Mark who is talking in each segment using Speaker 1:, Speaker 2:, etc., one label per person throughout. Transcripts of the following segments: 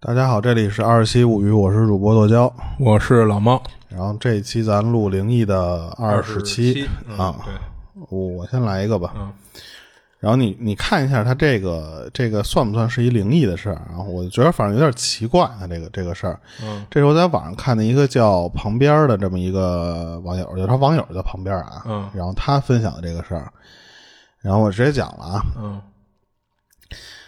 Speaker 1: 大家好，这里是二十七物语，我是主播剁椒。
Speaker 2: 我是老猫，
Speaker 1: 然后这一期咱录灵异的二十
Speaker 2: 七嗯
Speaker 1: 啊，
Speaker 2: 对，
Speaker 1: 我我先来一个吧。
Speaker 2: 嗯
Speaker 1: 然后你你看一下它这个这个算不算是一灵异的事儿啊？我觉得反正有点奇怪啊，这个这个事儿。
Speaker 2: 嗯
Speaker 1: 这是我在网上看的一个叫旁边儿的这么一个网友，就他网友叫旁边儿啊，
Speaker 2: 嗯
Speaker 1: 然后他分享的这个事儿，然后我直接讲了啊，
Speaker 2: 嗯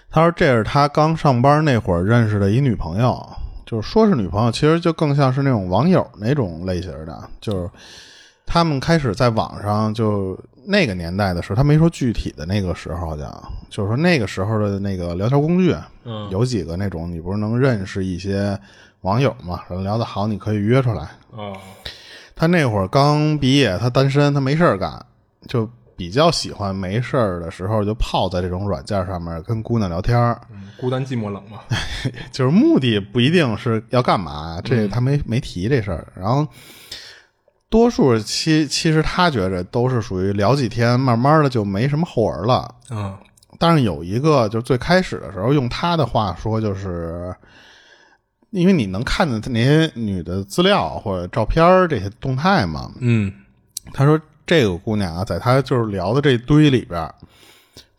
Speaker 1: 他说这是他刚上班那会儿认识的一女朋友，就是说是女朋友，其实就更像是那种网友那种类型的，就是他们开始在网上就那个年代的时候，他没说具体的那个时候，好像就是说那个时候的那个聊天工具，
Speaker 2: 嗯
Speaker 1: 有几个那种你不是能认识一些网友嘛，聊得好你可以约出来，
Speaker 2: 哦
Speaker 1: 他那会儿刚毕业，他单身，他没事儿干，就比较喜欢没事儿的时候就泡在这种软件上面跟姑娘聊天儿，
Speaker 2: 嗯，孤单寂寞冷嘛，
Speaker 1: 就是目的不一定是要干嘛，这他没、没提这事儿。然后多数其其实他觉着都是属于聊几天，慢慢的就没什么后文了。
Speaker 2: 嗯
Speaker 1: 但是有一个，就是最开始的时候，用他的话说，就是因为你能看见那些女的资料或者照片儿这些动态嘛，
Speaker 2: 嗯
Speaker 1: 他说这个姑娘啊，在他就是聊的这堆里边儿，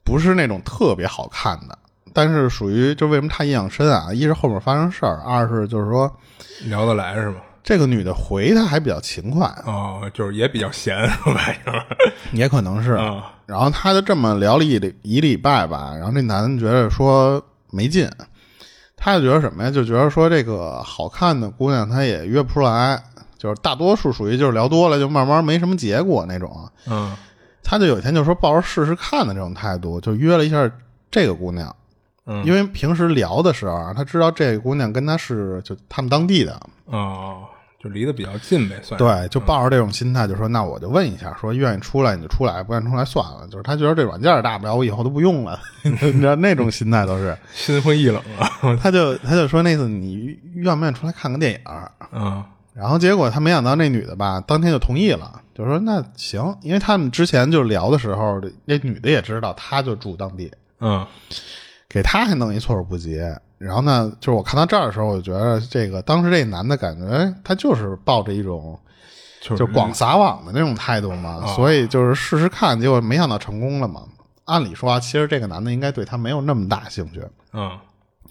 Speaker 1: 不是那种特别好看的，但是属于就为什么她印象深啊？一是后面发生事儿，二是就是说
Speaker 2: 聊得来是吗？
Speaker 1: 这个女的回他还比较勤快，
Speaker 2: 哦，就是也比较闲， 玩意儿
Speaker 1: 也可能是。
Speaker 2: 啊，
Speaker 1: 然后他就这么聊了一礼一礼拜吧，然后这男的觉得说没劲。他就觉得什么呀？就觉得说这个好看的姑娘，他也约不出来，就是大多数属于就是聊多了，就慢慢没什么结果那种。啊
Speaker 2: 嗯
Speaker 1: 他就有一天就说抱着试试看的这种态度，就约了一下这个姑娘，
Speaker 2: 嗯
Speaker 1: 因为平时聊的时候啊，他知道这个姑娘跟他是就他们当地的，
Speaker 2: 哦，就离得比较近呗，算是
Speaker 1: 对，就抱着这种心态就说那我就问一下，说愿意出来你就出来，不愿意出来算了，就是他觉得这软件儿大不了我以后都不用了，你知道那种心态都是，
Speaker 2: 心灰意冷啊，
Speaker 1: 他就他就说那次你愿不愿意出来看个电影儿？
Speaker 2: 嗯
Speaker 1: 然后结果他没想到那女的吧，当天就同意了，就说那行，因为他们之前就聊的时候，那女的也知道他就住当地，
Speaker 2: 嗯
Speaker 1: 给他还弄一措手不及。然后呢，就是我看到这儿的时候，我觉得这个当时这男的感觉，哎他就是抱着一种
Speaker 2: 就是嗯
Speaker 1: 就广撒网的那种态度嘛，所以就是试试看，结果没想到成功了嘛。按理说啊，其实这个男的应该对他没有那么大兴趣，
Speaker 2: 嗯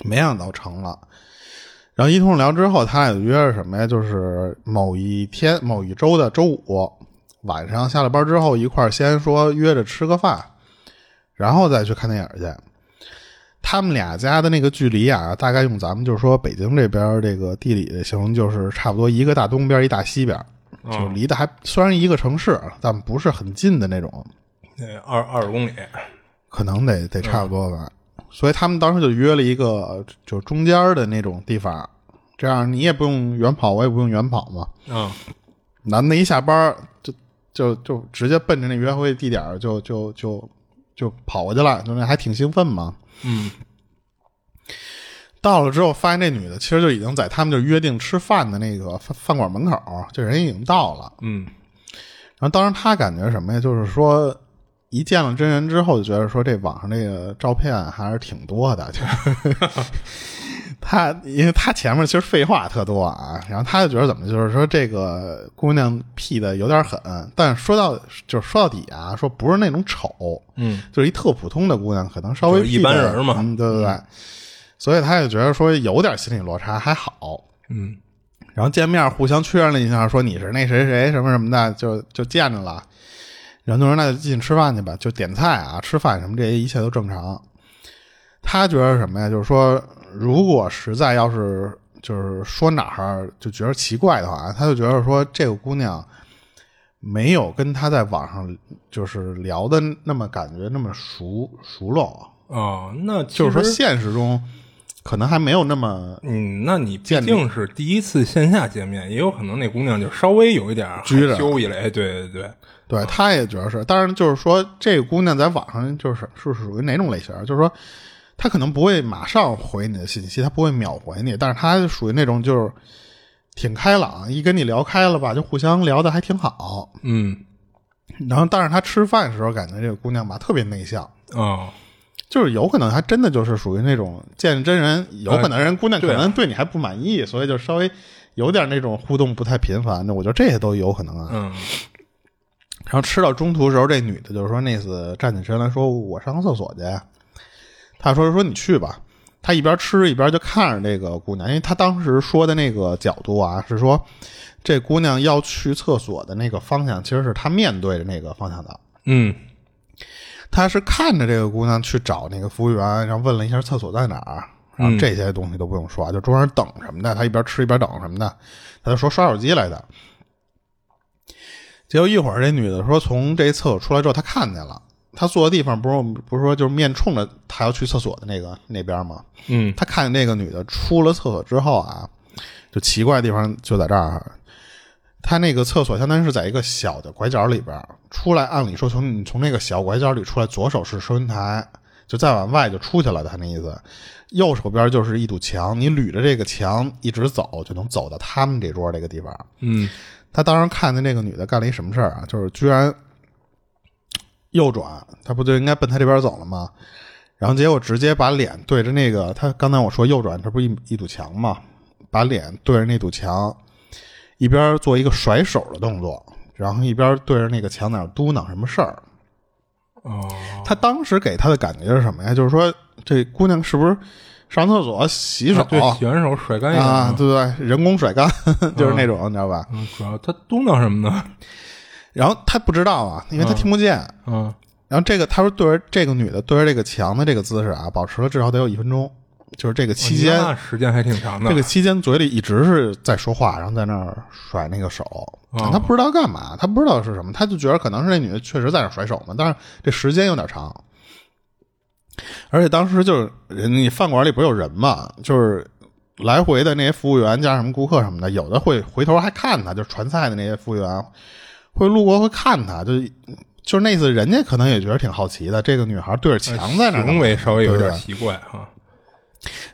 Speaker 1: 没想到成了。然后一通聊之后，他俩约着什么呀？就是某一天某一周的周五晚上下了班之后，一块儿先说约着吃个饭，然后再去看电影去。他们俩家的那个距离啊，大概用咱们就是说北京这边这个地理的形容，就是差不多一个大东边，一大西边，就离得还虽然一个城市，啊但不是很近的那种，
Speaker 2: 那二二十公里，
Speaker 1: 可能得得差不多吧。所以他们当时就约了一个呃就中间的那种地方，这样你也不用远跑，我也不用远跑嘛。
Speaker 2: 嗯
Speaker 1: 男的一下班儿就就就直接奔着那约会地点儿就就就就跑过去了，就那还挺兴奋嘛。
Speaker 2: 嗯
Speaker 1: 到了之后，发现这女的其实就已经在他们就约定吃饭的那个饭饭馆门口，这人已经到了。
Speaker 2: 嗯
Speaker 1: 然后当时他感觉什么呀？就是说，一见了真人之后，就觉得说这网上这个照片还是挺多的。就是 他，因为他前面其实废话特多啊，然后他就觉得怎么，就是说这个姑娘 P 的有点狠，但说到就是说到底啊，说不是那种丑，
Speaker 2: 嗯
Speaker 1: 就是一特普通的姑娘，可能稍微
Speaker 2: 就是一
Speaker 1: P 的
Speaker 2: 般人嘛
Speaker 1: 嗯，对对对。所以他就觉得说有点心理落差，还好。
Speaker 2: 嗯
Speaker 1: 然后见面互相确认了一下，说你是那谁谁什么什么的，就就见着了。然后就说那就进去吃饭去吧，就点菜啊，吃饭什么这些一切都正常。他觉得什么呀？就是说，如果实在要是就是说哪儿就觉得奇怪的话，啊他就觉得说这个姑娘没有跟他在网上就是聊的那么感觉那么熟熟络，啊
Speaker 2: 哦，那其
Speaker 1: 就是说
Speaker 2: 实
Speaker 1: 现实中可能还没有那么
Speaker 2: 嗯，那你毕
Speaker 1: 见
Speaker 2: 竟是第一次线下见面，也有可能那姑娘就稍微有一点儿害
Speaker 1: 拘着
Speaker 2: 羞一类。哎对对对，
Speaker 1: 对，他也觉得是，但是就是说，这个姑娘在网上就是是属于哪种类型儿？啊就是说，她可能不会马上回你的信息，她不会秒回你，但是她属于那种就是挺开朗，一跟你聊开了吧，就互相聊的还挺好。
Speaker 2: 嗯
Speaker 1: 然后，但是她吃饭的时候，感觉这个姑娘吧特别内向，
Speaker 2: 哦，
Speaker 1: 就是有可能还真的就是属于那种见真人，有可能人姑娘可能哎对你啊还不满意，所以就稍微有点那种互动不太频繁的，我觉得这些都有可能啊。
Speaker 2: 嗯，
Speaker 1: 然后吃到中途的时候，这女的就是说那次站起身来说：“我上个厕所去。”他说：“说你去吧。”他一边吃一边就看着这个姑娘，因为他当时说的那个角度啊，是说这姑娘要去厕所的那个方向，其实是他面对着那个方向的。
Speaker 2: 嗯，
Speaker 1: 他是看着这个姑娘去找那个服务员，然后问了一下厕所在哪儿，然后这些东西都不用说，就中间等什么的，他一边吃一边等什么的，他就说刷手机来的。结果一会儿这女的说从这厕所出来之后，她看见了，她坐的地方不是不是说就是面冲着她要去厕所的那个那边吗？
Speaker 2: 嗯，
Speaker 1: 他看见那个女的出了厕所之后啊，就奇怪的地方就在这儿。啊他那个厕所相当于是在一个小的拐角里边儿出来，按理说从你从那个小拐角里出来，左手是收银台，就再往外就出去了。他那意思，右手边就是一堵墙，你捋着这个墙一直走，就能走到他们这桌这个地方。
Speaker 2: 嗯，
Speaker 1: 他当时看见那个女的干了一什么事儿啊？就是居然右转，他不就应该奔他这边走了吗？然后结果直接把脸对着那个，他刚才我说右转，这不一一堵墙吗？把脸对着那堵墙，一边做一个甩手的动作，然后一边对着那个墙在那儿嘟囔什么事儿。
Speaker 2: 哦，
Speaker 1: 他当时给他的感觉是什么呀？就是说这姑娘是不是上厕所洗手
Speaker 2: 啊对，洗完手甩干净
Speaker 1: 啊？
Speaker 2: 了
Speaker 1: 对不对？人工甩 干就是那种，你知道吧？
Speaker 2: 嗯，主要他嘟囔什么呢？
Speaker 1: 然后他不知道啊，因为他听不见。
Speaker 2: 嗯，
Speaker 1: 然后这个他说对着这个女的对着这个墙的这个姿势啊，保持了至少得有一分钟，就是这个期间，
Speaker 2: 那时间还挺长的。啊
Speaker 1: 这个期间嘴里一直是在说话，然后在那儿甩那个手，
Speaker 2: 哦
Speaker 1: 他不知道干嘛，他不知道是什么，他就觉得可能是那女的确实在那儿甩手嘛，但是这时间有点长。而且当时就是人，你饭馆里不是有人嘛，就是来回的那些服务员加上什么顾客什么的，有的会回头还看他，就是传菜的那些服务员会路过会看他，就是就是那次人家可能也觉得挺好奇的，这个女孩对着墙在那儿干嘛
Speaker 2: 行为稍微有
Speaker 1: 对
Speaker 2: 点
Speaker 1: 不对
Speaker 2: 奇怪哈。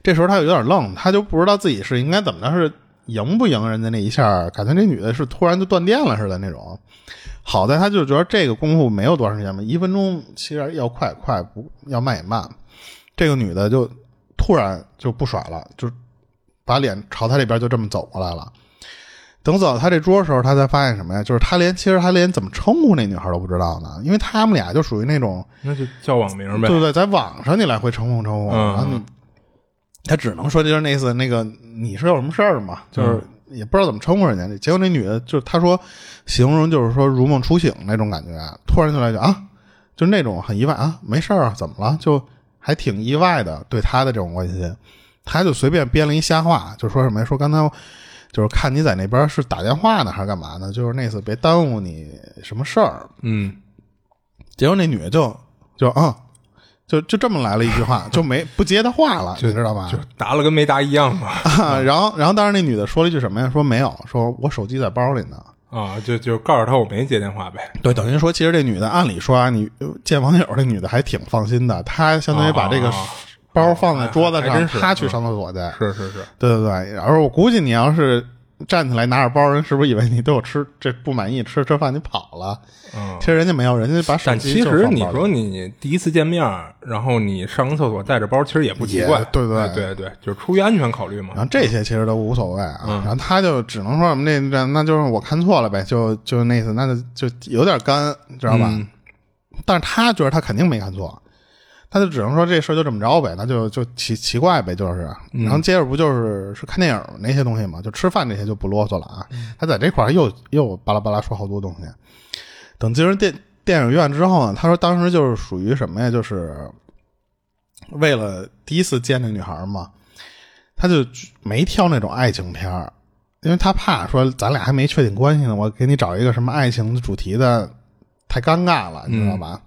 Speaker 1: 这时候他有点愣，他就不知道自己是应该怎么着，是赢不赢人家那一下，感觉这女的是突然就断电了似的那种。好在他就觉得这个功夫没有多长时间嘛，一分钟其实要快也快，不要慢也慢。这个女的就突然就不甩了，就把脸朝他这边就这么走过来了。等走到他这桌的时候，他才发现什么呀？就是他连其实他连怎么称呼那女孩都不知道呢，因为他们俩就属于那种
Speaker 2: 那就叫网名呗
Speaker 1: 对。不对？在网上你来回称呼称呼，
Speaker 2: 嗯
Speaker 1: 啊然后你他只能说就是那意思，那个你是有什么事儿嘛？
Speaker 2: 嗯
Speaker 1: 就是也不知道怎么称呼人家。结果那女的就是她说形容就是说如梦初醒那种感觉，突然就来一句啊，就是那种很意外啊，没事儿啊，怎么了？就还挺意外的对他的这种关心，他就随便编了一瞎话，就说什么呀说刚才。就是看你在那边是打电话呢还是干嘛呢？就是那次别耽误你什么事儿，
Speaker 2: 嗯，
Speaker 1: 结果那女的就就啊、就就这么来了一句 话，就没不接他话了，你知道吧？
Speaker 2: 就答了跟没答一样嘛。
Speaker 1: 啊然后然后当时那女的说了一句什么呀？说没有，说我手机在包里呢。
Speaker 2: 啊，就就告诉他我没接电话呗。
Speaker 1: 对，等于说，其实这女的按理说啊，你见网友这女的还挺放心的，她相当于把这个
Speaker 2: 啊啊啊
Speaker 1: 包放在桌子
Speaker 2: 还
Speaker 1: 上，
Speaker 2: 真是嗯
Speaker 1: 她去上厕所去。
Speaker 2: 是是是，
Speaker 1: 对对对，然后我估计你要是站起来拿着包，人是不是以为你对我吃这不满意，吃吃饭你跑了？
Speaker 2: 嗯
Speaker 1: 其。实人家没有，人家把手
Speaker 2: 但
Speaker 1: 机
Speaker 2: 其
Speaker 1: 就
Speaker 2: 实
Speaker 1: 放
Speaker 2: 你
Speaker 1: 包里
Speaker 2: 说你第一次见面，然后你上个厕所带着包，其实也不奇怪
Speaker 1: 也，对啊对
Speaker 2: 哎对对，就是出于安全考虑
Speaker 1: 然
Speaker 2: 嘛。
Speaker 1: 后这些其实都无所谓啊，然后他就只能说什么那那那就是我看错了呗，就就那意思，那就就有点干，知道吧？
Speaker 2: 嗯
Speaker 1: 但是他觉得他肯定没看错，他就只能说这事儿就这么着呗，那就就奇奇怪呗，就是。然后接着不就是是看电影那些东西嘛，就吃饭这些就不啰嗦了啊。他在这块儿又又巴拉巴拉说好多东西。等进入电电影院之后呢，他说当时就是属于什么呀？就是为了第一次见这女孩嘛，他就没挑那种爱情片儿，因为他怕说咱俩还没确定关系呢，我给你找一个什么爱情主题的，太尴尬了，你知道吧？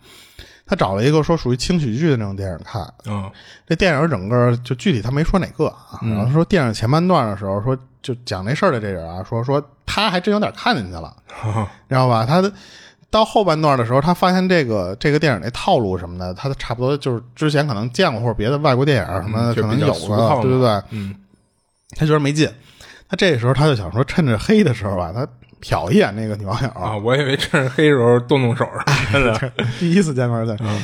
Speaker 1: 他找了一个说属于轻喜剧的那种电影看，
Speaker 2: 嗯
Speaker 1: 这电影整个就具体他没说哪个啊，然后说电影前半段的时候说就讲这事儿的这人啊，说说他还真有点看进去了，
Speaker 2: 哈
Speaker 1: 知道吧？他的到后半段的时候，他发现这个这个电影那套路什么的，他差不多就是之前可能见过或者别的外国电影什么的、
Speaker 2: 嗯就
Speaker 1: 可能
Speaker 2: 比较
Speaker 1: 有
Speaker 2: 俗套
Speaker 1: 了，
Speaker 2: 嘛
Speaker 1: 对对对，
Speaker 2: 嗯
Speaker 1: 他觉得没劲。他这时候他就想说，趁着黑的时候吧，他瞟一
Speaker 2: 啊
Speaker 1: 眼那个女网友，
Speaker 2: 啊，我以为趁着黑时候动动手，真的
Speaker 1: 第一次见面在，嗯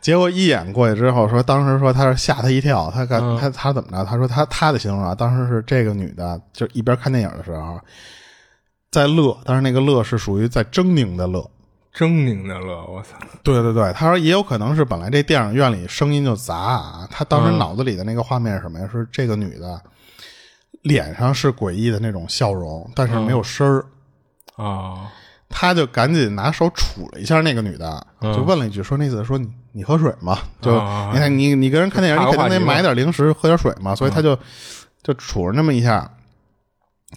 Speaker 1: 结果一眼过去之后，说当时说他是吓他一跳，他干、
Speaker 2: 嗯
Speaker 1: 他他怎么着？他说他他的形容啊，当时是这个女的，就一边看电影的时候在乐，但是那个乐是属于在狰狞的乐。
Speaker 2: 狰狞的乐，我操！
Speaker 1: 对对对，他说也有可能是本来这电影院里声音就杂啊，他当时
Speaker 2: 嗯
Speaker 1: 脑子里的那个画面是什么呀？是这个女的脸上是诡异的那种笑容，但是没有声儿。
Speaker 2: 啊，
Speaker 1: 他就赶紧拿手杵了一下那个女的，
Speaker 2: 嗯
Speaker 1: 就问了一句，说那意思说你你喝水吗？就、
Speaker 2: 啊
Speaker 1: 你看你你跟人看电影，
Speaker 2: 怕
Speaker 1: 你肯定
Speaker 2: 话
Speaker 1: 得
Speaker 2: 题嗯嘛
Speaker 1: 买点零食，喝点水嘛，所以他就、就杵了那么一下。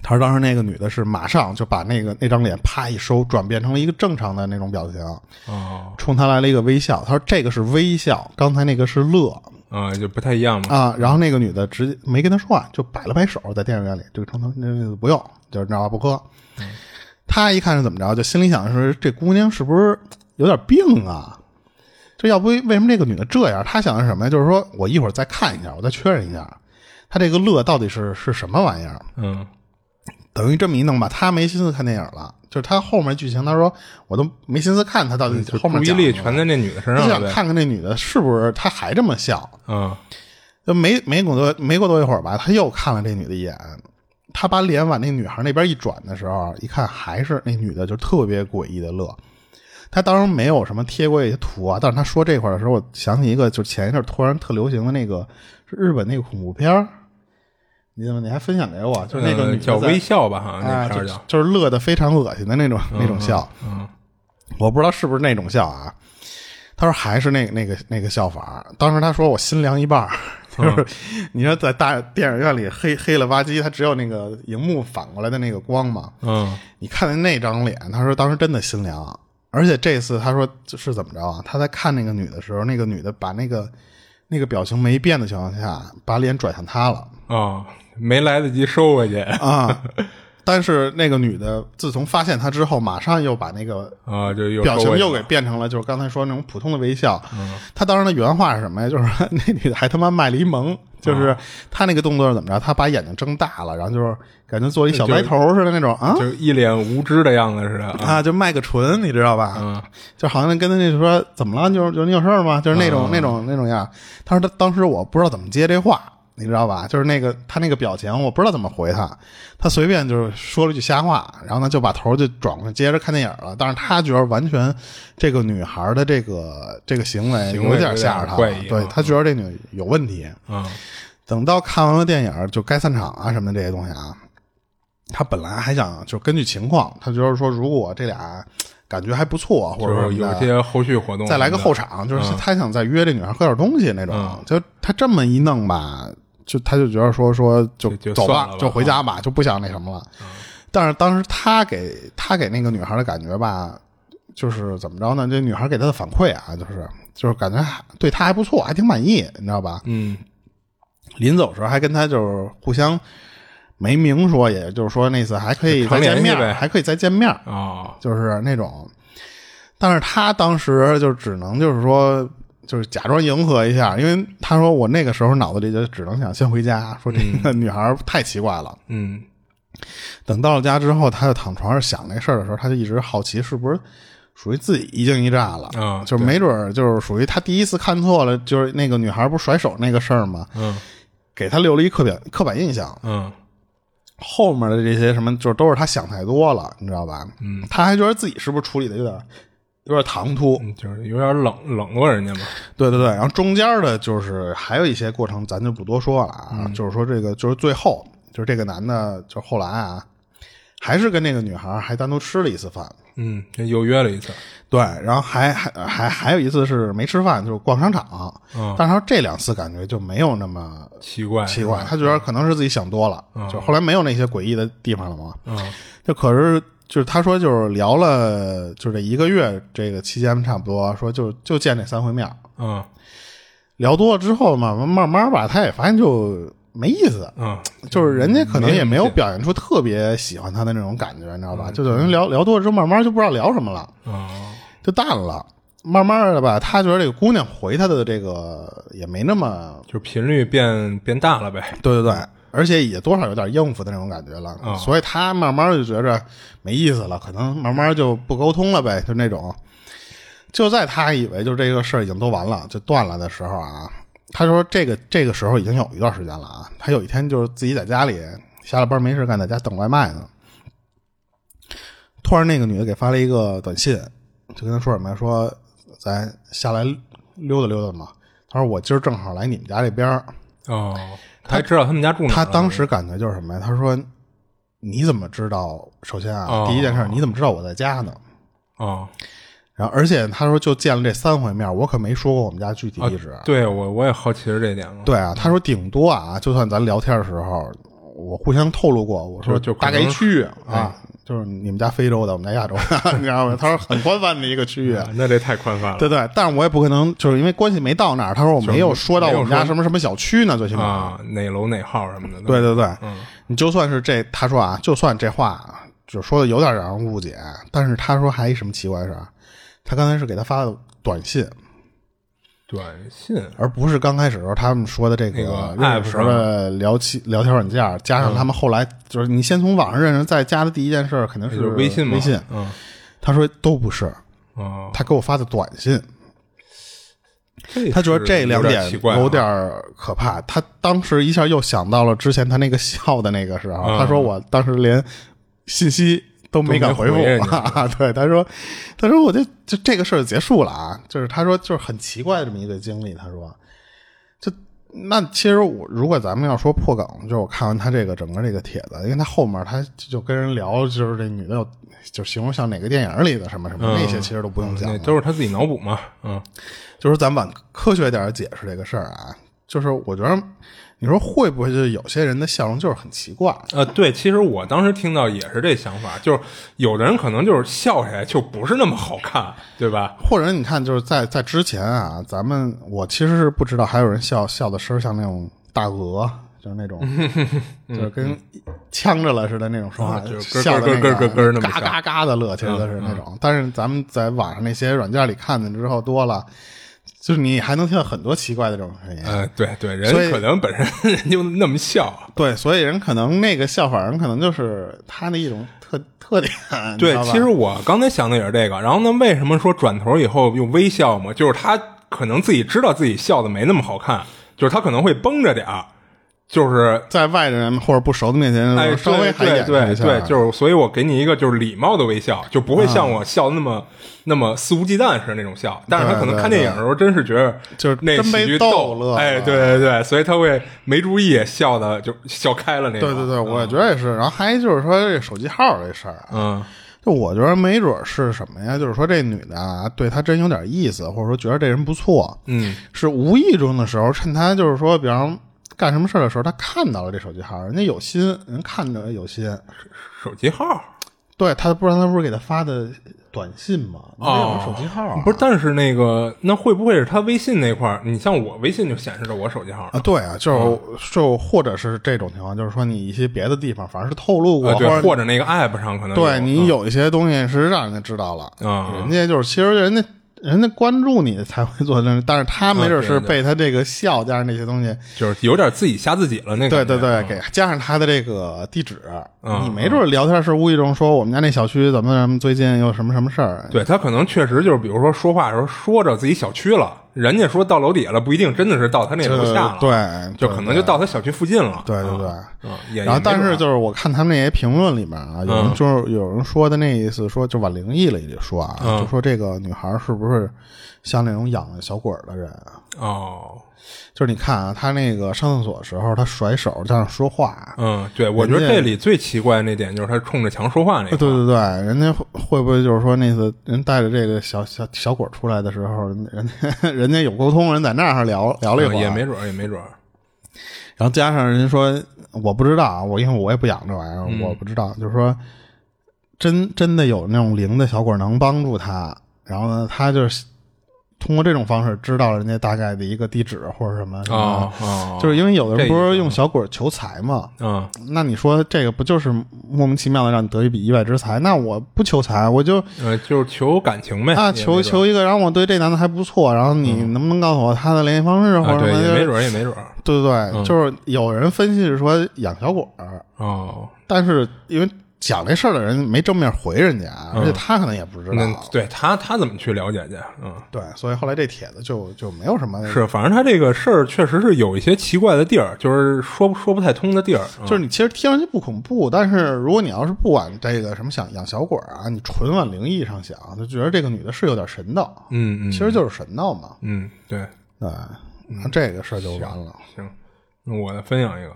Speaker 1: 他说当时那个女的是马上就把那个那张脸啪一收，转变成了一个正常的那种表情，
Speaker 2: 哦，
Speaker 1: 冲他来了一个微笑。他说这个是微笑，刚才那个是乐
Speaker 2: 啊，就不太一样嘛。
Speaker 1: 啊。然后那个女的直接没跟他说话，就摆了摆手，在电影院里就冲他那那不用，就是那不喝。他一看是怎么着，就心里想的是这姑娘是不是有点病啊？这要不为什么这个女的这样？他想的是什么呀？就是说我一会儿再看一下，我再确认一下，她这个乐到底是是什么玩意儿？
Speaker 2: 嗯，
Speaker 1: 等于这么一弄吧，他没心思看电影了，就是他后面剧情，他说我都没心思看他到底
Speaker 2: 就
Speaker 1: 后面
Speaker 2: 注意
Speaker 1: 讲
Speaker 2: 力
Speaker 1: 什么
Speaker 2: 全在那女的身
Speaker 1: 他
Speaker 2: 上
Speaker 1: 想
Speaker 2: 了呗。
Speaker 1: 看看那女的是不是她还这么笑。
Speaker 2: 嗯，
Speaker 1: 就没没过多没过多一会儿吧，他又看了这女的一眼，他把脸往那女孩那边一转的时候，一看还是那女的，就特别诡异的乐。他当时没有什么贴过一些图啊，但是他说这块儿的时候，我想起一个，就是前一阵儿突然特流行的那个是日本那个恐怖片儿，你怎么你还分享给我？就是那个
Speaker 2: 呃
Speaker 1: 女的
Speaker 2: 叫
Speaker 1: 在
Speaker 2: 微笑吧，好像
Speaker 1: 啊，
Speaker 2: 那片
Speaker 1: 就
Speaker 2: 儿叫。
Speaker 1: 就是乐的非常恶心的那种那种笑。
Speaker 2: 嗯，
Speaker 1: 我不知道是不是那种笑啊。他说还是那那个那个笑法儿。当时他说我心凉一半儿，
Speaker 2: 嗯
Speaker 1: 就是你说在大电影院里黑黑了吧唧，它只有那个荧幕反过来的那个光嘛。
Speaker 2: 嗯，
Speaker 1: 你看见那张脸，他说当时真的心凉。而且这次他说是怎么着啊？他在看那个女的时候，那个女的把那个那个表情没变的情况下，把脸转向他了。
Speaker 2: 哦，没来得及收回去
Speaker 1: 啊。但是那个女的自从发现他之后，马上又把那个
Speaker 2: 啊，就又
Speaker 1: 表
Speaker 2: 收
Speaker 1: 情
Speaker 2: 回去
Speaker 1: 又给
Speaker 2: 了嗯
Speaker 1: 变成了就是刚才说那种普通的微笑。他当时的原话是什么呀？就是说 那女的还他妈卖了一
Speaker 2: 嗯
Speaker 1: 萌，就是他那个动作是怎么着？他把眼睛睁大了，然后就是感觉做一小
Speaker 2: 就
Speaker 1: 白头似的那种啊
Speaker 2: 就一脸无知的样子似的。啊
Speaker 1: 啊，就卖个唇，你知道吧？
Speaker 2: 嗯，
Speaker 1: 就好像跟他那说怎么了？就是就是你有事儿吗？就是那
Speaker 2: 嗯
Speaker 1: 种、那种那种样儿。他说他当时我不知道怎么接这话，你知道吧？就是那个他那个表情，我不知道怎么回他。他随便就是说了一句瞎话，然后呢就把头就转过去接着看电影了。但是他觉得完全这个女孩的这个这个行为
Speaker 2: 行为
Speaker 1: 有点吓着
Speaker 2: 有点
Speaker 1: 他
Speaker 2: 怪
Speaker 1: 了
Speaker 2: 异，
Speaker 1: 对
Speaker 2: 嗯
Speaker 1: 他觉得这女有问题。
Speaker 2: 嗯，
Speaker 1: 等到看完了电影，就该散场啊什么的这些东西啊，他本来还想就根据情况，他就是说如果这俩感觉还不错，啊或
Speaker 2: 就
Speaker 1: 者说
Speaker 2: 是
Speaker 1: 什么的
Speaker 2: 有些后续活动，
Speaker 1: 再来个后，场，就是他想再约这女孩喝点东西那种。
Speaker 2: 嗯
Speaker 1: 就他这么一弄吧，就他就觉得说说就
Speaker 2: 就就
Speaker 1: 走
Speaker 2: 算了吧嗯
Speaker 1: 就回家吧，就不想那什么了。但是当时他给他给那个女孩的感觉吧，就是怎么着呢？这女孩给他的反馈啊，就是就是感觉还对他还不错，还挺满意，你知道吧？
Speaker 2: 嗯，
Speaker 1: 临走的时候还跟他就是互相没明说，也就是说那次还可以
Speaker 2: 就
Speaker 1: 再
Speaker 2: 常
Speaker 1: 见
Speaker 2: 联系
Speaker 1: 面，
Speaker 2: 呗
Speaker 1: 还可以再见面。
Speaker 2: 哦，
Speaker 1: 就是那种，但是他当时就只能就是说，就是假装迎合一下，因为他说我那个时候脑子里就只能想先回家，说这个女孩儿太奇怪了。
Speaker 2: 嗯，
Speaker 1: 等到了家之后，他就躺床上想那事儿的时候，他就一直好奇是不是属于自己一惊一乍了，
Speaker 2: 啊
Speaker 1: 就是没准儿就是属于他第一次看错了，就是那个女孩儿不是甩手那个事儿嘛，
Speaker 2: 嗯，
Speaker 1: 给他留了一刻板刻板印象。
Speaker 2: 嗯，
Speaker 1: 后面的这些什么，就是都是他想太多了，你知道吧？
Speaker 2: 嗯，
Speaker 1: 他还觉得自己是不是处理的有点有点唐突，
Speaker 2: 嗯就是有点冷冷落人家嘛。
Speaker 1: 对对对，然后中间的就是还有一些过程，咱就不多说了啊。
Speaker 2: 嗯
Speaker 1: 就是说这个就是最后，就是这个男的，就是后来啊，还是跟那个女孩还单独吃了一次饭。
Speaker 2: 嗯，又约了一次。
Speaker 1: 对，然后还还还还有一次是没吃饭，就是逛商场。
Speaker 2: 嗯，
Speaker 1: 但是他这两次感觉就没有那么
Speaker 2: 奇怪，
Speaker 1: 奇怪，他觉得可能是自己想多了，就后来没有那些诡异的地方了嘛。
Speaker 2: 嗯，
Speaker 1: 就可是就是他说就是聊了就是这一个月这个期间差不多，说就就见这三回面儿，
Speaker 2: 嗯，
Speaker 1: 聊多了之后嘛，慢慢吧，他也发现就没意思，
Speaker 2: 嗯，
Speaker 1: 就是人家可能也没有
Speaker 2: 没意思
Speaker 1: 表现出特别喜欢他的那种感觉，你知道吧？就等于聊聊多了之后，慢慢就不知道聊什么了，
Speaker 2: 嗯，
Speaker 1: 就淡了。慢慢的吧，他觉得这个姑娘回他的这个也没那么，
Speaker 2: 就频率变变大了呗。
Speaker 1: 对对对，而且也多少有点应付的那种感觉了，
Speaker 2: 嗯
Speaker 1: 所以他慢慢就觉着没意思了，可能慢慢就不沟通了呗，就那种。就在他以为就这个事儿已经都完了，就断了的时候啊，他说这个这个时候已经有一段时间了啊。他有一天就是自己在家里下了班没事干，在家等外卖呢。突然那个女的给发了一个短信，就跟他说什么呀？说咱下来溜达溜达嘛。他说我今儿正好来你们家这边儿。
Speaker 2: 哦，他还知道他们家住哪儿了。
Speaker 1: 他当时感觉就是什么呀？他说你怎么知道？首先啊，
Speaker 2: 哦
Speaker 1: 第一件事你怎么知道我在家呢？
Speaker 2: 哦，
Speaker 1: 然后，而且他说就见了这三回面，我可没说过我们家具体地址。啊
Speaker 2: 对我我也好奇是这点嘛。
Speaker 1: 对啊，他说顶多啊，就算咱聊天的时候，我互相透露过，我说
Speaker 2: 就就可
Speaker 1: 大
Speaker 2: 能哎
Speaker 1: 概一区域啊，就是你们家非洲的，我们家亚洲 的，你知道吗？他说很宽泛的一个区域。
Speaker 2: 啊，那这太宽泛了。
Speaker 1: 对对，但是我也不可能，就是因为关系没到那儿。他说我没有说到我们
Speaker 2: 没有
Speaker 1: 家
Speaker 2: 说
Speaker 1: 什么什么小区呢，最起码。
Speaker 2: 啊，哪楼哪号什么的。
Speaker 1: 对对对，
Speaker 2: 嗯
Speaker 1: 你就算是这，他说啊，就算这话就说的有点让人误解，但是他说还一什么奇怪事儿啊，他刚才是给他发的短信，
Speaker 2: 短信
Speaker 1: 而不是刚开始时候他们说的这个
Speaker 2: 那个
Speaker 1: 认识时候的聊起聊天软件儿，加上他们后来就是你先从网上认识，再加的第一件事儿肯定
Speaker 2: 那
Speaker 1: 是
Speaker 2: 就是微信嘛。
Speaker 1: 微信，
Speaker 2: 嗯
Speaker 1: 他说都不是，
Speaker 2: 哦，
Speaker 1: 他给我发的短信，
Speaker 2: 这
Speaker 1: 他觉得
Speaker 2: 是
Speaker 1: 这两
Speaker 2: 有
Speaker 1: 点
Speaker 2: 奇怪啊，
Speaker 1: 有点儿可怕。他当时一下又想到了之前他那个笑的那个时候，
Speaker 2: 嗯
Speaker 1: 他说我当时连信息都没敢回复
Speaker 2: 都没回人家
Speaker 1: 啊。 对，他说，他说我这就这个事儿结束了啊，就是他说就是很奇怪的这么一个经历。他说，就那其实我如果咱们要说破梗，就是我看完他这个整个这个帖子，因为他后面他就跟人聊，就是这女的有就形容像哪个电影里的什么什么、
Speaker 2: 嗯
Speaker 1: 那些，其实都不用讲
Speaker 2: 那
Speaker 1: 了，
Speaker 2: 都是他自己脑补嘛。嗯，
Speaker 1: 就是咱往科学点儿解释这个事儿啊，就是我觉得你说会不会就是有些人的笑容就是很奇怪，
Speaker 2: 呃，对，其实我当时听到也是这想法，就是有的人可能就是笑起来就不是那么好看，对吧？
Speaker 1: 或者你看就是在在之前啊，咱们我其实是不知道还有人笑笑的声儿像那种大鹅。就是 那种，就是跟呛着了似的那种说话
Speaker 2: 啊， 就是咯咯
Speaker 1: 笑的那个
Speaker 2: 咯咯咯咯那么
Speaker 1: 嘎
Speaker 2: 笑嗯
Speaker 1: 嘎嘎的乐，其实是那种。但是咱们在网上那些软件里看的之后多了，就是你还能听到很多奇怪的这种声音。
Speaker 2: 呃，对对，人
Speaker 1: 所以
Speaker 2: 可能本身 人就那么笑。
Speaker 1: 对，所以人可能那个笑法，人可能就是他的一种特特点。你知
Speaker 2: 对
Speaker 1: 道，吧
Speaker 2: 其实我刚才想的也是这个。然后呢，为什么说转头以后用微笑嘛？就是他可能自己知道自己笑的没那么好看，就是他可能会绷着点儿，就是
Speaker 1: 在外人或者不熟的面
Speaker 2: 哎，
Speaker 1: 前，嗯稍微还
Speaker 2: 对
Speaker 1: 掩饰
Speaker 2: 对
Speaker 1: 一下。
Speaker 2: 对，就是所以，我给你一个就是礼貌的微笑，就不会像我笑那么、那么肆无忌惮似的那种笑。但是他可能看电影的时候，真是觉得
Speaker 1: 就是
Speaker 2: 那
Speaker 1: 真
Speaker 2: 喜
Speaker 1: 被
Speaker 2: 剧
Speaker 1: 逗乐
Speaker 2: 哎，
Speaker 1: 了
Speaker 2: 对对对，所以他会没注意笑的就笑开了那种。
Speaker 1: 对对对，我也觉得也是。然后还就是说这手机号这事儿啊，
Speaker 2: 嗯，
Speaker 1: 就我觉得没准儿是什么呀？就是说这女的啊，对她真有点意思，或者说觉得这人不错，
Speaker 2: 嗯
Speaker 1: 是无意中的时候，趁她就是说，比方干什么事儿的时候，她看到了这手机号，人家有心，人看着有心。
Speaker 2: 手机号
Speaker 1: 对她不然她不是给她发的短信吗？你得有
Speaker 2: 哦
Speaker 1: 个手机号啊？
Speaker 2: 不是，但是那个那会不会是他微信那块儿？你像我微信就显示着我手机号
Speaker 1: 啊，对啊，就就或者是这种情况，就是说你一些别的地方反而是透露过，
Speaker 2: 呃，对，
Speaker 1: 或
Speaker 2: 或
Speaker 1: 者
Speaker 2: 者那个 app 上可能
Speaker 1: 对你
Speaker 2: 有
Speaker 1: 有一些东西是让人家知道了，
Speaker 2: 啊
Speaker 1: 人家就是其实人家人家关注你才会做这，但是他没准是
Speaker 2: 啊对对
Speaker 1: 被他这个笑加上那些东西，
Speaker 2: 嗯就是有点自己吓自己了那
Speaker 1: 对
Speaker 2: 个
Speaker 1: 对对，给加上他的这个地址，
Speaker 2: 嗯
Speaker 1: 你没准聊天是无意中说我们家那小区怎么怎么最近有什么什么事儿，
Speaker 2: 对他可能确实就是，比如说说话的时候说着自己小区了，人家说到楼底下了，不一定真的是到他那
Speaker 1: 就
Speaker 2: 楼
Speaker 1: 是
Speaker 2: 下了，，
Speaker 1: 对，
Speaker 2: 就
Speaker 1: 对
Speaker 2: 可能就到他小区附近了。
Speaker 1: 对对对。
Speaker 2: 嗯，也
Speaker 1: 然后，但是
Speaker 2: 就
Speaker 1: 就是我看他们那些评论里面啊，有人
Speaker 2: 嗯
Speaker 1: 就是有人说的那意思说，就往灵异了也说啊，
Speaker 2: 嗯
Speaker 1: 就说这个女孩是不是像那种养了小鬼儿的人啊？
Speaker 2: 哦，
Speaker 1: 就是你看啊，她那个上厕所的时候，她甩手这样说话啊，
Speaker 2: 嗯，对，我觉得
Speaker 1: 人家
Speaker 2: 这里最奇怪的那点就是他冲着墙说话那
Speaker 1: 对对
Speaker 2: 个，
Speaker 1: 对，人家会会不会就是说那次人带着这个小小小鬼儿出来的时候，人家 人家有沟通，人在那儿聊聊了一会
Speaker 2: 嗯
Speaker 1: 儿，啊
Speaker 2: 也没准儿，也没准儿。
Speaker 1: 然后加上人家说我不知道啊，我因为我也不养这玩意儿，
Speaker 2: 嗯
Speaker 1: 我不知道，就是说真真的有那种灵的小鬼能帮助他，然后呢，他就是通过这种方式知道了人家大概的一个地址或者什么什么，
Speaker 2: 哦哦，
Speaker 1: 就是因为有的人
Speaker 2: 这
Speaker 1: 不
Speaker 2: 意
Speaker 1: 是
Speaker 2: 思
Speaker 1: 用小鬼求财嘛，
Speaker 2: 嗯，
Speaker 1: 那你说这个不就是莫名其妙的让你得一笔意外之财？那我不求财，我就
Speaker 2: 呃，就是求感情呗
Speaker 1: 啊
Speaker 2: 也
Speaker 1: 求
Speaker 2: 没准儿嗯
Speaker 1: 求一个，然后我对这男的还不错，然后你能不能告诉我他的联系方式或
Speaker 2: 啊，
Speaker 1: 者
Speaker 2: 对，
Speaker 1: 什么的？
Speaker 2: 也没准儿，嗯也没准儿。
Speaker 1: 对对对，就是有人分析是说养小鬼儿，
Speaker 2: 哦，
Speaker 1: 但是因为讲这事儿的人没正面回人家，而且他可能也不知道。
Speaker 2: 嗯那对他他怎么去了解去？嗯，
Speaker 1: 对，所以后来这帖子就就没有什么，
Speaker 2: 是，反正他这个事儿确实是有一些奇怪的地儿，就是说说不太通的地儿。嗯
Speaker 1: 就是你其实听上去不恐怖，但是如果你要是不往这个什么想养小鬼儿啊，你纯往灵异上想，就觉得这个女的是有点神道，
Speaker 2: 嗯嗯
Speaker 1: 其实就是神道嘛。
Speaker 2: 嗯，对，
Speaker 1: 对，然后这个事儿就完了。
Speaker 2: 行，那我再分享一个。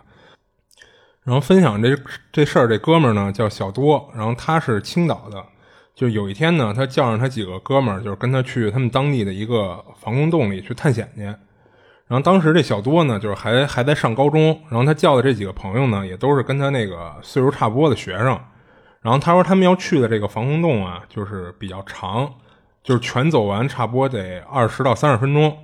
Speaker 2: 然后分享这这事儿，这哥们儿呢叫小多，然后他是青岛的。就是有一天呢，他叫上他几个哥们儿，就是跟他去他们当地的一个防空洞里去探险去。然后当时这小多呢，就是还还在上高中，然后他叫的这几个朋友呢，也都是跟他那个岁数差不多的学生。然后他说他们要去的这个防空洞啊，就是比较长，就是全走完差不多得二十到三十分钟。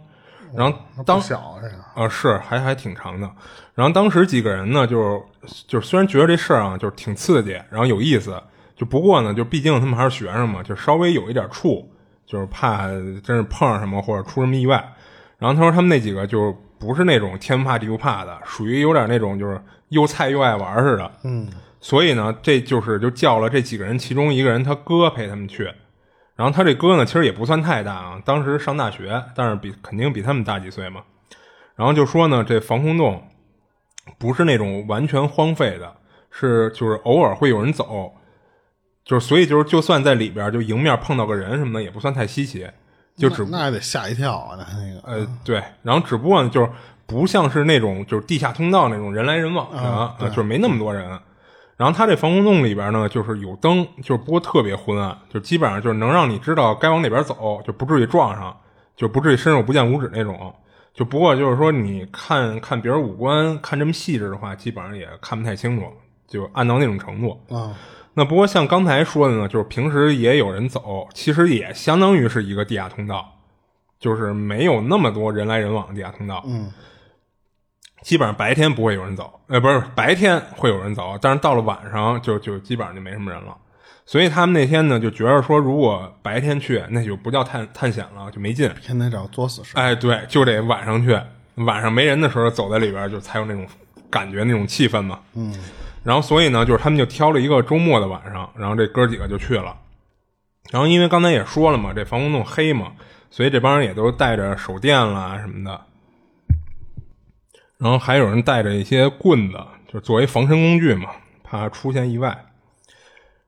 Speaker 2: 然后
Speaker 1: 那不
Speaker 2: 当
Speaker 1: 小这个，
Speaker 2: 啊，是还还挺长的。然后当时几个人呢，就是就是虽然觉得这事儿啊，就是挺刺激，然后有意思，就不过呢，就毕竟他们还是学生嘛，就稍微有一点怵，就是怕真是碰上什么或者出什么意外。然后他说他们那几个就是不是那种天不怕地不怕的，属于有点那种就是又菜又爱玩似的。
Speaker 1: 嗯，
Speaker 2: 所以呢，这就是就叫了这几个人，其中一个人他哥陪他们去。然后他这哥呢，其实也不算太大啊，当时上大学，但是比肯定比他们大几岁嘛。然后就说呢，这防空洞不是那种完全荒废的，是就是偶尔会有人走，就是所以就是就算在里边儿就迎面碰到个人什么的，也不算太稀奇，就只
Speaker 1: 那那也得吓一跳啊，那那个，
Speaker 2: 呃，对，然后只不过呢，就是不像是那种就是地下通道那种人来人往的，啊就是没那么多人。然后它这防空洞里边呢，就是有灯，就是不过特别昏暗，就基本上就是能让你知道该往哪边走，就不至于撞上，就不至于伸手不见五指那种。就不过就是说，你看看别人五官看这么细致的话，基本上也看不太清楚，就暗到那种程度。
Speaker 1: 啊，
Speaker 2: 那不过像刚才说的呢，就是平时也有人走，其实也相当于是一个地下通道，就是没有那么多人来人往的地下通道。
Speaker 1: 嗯，
Speaker 2: 基本上白天不会有人走，呃，不是白天会有人走，但是到了晚上就就基本上就没什么人了。所以他们那天呢就觉得说，如果白天去，那就不叫探探险了，就没劲。
Speaker 1: 天天找作死事儿。
Speaker 2: 哎，对，就得晚上去，晚上没人的时候走在里边儿，就才有那种感觉、那种气氛嘛。嗯。然后，所以呢，就是他们就挑了一个周末的晚上，然后这哥几个就去了。然后，因为刚才也说了嘛，这防空洞黑嘛，所以这帮人也都带着手电啦什么的。然后还有人带着一些棍子，就是作为防身工具嘛，怕出现意外。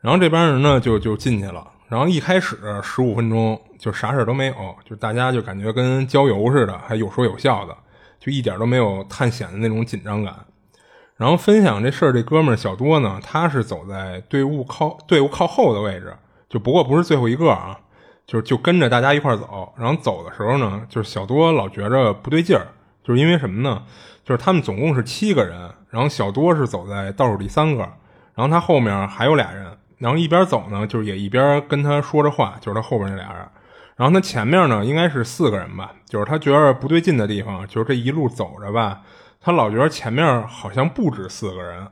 Speaker 2: 然后这帮人呢就就进去了。然后一开始十五分钟就啥事儿都没有，就大家就感觉跟郊游似的，还有说有笑的，就一点都没有探险的那种紧张感。然后分享这事儿，这哥们儿小多呢，他是走在队伍靠队伍靠后的位置，就不过不是最后一个啊，就是就跟着大家一块儿走。然后走的时候呢，就是小多老觉着不对劲儿，就是因为什么呢？就是他们总共是七个人，然后小多是走在倒数第三个，然后他后面还有俩人，然后一边走呢，就是也一边跟他说着话，就是他后边那俩人。然后他前面呢，应该是四个人吧，就是他觉着不对劲的地方，就是这一路走着吧，他老觉得前面好像不止四个人，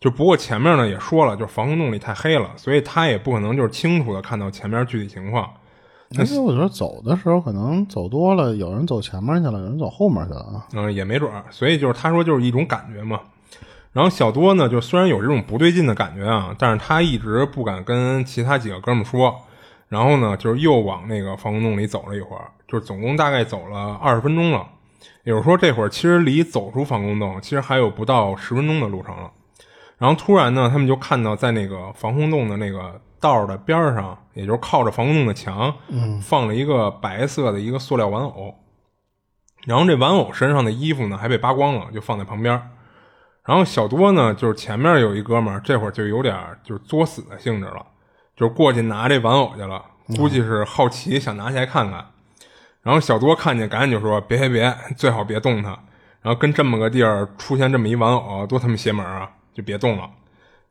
Speaker 2: 就不过前面呢也说了，就是防空洞里太黑了，所以他也不可能就是清楚的看到前面具体情况。
Speaker 1: 而且哎我觉得走的时候可能走多了，有人走前面去了，有人走后面去了啊。
Speaker 2: 嗯，也没准儿。所以就是他说就是一种感觉嘛。然后小多呢，就虽然有这种不对劲的感觉啊，但是他一直不敢跟其他几个哥们儿说。然后呢，就是又往那个防空洞里走了一会儿，就是总共大概走了二十分钟了。也就是说，这会儿其实离走出防空洞，其实还有不到十分钟的路程了。然后突然呢，他们就看到在那个防空洞的那个道儿的边儿上，也就是靠着防空洞的墙，放了一个白色的一个塑料玩偶。然后这玩偶身上的衣服呢还被扒光了，就放在旁边儿。然后小多呢，就是前面有一哥们儿，这会儿就有点儿就是作死的性质了，就是过去拿这玩偶去了，估计是好奇想拿起来看看。然后小多看见，赶紧就说：“别别别，最好别动它。”然后跟这么个地儿出现这么一玩偶，多他妈邪门儿啊！就别动了。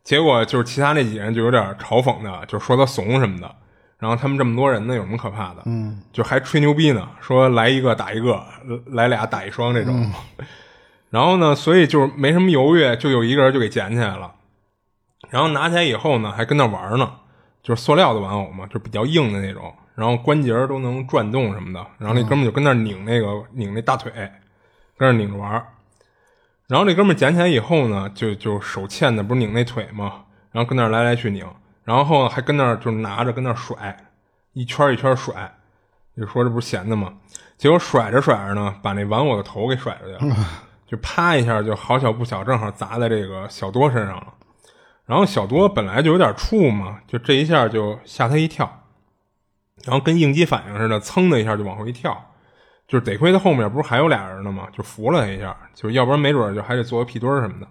Speaker 2: 结果就是其他那几人就有点嘲讽的，就说他怂什么的。然后他们这么多人呢，有什么可怕的？嗯，就还吹牛逼呢，说来一个打一个，来俩打一双这种。 然后呢，所以就是没什么犹豫，就有一个人就给捡起来了。然后拿起来以后呢，还跟那玩呢，就是塑料的玩偶嘛，就比较硬的那种，然后关节都能转动什么的。然后那哥们就跟那拧那个拧那大腿，跟那拧着玩。然后这哥们捡起来以后呢，就就手欠的不是拧那腿嘛，然然后跟那儿来来去拧，然后还跟那儿就是拿着跟那儿甩，一圈一圈甩，你说这不是闲的吗？结果甩着甩着呢，把那玩我的头给甩出去了，就啪一下就好巧不巧，正好砸在这个小多身上了。然后小多本来就有点怵嘛，就这一下就吓他一跳，然后跟应激反应似的，噌的一下就往后一跳。就是得亏他后面不是还有俩人呢嘛，就扶了他一下，就是要不然没准就还得做个屁墩儿什么的。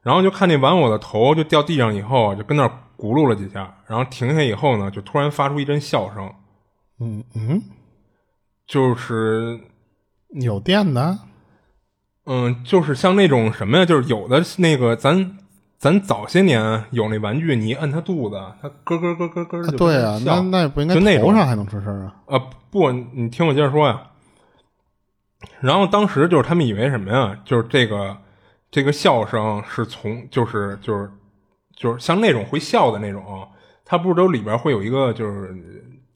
Speaker 2: 然后就看那玩偶的头就掉地上以后，啊就跟那儿轱辘了几下，然后停下以后呢，就突然发出一阵笑声，
Speaker 1: 嗯嗯，
Speaker 2: 就是
Speaker 1: 有电的，
Speaker 2: 嗯，就是像那种什么呀，就是有的那个咱咱早些年有那玩具，你一摁它肚子，它咯咯咯咯咯
Speaker 1: 啊
Speaker 2: 就
Speaker 1: 对啊，那
Speaker 2: 笑
Speaker 1: 那不应该
Speaker 2: 就那
Speaker 1: 头
Speaker 2: 种
Speaker 1: 上还能出声啊？
Speaker 2: 啊，不，你听我接着说呀。然后当时就是他们以为什么呀？就是这个这个笑声是从就是就是就是像那种会笑的那种，它不是都里边会有一个就是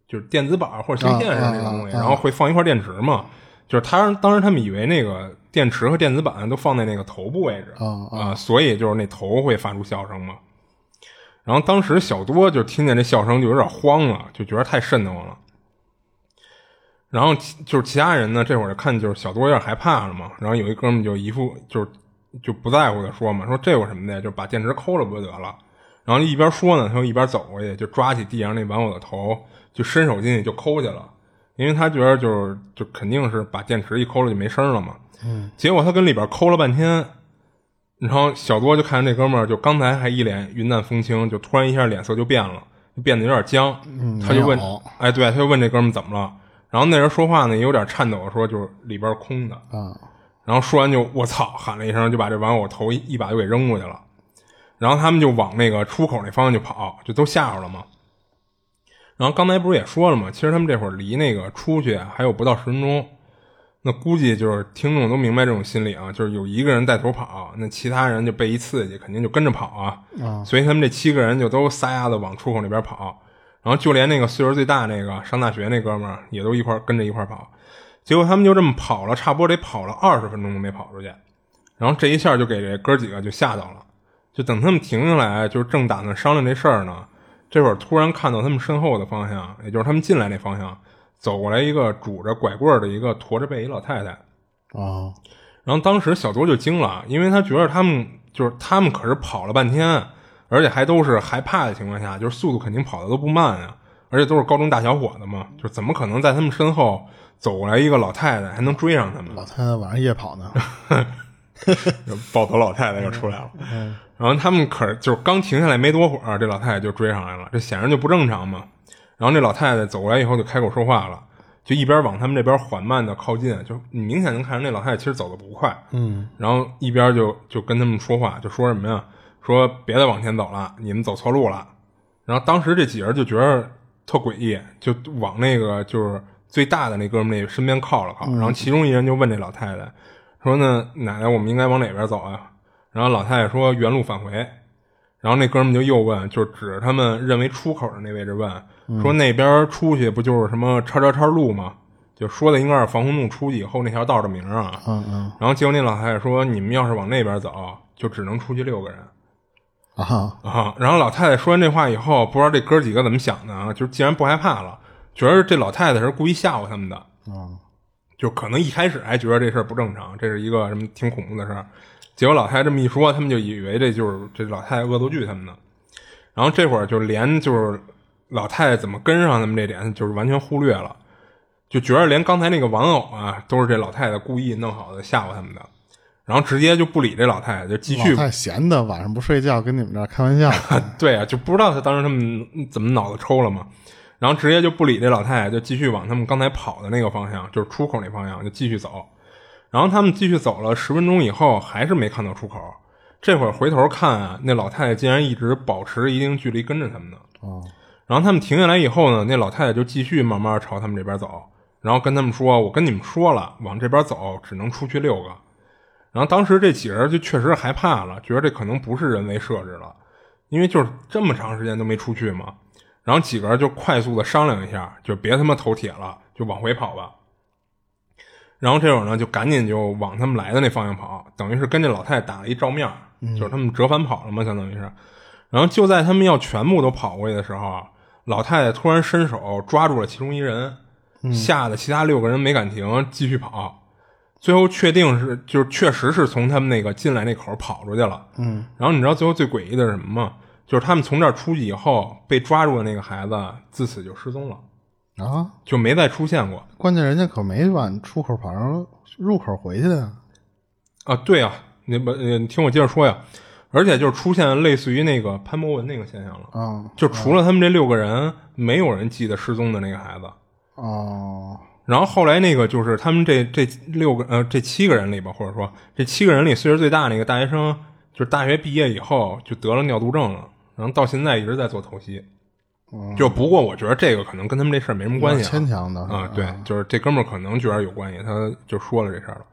Speaker 2: 就是电子板或者芯片上那种东西，
Speaker 1: 啊啊啊
Speaker 2: 然后会放一块电池嘛？就是他当时他们以为那个电池和电子板都放在那个头部位置
Speaker 1: 啊啊
Speaker 2: 啊、所以就是那头会发出笑声嘛。然后当时小多就听见这笑声就有点慌了，就觉得太瘆得慌了。然后其就是其他人呢，这会儿就看就是小多有点害怕了嘛。然后有一哥们就一副就是就不在乎的说嘛，说这有什么的，就把电池抠了不就得了。然后一边说呢，他就一边走过去，就抓起地上那玩偶的头，就伸手进去就抠去了，因为他觉得就是就肯定是把电池一抠了就没声了嘛。嗯，结果他跟里边抠了半天，然后小多就看见这哥们儿，就刚才还一脸云淡风轻，就突然一下脸色就变了，就变得有点僵。他就问
Speaker 1: 嗯没有，
Speaker 2: 哎，对，他就问这哥们儿怎么了。然后那人说话呢也有点颤抖，说就是里边儿空的。
Speaker 1: 啊，
Speaker 2: 然后说完就我操喊了一声，就把这玩偶头一一把就给扔过去了。然后他们就往那个出口那方向就跑，就都吓着了嘛。然后刚才不是也说了嘛，其实他们这会儿离那个出去还有不到十分钟，那估计就是听众都明白这种心理啊，就是有一个人带头跑，那其他人就被一刺激，肯定就跟着跑啊。
Speaker 1: 啊
Speaker 2: 所以他们这七个人就都撒丫子往出口那边跑，然后就连那个岁数最大那个上大学那哥们儿也都一块儿跟着一块儿跑。结果他们就这么跑了，差不多得跑了二十分钟都没跑出去。然后这一下就给这哥几个就吓到了。就等他们停下来，就是正打算商量这事儿呢，这会儿突然看到他们身后的方向，也就是他们进来那方向，走过来一个拄着拐棍儿的一个驼着背一老太太。
Speaker 1: 啊
Speaker 2: 然后当时小多就惊了，因为他觉得他们就是他们可是跑了半天，而且还都是害怕的情况下，就是速度肯定跑的都不慢啊，而且都是高中大小伙子嘛，就是怎么可能在他们身后走过来一个老太太还能追上他们？
Speaker 1: 老太太晚上夜跑 呢，
Speaker 2: 抱头老太太又出来了。然后他们可是就是刚停下来没多会儿，这老太太就追上来了，这显然就不正常嘛。然后这老太太走过来以后就开口说话了，就一边往他们这边缓慢的靠近，就你明显能看出那老太太其实走的不快，嗯，然后一边就就跟他们说话，就说什么呀？说别再往前走了，你们走错路了。然后当时这几人就觉得特诡异，就往那个就是最大的那哥们儿那身边靠了靠。然后其中一人就问这老太太说呢：“奶奶，我们应该往哪边走啊？”然后老太太说：“原路返回。”然后那哥们儿就又问，就是指着他们认为出口的那位置问，说那边出去不就是什么叉叉叉路吗？就说的应该是防空洞出去以后那条道的名儿啊。
Speaker 1: 嗯嗯
Speaker 2: 然后结果那老太太说：“你们要是往那边走，就只能出去六个人。”
Speaker 1: 啊
Speaker 2: 啊，然后老太太说完这话以后，不知道这哥几个怎么想的啊，就是既然不害怕了，觉得这老太太是故意吓唬他们的，
Speaker 1: 啊
Speaker 2: 就可能一开始还觉得这事儿不正常，这是一个什么挺恐怖的事儿，结果老太太这么一说，他们就以为这就是这老太太恶作剧他们呢。然后这会儿就连就是老太太怎么跟上他们这点，就是完全忽略了，就觉得连刚才那个玩偶啊，都是这老太太故意弄好的吓唬他们的，然后直接就不理这老太太，就继续
Speaker 1: 老太闲的晚上不睡觉，跟你们这儿开玩笑，
Speaker 2: 对啊，就不知道他当时他们嗯怎么脑子抽了嘛，然后直接就不理这老太太，就继续往他们刚才跑的那个方向，就是出口那方向，就继续走。然后他们继续走了十分钟以后，还是没看到出口。这会儿回头看啊，那老太太竟然一直保持一定距离跟着他们呢。
Speaker 1: 啊
Speaker 2: 然后他们停下来以后呢，那老太太就继续慢慢朝他们这边走，然后跟他们说：“我跟你们说了，往这边走只能出去六个。”然后当时这几人就确实害怕了，觉得这可能不是人为设置了，因为就是这么长时间都没出去嘛。然后几个人就快速的商量一下，就别他妈头铁了，就往回跑吧。然后这会儿呢，就赶紧就往他们来的那方向跑，等于是跟这老太太打了一照面儿，就是他们折返跑了嘛，相当于是。然后就在他们要全部都跑过去的时候啊，老太太突然伸手抓住了其中一人，吓得其他六个人没敢停，继续跑。最后确定是，就是确实是从他们那个进来那口跑出去了。嗯，然后你知道最后最诡异的是什么吗？就是他们从这儿出去以后，被抓住的那个孩子自此就失踪了，
Speaker 1: 啊，
Speaker 2: 就没再出现过。
Speaker 1: 关键人家可没往出口跑上入口回去的呀。
Speaker 2: 啊，对啊，你不，呃你听我接着说呀。而且就是出现类似于那个潘博文那个现象了，
Speaker 1: 啊
Speaker 2: 就除了他们这六个人，没有人记得失踪的那个孩子。
Speaker 1: 哦，
Speaker 2: 然后后来那个就是他们这这六个呃这七个人里边，或者说这七个人里岁数最大那个大学生，就是大学毕业以后就得了尿毒症了，然后到现在一直在做透析。就不过我觉得这个可能跟他们这事儿没什么关系、啊，
Speaker 1: 牵强的是吧
Speaker 2: 啊，对，就是这哥们儿可能觉得有关系，他就说了这事儿了。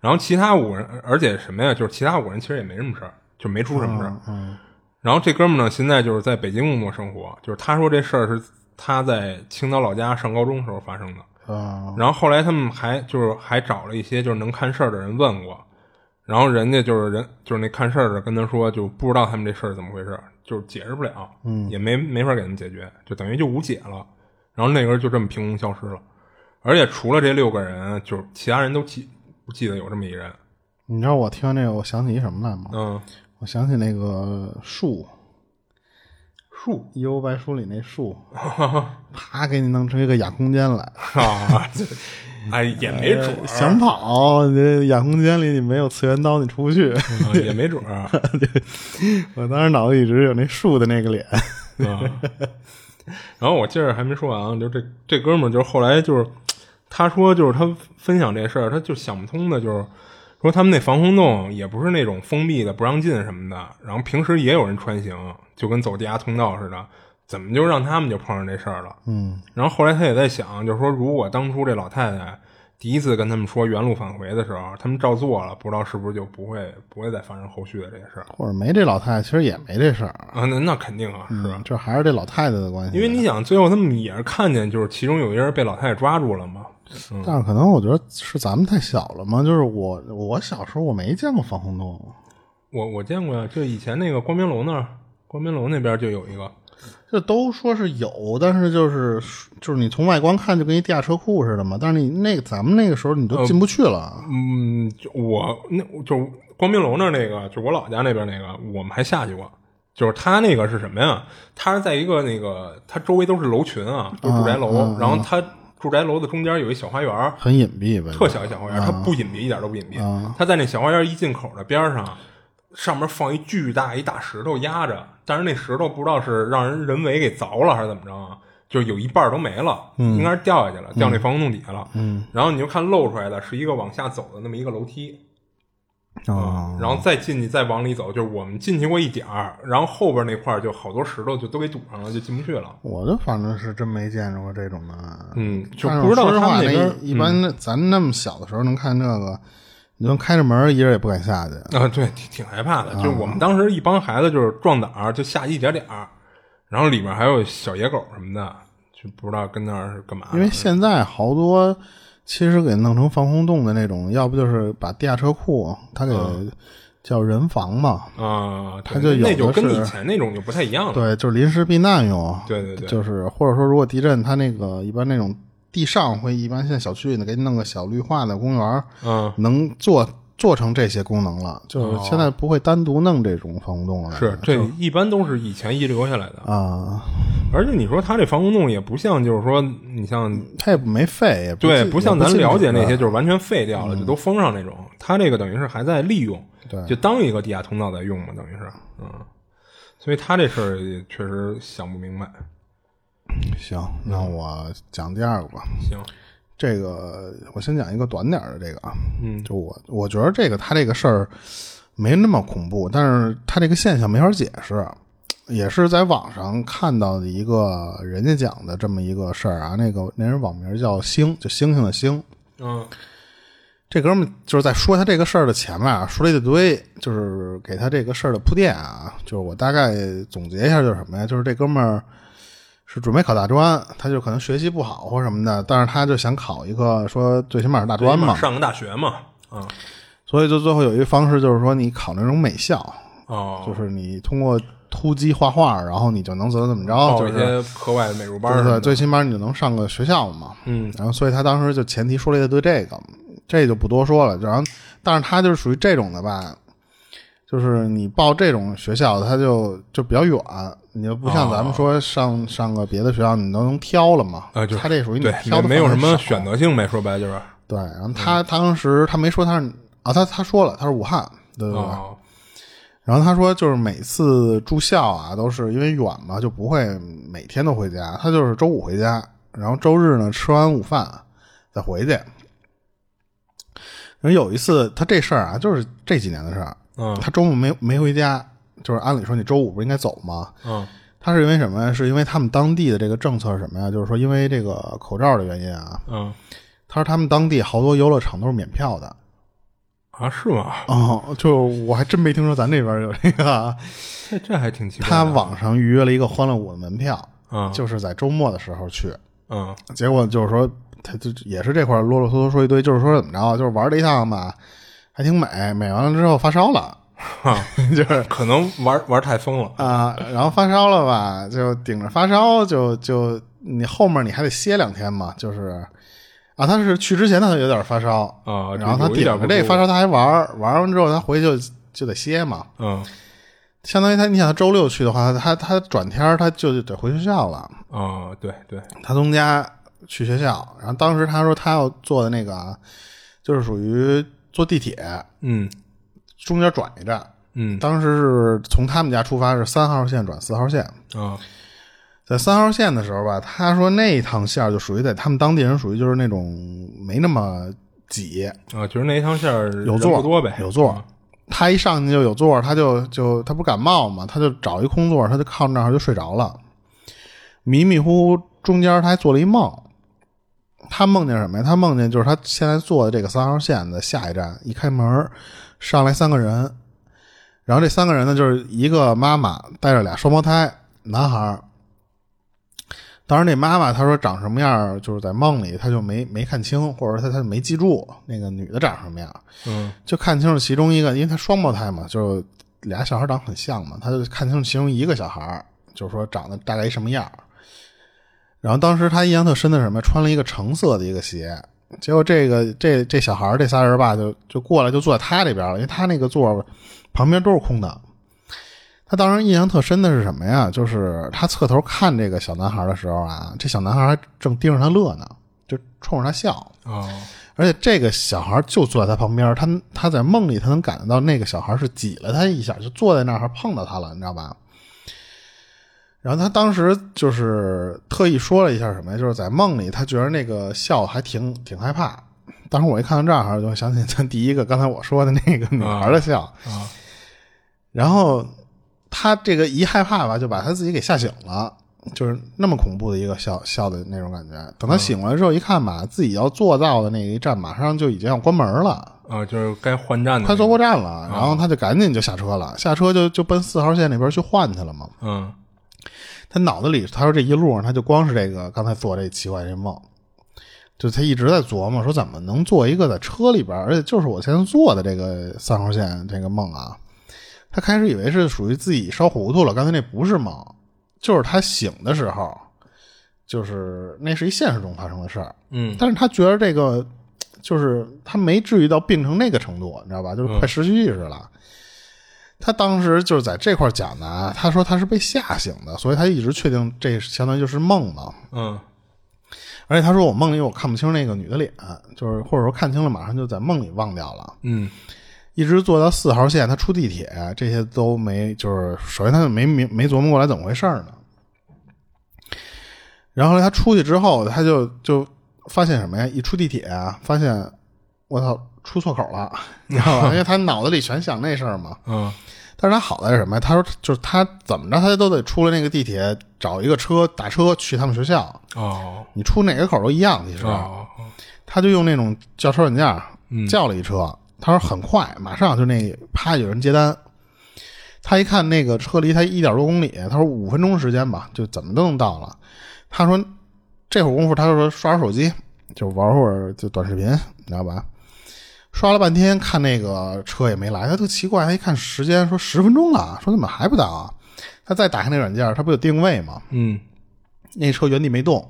Speaker 2: 然后其他五人，而且什么呀，就是其他五人其实也没什么事儿，就没出什么事儿。
Speaker 1: 嗯
Speaker 2: 然后这哥们儿呢，现在就是在北京工作生活，就是他说这事儿是他在青岛老家上高中时候发生的。
Speaker 1: 啊，
Speaker 2: 然后后来他们还就是还找了一些就是能看事儿的人问过，然后人家就是人就是那看事儿的跟他说就不知道他们这事儿怎么回事儿，就是解释不了，嗯，也没没法给他们解决，就等于就无解了。然后那个人就这么凭空消失了，而且除了这六个人，就是其他人都记不记得有这么一人，
Speaker 1: 你知道我听这个我想起一什么来吗？
Speaker 2: 嗯，
Speaker 1: 我想起那个树，
Speaker 2: 树
Speaker 1: 《幽游白书》里那 树，啪给你弄成一个亚空间来，
Speaker 2: 啊， 这哎也没准儿，啊
Speaker 1: 想跑，你这亚空间里你没有次元刀，你出不去。
Speaker 2: 啊也没准儿，
Speaker 1: 我当时脑子一直有那树的那个脸，
Speaker 2: 啊，然后我接着还没说完，啊，就这这哥们儿，就是后来就是他说，就是他分享这事儿，他就想不通的，就是说他们那防空洞也不是那种封闭的不让进什么的，然后平时也有人穿行，就跟走地下通道似的，怎么就让他们就碰上这事儿了？
Speaker 1: 嗯
Speaker 2: 然后后来他也在想，就是说，如果当初这老太太第一次跟他们说原路返回的时候，他们照做了，不知道是不是就不会不会再发生后续的这些事儿
Speaker 1: 或者没这老太太，其实也没这事儿，嗯
Speaker 2: 啊？那那肯定啊，是吧？
Speaker 1: 这还是这老太太的关系。
Speaker 2: 因为你想，最后他们也是看见，就是其中有一人被老太太抓住了嘛。嗯，
Speaker 1: 但是可能我觉得是咱们太小了嘛，就是我我小时候我没见过防空洞，
Speaker 2: 我我见过呀，就以前那个光明楼那儿，光明楼那边就有一个。
Speaker 1: 这都说是有，但是就是就是你从外观看就跟一地下车库似的嘛，但是你那个咱们那个时候你
Speaker 2: 呃
Speaker 1: 都进不去了，
Speaker 2: 嗯，就我那就光明楼那儿那个，就我老家那边那个，我们还下去过。就是他那个是什么呀？他是在一个那个，他周围都是楼群啊，都是住宅楼。然后他住宅楼的中间有一小花园儿，
Speaker 1: 很隐蔽呗。
Speaker 2: 特小一小花园，它不隐蔽，一点都不隐蔽。
Speaker 1: 啊
Speaker 2: 它在那小花园一进口的边儿上，上面放一巨大一大石头压着，但是那石头不知道是让人人为给凿了还是怎么着啊，就有一半儿都没了，应该是掉下去了，掉那防空洞底下了。
Speaker 1: 嗯
Speaker 2: 然后你就看露出来的是一个往下走的那么一个楼梯，
Speaker 1: 啊，
Speaker 2: 呃然后再进去，再往里走，就是我们进去过一点儿，然后后边那块儿就好多石头就都给堵上了，就进不去了。
Speaker 1: 我就反正是真没见着过这种的。
Speaker 2: 嗯，就
Speaker 1: 但是
Speaker 2: 不知道
Speaker 1: 说实
Speaker 2: 他
Speaker 1: 话，
Speaker 2: 们那边儿嗯
Speaker 1: 一般那咱那么小的时候能看这个，你就开着门一人也不敢下去。
Speaker 2: 啊，对，挺挺害怕的。就我
Speaker 1: 啊
Speaker 2: 们当时一帮孩子就是壮胆儿，就下去一点点儿，然后里面还有小野狗什么的，就不知道跟那儿是干嘛的。
Speaker 1: 因为现在好多其实给弄成防空洞的那种，要不就是把地下车库它给
Speaker 2: 嗯
Speaker 1: 叫人防嘛，
Speaker 2: 啊，对
Speaker 1: 它就有的
Speaker 2: 那就跟
Speaker 1: 是
Speaker 2: 以前那种就不太一 样了。
Speaker 1: 对，就是临时避难用。
Speaker 2: 对对对
Speaker 1: 就是或者说如果地震，它那个一般那种地上会一般现在小区里呢给你弄个小绿化的公园儿，
Speaker 2: 嗯，
Speaker 1: 能做做成这些功能了，就是现在不会单独弄这种防空洞了。
Speaker 2: 哦是这一般都是以前遗留下来的。
Speaker 1: 啊，
Speaker 2: 而且你说它这防空洞也不像，就是说你像
Speaker 1: 它也没废，嗯也不啊
Speaker 2: 对，
Speaker 1: 进
Speaker 2: 不像咱
Speaker 1: 也
Speaker 2: 了解
Speaker 1: 进去
Speaker 2: 那些就是完全废掉了，就都封上那种。它这个等于是还在利用，
Speaker 1: 嗯对
Speaker 2: 就当一个地下通道在用嘛，等于是，嗯。所以他这事儿也确实想不明白。
Speaker 1: 行，那
Speaker 2: 嗯
Speaker 1: 我讲第二个吧。
Speaker 2: 行，
Speaker 1: 这个我先讲一个短点儿的这个啊，
Speaker 2: 嗯
Speaker 1: 就我我觉得这个他这个事儿没那么恐怖，但是他这个现象没法解释，也是在网上看到的一个人家讲的这么一个事儿啊，那个那人网名叫星，就星星的星。
Speaker 2: 嗯
Speaker 1: 这哥们就是在说他这个事儿的前面啊，说了一堆，就是给他这个事儿的铺垫啊。就是我大概总结一下，就是什么呀？就是这哥们儿是准备考大专，他就可能学习不好或什么的，但是他就想考一个说最起码是大专嘛，
Speaker 2: 哎上个大学嘛，啊
Speaker 1: 所以就最后有一个方式就是说你考那种美校，
Speaker 2: 哦，
Speaker 1: 就是你通过突击画画，然后你就能怎么怎么着，
Speaker 2: 报
Speaker 1: 就
Speaker 2: 一
Speaker 1: 是
Speaker 2: 些课外的美术班
Speaker 1: 对对
Speaker 2: 儿什
Speaker 1: 对，
Speaker 2: 么的。
Speaker 1: 最起码你就能上个学校嘛。
Speaker 2: 嗯，
Speaker 1: 然后所以他当时就前提说了一堆这个，这就不多说了。然后，但是他就是属于这种的吧，就是你报这种学校，他就就比较远，你就不像
Speaker 2: 哦
Speaker 1: 咱们说上、上个别的学校，你都能挑了嘛。
Speaker 2: 啊就是
Speaker 1: 他这属于你
Speaker 2: 对，
Speaker 1: 挑的
Speaker 2: 没没有
Speaker 1: 范
Speaker 2: 什
Speaker 1: 围
Speaker 2: 么
Speaker 1: 少
Speaker 2: 嗯选。择性呗，说白了就是。
Speaker 1: 对，然后他当时他没说他是啊，他他说了他是武汉，对对对。
Speaker 2: 哦，
Speaker 1: 然后他说，就是每次住校啊，都是因为远嘛，就不会每天都回家。他就是周五回家，然后周日呢吃完午饭再回去。然后有一次，他这事儿啊，就是这几年的事儿，啊
Speaker 2: 嗯
Speaker 1: 他周末没没回家，就是按理说你周五不是应该走吗？
Speaker 2: 嗯
Speaker 1: 他是因为什么呀？是因为他们当地的这个政策是什么呀？就是说因为这个口罩的原因啊，
Speaker 2: 嗯，
Speaker 1: 他说他们当地好多游乐场都是免票的。
Speaker 2: 啊是吗？
Speaker 1: 哦，就我还真没听说咱这边有这个啊。
Speaker 2: 这这还挺奇怪的。
Speaker 1: 他网上预约了一个欢乐谷的门票，
Speaker 2: 嗯
Speaker 1: 就是在周末的时候去。
Speaker 2: 嗯
Speaker 1: 结果就是说，他就也是这块啰啰嗦嗦说一堆，就是说怎么着啊，就是玩了一趟吧，还挺美，美完了之后发烧了，
Speaker 2: 啊
Speaker 1: 就是
Speaker 2: 可能玩玩太疯了。
Speaker 1: 啊、然后发烧了吧，就顶着发烧，就就你后面你还得歇两天嘛，就是啊，他是去之前他就有点发烧
Speaker 2: 啊就
Speaker 1: 然后他
Speaker 2: 有一
Speaker 1: 顶
Speaker 2: 点
Speaker 1: 着
Speaker 2: 不
Speaker 1: 这个
Speaker 2: 舒服
Speaker 1: 发烧他还玩儿，玩完之后他回去就就得歇嘛，
Speaker 2: 嗯
Speaker 1: 相当于他你想他周六去的话，他他转天儿他就得回学校了。
Speaker 2: 啊，对对，
Speaker 1: 他从家去学校，然后当时他说他要坐的那个啊，就是属于坐地铁
Speaker 2: 嗯
Speaker 1: 中间转一站。
Speaker 2: 嗯
Speaker 1: 当时是从他们家出发是三号线转四号线，
Speaker 2: 啊
Speaker 1: 在三号线的时候吧，他说那一趟线儿就属于在他们当地人属于就是那种没那么挤，
Speaker 2: 啊，就是那一趟线儿
Speaker 1: 有
Speaker 2: 人
Speaker 1: 座
Speaker 2: 不多呗，
Speaker 1: 有座。他一上去就有座，他就就他不感冒嘛，他就找一空座，他就靠那儿就睡着了，迷迷糊糊中间他还做了一梦，他梦见什么呀？他梦见就是他现在坐的这个三号线的下一站，一开门上来三个人，然后这三个人呢就是一个妈妈带着俩双胞胎男孩儿。当时那妈妈她说长什么样儿，就是在梦里她就没没看清，或者她她就没记住那个女的长什么样儿。
Speaker 2: 嗯
Speaker 1: 就看清楚其中一个，因为他双胞胎嘛，就俩小孩长很像嘛，他就看清楚其中一个小孩儿，就是说长得大概一什么样儿。然后当时他印象特深的是什么，穿了一个橙色的一个鞋，结果这个这这小孩儿这仨人吧，就就过来就坐在他这边了，因为他那个座儿旁边都是空的。他当时印象特深的是什么呀？就是他侧头看这个小男孩儿的时候啊，这小男孩儿还正盯着他乐呢，就冲着他笑。
Speaker 2: 啊
Speaker 1: 而且这个小孩就坐在他旁边，他他在梦里他能感觉到那个小孩是挤了他一下，就坐在那儿还碰到他了，你知道吧？然后他当时就是特意说了一下什么呀，就是在梦里他觉得那个笑还挺挺害怕。当时我一看到这儿，就想起咱第一个刚才我说的那个女孩的笑，
Speaker 2: 啊
Speaker 1: 然后他这个一害怕吧，就把他自己给吓醒了，就是那么恐怖的一个笑笑的那种感觉。等他醒过来之后一看吧，自己要坐到的那一站马上就已经要关门了，
Speaker 2: 啊，就是该换站的。
Speaker 1: 快坐过站了，然后他就赶紧就下车了，下车就就奔四号线那边去换去了嘛。
Speaker 2: 嗯
Speaker 1: 他脑子里他说这一路上他就光是这个刚才做这奇怪这梦。就他一直在琢磨，说怎么能做一个在车里边，而且就是我现在做的这个三号线这个梦啊。他开始以为是属于自己烧糊涂了，刚才那不是梦，就是他醒的时候，就是那是一现实中发生的事儿。
Speaker 2: 嗯
Speaker 1: 但是他觉得这个就是他没至于到病成那个程度，你知道吧？就是快失去意识了。他当时就是在这块儿讲的啊，他说他是被吓醒的，所以他一直确定这相当于就是梦嘛。
Speaker 2: 嗯
Speaker 1: 而且他说我梦里我看不清那个女的脸，就是或者说看清了，马上就在梦里忘掉了。
Speaker 2: 嗯
Speaker 1: 一直坐到四号线，他出地铁，这些都没，就是首先他就没明没琢磨过来怎么回事儿呢。然后他出去之后，他就就发现什么呀？一出地铁、啊发现我操，出错口了，你知道吧？因为他脑子里全想那事儿嘛。
Speaker 2: 嗯
Speaker 1: 但是他好在是什么呀？他说就是他怎么着，他都得出了那个地铁，找一个车打车去他们学校。
Speaker 2: 哦
Speaker 1: 你出哪个口都一样，其实。
Speaker 2: 哦
Speaker 1: 他就用那种叫车软件儿
Speaker 2: 嗯
Speaker 1: 叫了一车，他说很快，马上就那啪有人接单。他一看那个车离他一点多公里，他说五分钟时间吧，就怎么都能到了。他说这会儿功夫，他就说刷刷手机，就玩会儿就短视频，你知道吧？刷了半天，看那个车也没来，他特奇怪。他一看时间，说十分钟了，说怎么还不到啊？他再打开那软件，他不有定位吗？
Speaker 2: 嗯，
Speaker 1: 那车原地没动，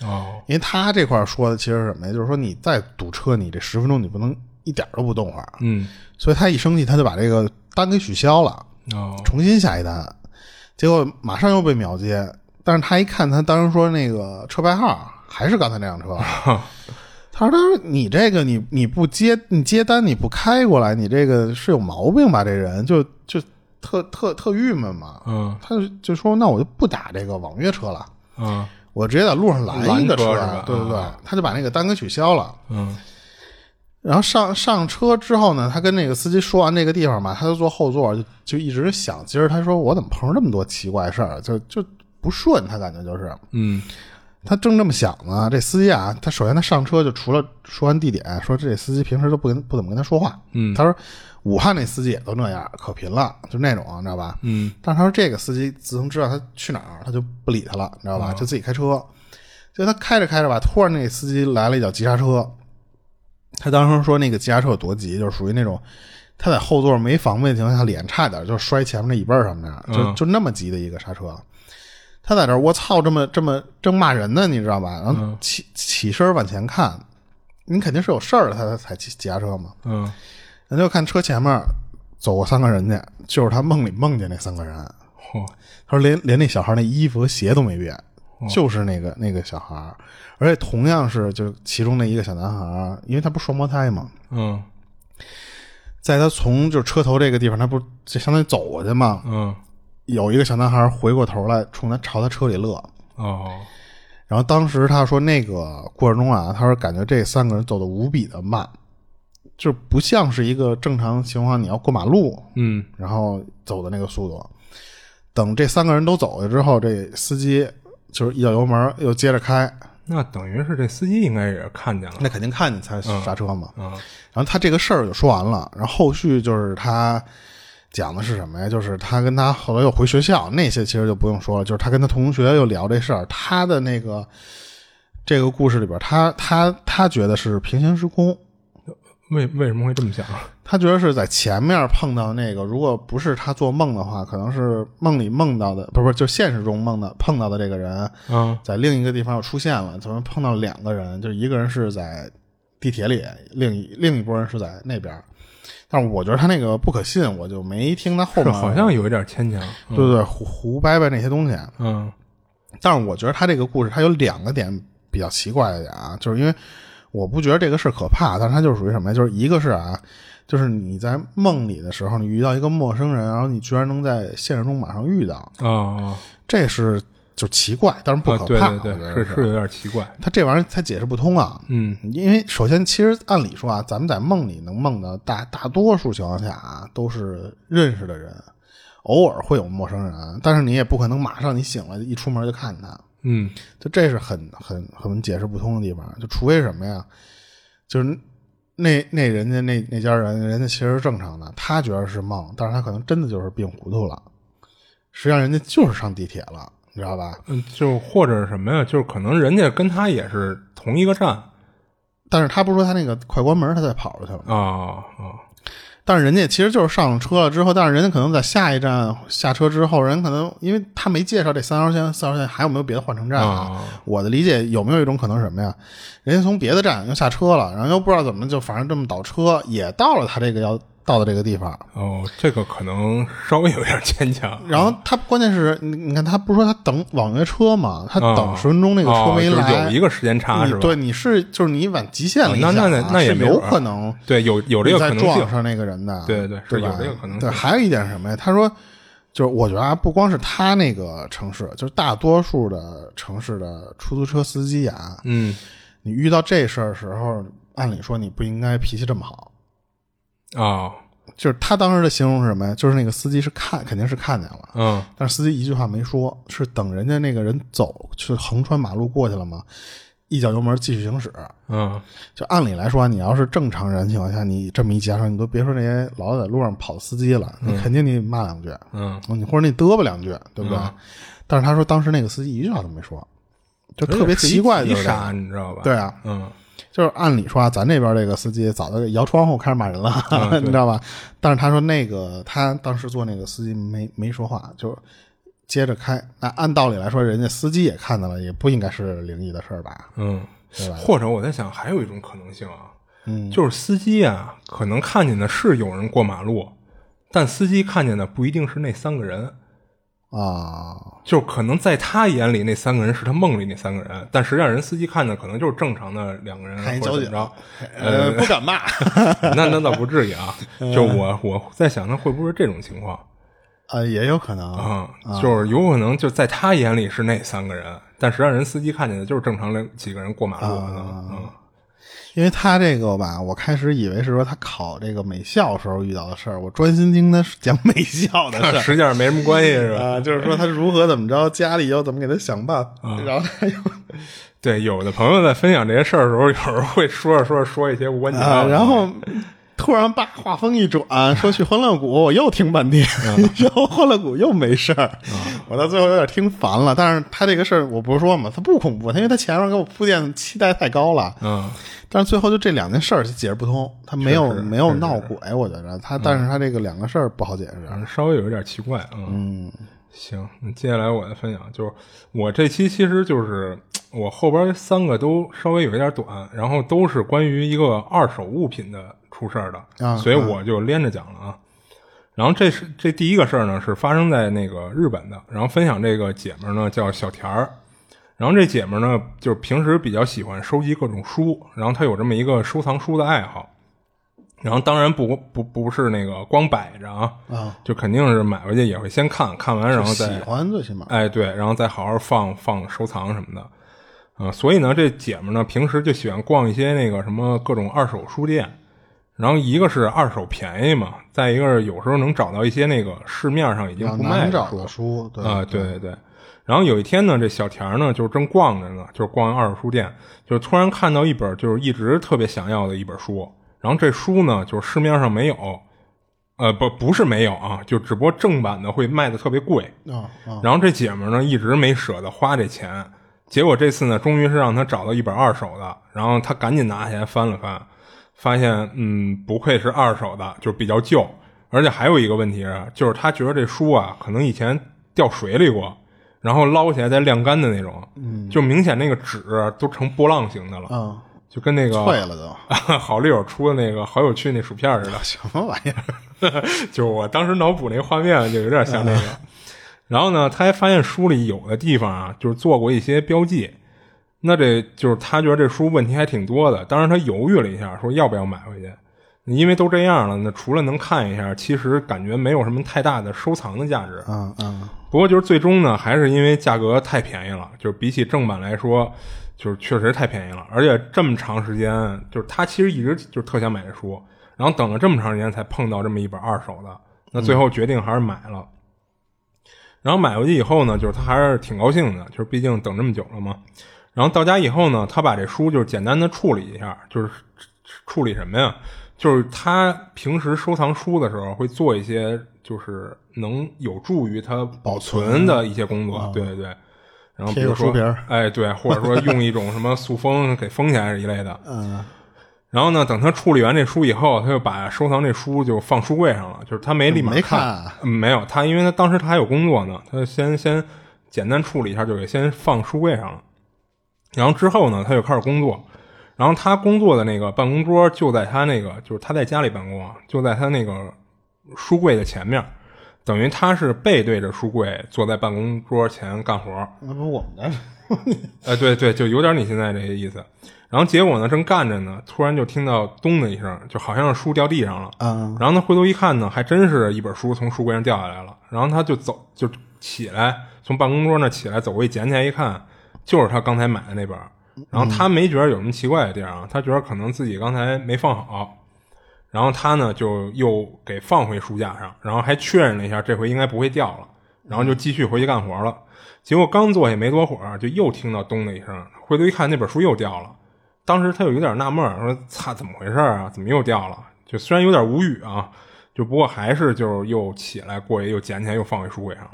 Speaker 2: 哦，
Speaker 1: 因为他这块儿说的其实是什么呀？就是说你再堵车，你这十分钟你不能一点儿都不动会儿。
Speaker 2: 嗯，
Speaker 1: 所以他一生气，他就把这个单给取消了，
Speaker 2: 哦，
Speaker 1: 重新下一单，结果马上又被秒接。但是他一看，他当时说那个车牌号还是刚才那辆车，他说：“他说你这个你你不接你接单你不开过来，你这个是有毛病吧？这人就就特特特郁闷嘛。”
Speaker 2: 嗯，
Speaker 1: 他就就说：“那我就不打这个网约车了，
Speaker 2: 啊，
Speaker 1: 我直接在路上拦一个
Speaker 2: 拦车是
Speaker 1: 来
Speaker 2: 吧
Speaker 1: 对对对
Speaker 2: 啊，
Speaker 1: 他就把那个单给取消了。
Speaker 2: 嗯，
Speaker 1: 然后上上车之后呢，他跟那个司机说完这个地方嘛，他就坐后座就就一直想，今儿他说我怎么碰上这么多奇怪事儿，就就不顺，他感觉就是
Speaker 2: 嗯，
Speaker 1: 他正这么想呢，这司机啊，他首先他上车就除了说完地点，说这司机平时都不跟不怎么跟他说话，
Speaker 2: 嗯
Speaker 1: 他说武汉那司机也都那样，可贫了，就那种你知道吧？
Speaker 2: 嗯，
Speaker 1: 但是他说这个司机自从知道他去哪儿，他就不理他了，你知道
Speaker 2: 啊
Speaker 1: 吧？就自己开车。就他开着开着吧，突然那司机来了一脚急刹车。他当时说那个急刹车有多急，就是属于那种他在后座没防备的情况下，脸差点就摔前面那椅背儿上面，就
Speaker 2: 嗯
Speaker 1: 就那么急的一个刹车。他在这儿我操，这么这么正骂人呢，你知道吧？然后起起身往前看，你肯定是有事儿了，他才才急急刹车嘛。
Speaker 2: 嗯，
Speaker 1: 人就看车前面走过三个人去，就是他梦里梦见那三个人。
Speaker 2: 嚯，
Speaker 1: 他说连连那小孩那衣服和鞋都没变，就是那个那个小孩儿，而且同样是就是其中的一个小男孩儿，因为他不是双胞胎嘛，
Speaker 2: 嗯，
Speaker 1: 在他从就车头这个地方，他不就相当于走过去嘛，
Speaker 2: 嗯，
Speaker 1: 有一个小男孩儿回过头来冲他朝他车里乐。
Speaker 2: 哦，
Speaker 1: 然后当时他说那个过程中啊，他说感觉这三个人走的无比的慢，就不像是一个正常情况你要过马路
Speaker 2: 嗯，
Speaker 1: 然后走的那个速度。等这三个人都走了之后，这司机就是一脚油门又接着开，
Speaker 2: 那等于是这司机应该也是看见了，
Speaker 1: 那肯定看见才刹车嘛。
Speaker 2: 嗯，
Speaker 1: 然后他这个事儿就说完了，然后后续就是他讲的是什么呀？就是他跟他后来又回学校，那些其实就不用说了，就是他跟他同学又聊这事儿，他的那个。这个故事里边，他他他觉得是平行时空，
Speaker 2: 为为什么会这么想？
Speaker 1: 他觉得是在前面碰到那个，如果不是他做梦的话，可能是梦里梦到的，不是不是，就现实中梦到碰到的这个人，
Speaker 2: 啊，
Speaker 1: 在另一个地方又出现了，怎么碰到两个人？就是一个人是在地铁里，另一另一拨人是在那边。但是我觉得他那个不可信，我就没听他后
Speaker 2: 是
Speaker 1: 面
Speaker 2: 好像有一点牵强，
Speaker 1: 对对对胡胡掰掰那些东西。啊
Speaker 2: 嗯，
Speaker 1: 但是我觉得他这个故事，他有两个点比较奇怪的点啊，就是因为我不觉得这个事儿可怕，但是它就是属于什么呀？就是一个是啊，就是你在梦里的时候，你遇到一个陌生人，然后你居然能在现实中马上遇到，
Speaker 2: 哦，
Speaker 1: 这是就奇怪，但是不
Speaker 2: 啊，
Speaker 1: 可
Speaker 2: 对
Speaker 1: 怕。
Speaker 2: 对
Speaker 1: 我觉得
Speaker 2: 对，是
Speaker 1: 是
Speaker 2: 是有点奇怪，
Speaker 1: 他这玩意儿他解释不通啊。
Speaker 2: 嗯，
Speaker 1: 因为首先，其实按理说啊，咱们在梦里能梦到大大多数情况下啊，都是认识的人，偶尔会有陌生人，啊但是你也不可能马上你醒了一出门就看见他。
Speaker 2: 嗯，
Speaker 1: 就这是很很很解释不通的地方。啊就除非什么呀，就是那那人家那那家人，人家其实是正常的，他觉得是梦，但是他可能真的就是病糊涂了，实际上人家就是上地铁了，你知道吧？
Speaker 2: 嗯，就或者是什么呀？就是可能人家跟他也是同一个站啊
Speaker 1: 但是他不是说他那个快关门，他再跑出去了
Speaker 2: 啊、。哦
Speaker 1: 但是人家其实就是上了车了之后，但是人家可能在下一站下车之后，人可能因为他没介绍这三号线、四号线还有没有别的换乘站啊
Speaker 2: 哦
Speaker 1: 我的理解有没有一种可能是什么呀？人家从别的站又下车了，然后又不知道怎么就反正这么倒车，也到了他这个要到的这个地方。
Speaker 2: 哦，这个可能稍微有点牵强。
Speaker 1: 然后嗯他关键是，你你看他不是说他等网约车嘛，他
Speaker 2: 哦
Speaker 1: 等十分钟那个车没
Speaker 2: 哦就是
Speaker 1: 来，
Speaker 2: 有一个时间差
Speaker 1: 你
Speaker 2: 是吧？
Speaker 1: 对你是就是你往极限里
Speaker 2: 哦那
Speaker 1: 想、
Speaker 2: 那那那也
Speaker 1: 啊是
Speaker 2: 没
Speaker 1: 有
Speaker 2: 准儿啊
Speaker 1: 可能。
Speaker 2: 对有有这个可
Speaker 1: 你
Speaker 2: 能
Speaker 1: 再撞
Speaker 2: 性。
Speaker 1: 上那个人的，
Speaker 2: 对对是
Speaker 1: 吧
Speaker 2: 有这个可能性
Speaker 1: 对，还有一点是什么呀？他说，就是我觉得啊，不光是他那个城市，就是大多数的城市的出租车司机啊，
Speaker 2: 嗯，
Speaker 1: 你遇到这事儿的时候，按理说你不应该脾气这么好。
Speaker 2: 哦，
Speaker 1: 就是他当时的形容是什么呀？就是那个司机是看肯定是看见了，
Speaker 2: 嗯，
Speaker 1: 但是司机一句话没说，是等人家那个人走，去横穿马路过去了嘛，一脚油门继续行驶。
Speaker 2: 嗯，
Speaker 1: 就按理来说，你要是正常人情况下，你这么一加上，你都别说那些老在路上跑的司机了，你肯定得骂两句，哦
Speaker 2: 嗯，
Speaker 1: 你或者你嘚吧两句，对不对？但是他说当时那个司机一句话都没说，就特别奇怪，
Speaker 2: 一
Speaker 1: 就是这
Speaker 2: 杀，
Speaker 1: 样
Speaker 2: 你知道吧？
Speaker 1: 对，啊，
Speaker 2: 嗯，
Speaker 1: 就是按理说啊，咱这边这个司机早就摇窗户开始骂人了，
Speaker 2: 嗯对
Speaker 1: 你知道吧？但是他说那个他当时做那个司机没没说话，就是接着开。那按道理来说，人家司机也看到了，也不应该是灵异的事儿吧？
Speaker 2: 嗯，或者我在想，还有一种可能性啊，
Speaker 1: 嗯
Speaker 2: 就是司机啊，可能看见的是有人过马路，但司机看见的不一定是那三个人，
Speaker 1: 啊，
Speaker 2: 就可能在他眼里那三个人是他梦里那三个人，但实际上人司机看的可能就是正常的两个人
Speaker 1: 看一
Speaker 2: 或者
Speaker 1: 交
Speaker 2: 怎么着。
Speaker 1: 呃，不敢骂。
Speaker 2: 那那倒不至于啊，
Speaker 1: 嗯
Speaker 2: 就我我在想，他会不会是这种情况
Speaker 1: 啊，也有可能
Speaker 2: 啊？就是有可能就在他眼里是那三个人，但实际上人司机看见的就是正常的几个人过马路
Speaker 1: 啊
Speaker 2: 可能。嗯
Speaker 1: 因为他这个吧，我开始以为是说他考这个美校时候遇到的事儿，我专心听他讲美校 的 事儿
Speaker 2: 嗯实际上没什么关系 是吧？
Speaker 1: 啊，就是说他如何怎么着，家里要怎么给他想办法，然后他又
Speaker 2: 对，有的朋友在分享这些事儿的时候，有时候会说着说着说一些无关紧要
Speaker 1: 啊，
Speaker 2: 的。
Speaker 1: 然后突然吧，话锋一转，说去欢乐谷，我又听半天， 然后欢乐谷又没事儿，我到最后有点听烦了。但是他这个事儿，我不是说嘛，他不恐怖，他因为他前面给我铺垫期待太高了，
Speaker 2: 嗯，
Speaker 1: 但是最后就这两件事儿就解释不通，他没有没有闹鬼，我觉得他，但是他这个两个事儿不好解释。
Speaker 2: 反正稍微有一点奇怪啊。嗯，行，那接下来我的分享就是我这期其实就是我后边三个都稍微有一点短，然后都是关于一个二手物品的出事儿的，
Speaker 1: 啊
Speaker 2: 所以我就连着讲了啊。然后这是这第一个事儿呢，是发生在那个日本的。然后分享这个姐们儿呢叫小田儿，然后这姐们儿呢就是平时比较喜欢收集各种书，然后她有这么一个收藏书的爱好。然后当然不不不是那个光摆着啊，
Speaker 1: 啊，
Speaker 2: 就肯定是买回去也会先看看完，然后
Speaker 1: 喜
Speaker 2: 再
Speaker 1: 欢最起码
Speaker 2: 哎对，然后再好好放放收藏什么的，啊、所以呢，这姐们呢平时就喜欢逛一些那个什么各种二手书店，然后一个是二手便宜嘛，再一个是有时候能找到一些那个市面上已经
Speaker 1: 较
Speaker 2: 不卖
Speaker 1: 难
Speaker 2: 的
Speaker 1: 找
Speaker 2: 书
Speaker 1: 的书，对
Speaker 2: 啊、对对对。然后有一天呢，这小田儿呢就正逛着呢，就是逛二手书店，就突然看到一本就是一直特别想要的一本书。然后这书呢，就是市面上没有，呃，不不是没有啊，就只不过正版的会卖的特别贵。
Speaker 1: 啊啊
Speaker 2: 然后这姐们儿呢一直没舍得花这钱，结果这次呢，终于是让她找到一本二手的，然后她赶紧拿起来翻了翻，发现嗯，不愧是二手的，就是比较旧，而且还有一个问题是，就是她觉得这书啊，可能以前掉水里过，然后捞起来再晾干的那种，就明显那个纸啊都成波浪形的了，
Speaker 1: 嗯啊，
Speaker 2: 就跟那个
Speaker 1: 退了都
Speaker 2: 好丽友出的那个好有趣那薯片儿似的。
Speaker 1: 什么玩意儿？
Speaker 2: 就是我当时脑补那画面就有点像那个。然后呢，他还发现书里有的地方啊，就是做过一些标记。那这就是他觉得这书问题还挺多的，当时他犹豫了一下，说要不要买回去。因为都这样了，那除了能看一下，其实感觉没有什么太大的收藏的价值。
Speaker 1: 啊啊
Speaker 2: 不过就是最终呢，还是因为价格太便宜了，就是比起正版来说，就是确实太便宜了。而且这么长时间，就是他其实一直就是特想买这书，然后等了这么长时间才碰到这么一本二手的，那最后决定还是买了。然后买回去以后呢，就是他还是挺高兴的，就是毕竟等这么久了嘛。然后到家以后呢，他把这书就是简单的处理一下，就是处理什么呀？就是他平时收藏书的时候会做一些，就是能有助于他保存的一些工作，对对对。然后比
Speaker 1: 嗯贴个
Speaker 2: 如说
Speaker 1: 书皮儿，
Speaker 2: 哎，对，或者说用一种什么塑封给封起来一类的，
Speaker 1: 嗯
Speaker 2: 然后呢，等他处理完这书以后，他就把收藏这书就放书柜上了，就是他没立马
Speaker 1: 没
Speaker 2: 看，
Speaker 1: 看啊
Speaker 2: 嗯没有他，因为他当时他还有工作呢，他先先简单处理一下，就给先放书柜上了。然后之后呢，他就开始工作，然后他工作的那个办公桌就在他那个，就是他在家里办公啊，就在他那个书柜的前面，等于他是背对着书柜坐在办公桌前干活儿。
Speaker 1: 那不我们这
Speaker 2: 哎，对对，就有点你现在这个意思。然后结果呢，正干着呢，突然就听到咚的一声，就好像是书掉地上了。
Speaker 1: 啊
Speaker 2: 然后他回头一看呢，还真是一本书从书柜上掉下来了。然后他就走，就起来，从办公桌那起来，走过去捡起来一看，就是他刚才买的那本。然后他没觉得有什么奇怪的地儿啊，他觉得可能自己刚才没放好。然后他呢就又给放回书架上，然后还确认了一下，这回应该不会掉了，然后就继续回去干活了。结果刚坐下没多会儿，就又听到咚的一声，回头一看那本书又掉了。当时他就有点纳闷儿，说：“擦，怎么回事儿啊？怎么又掉了？”就虽然有点无语啊，就不过还是就是又起来过去又捡起来又放回书柜上了。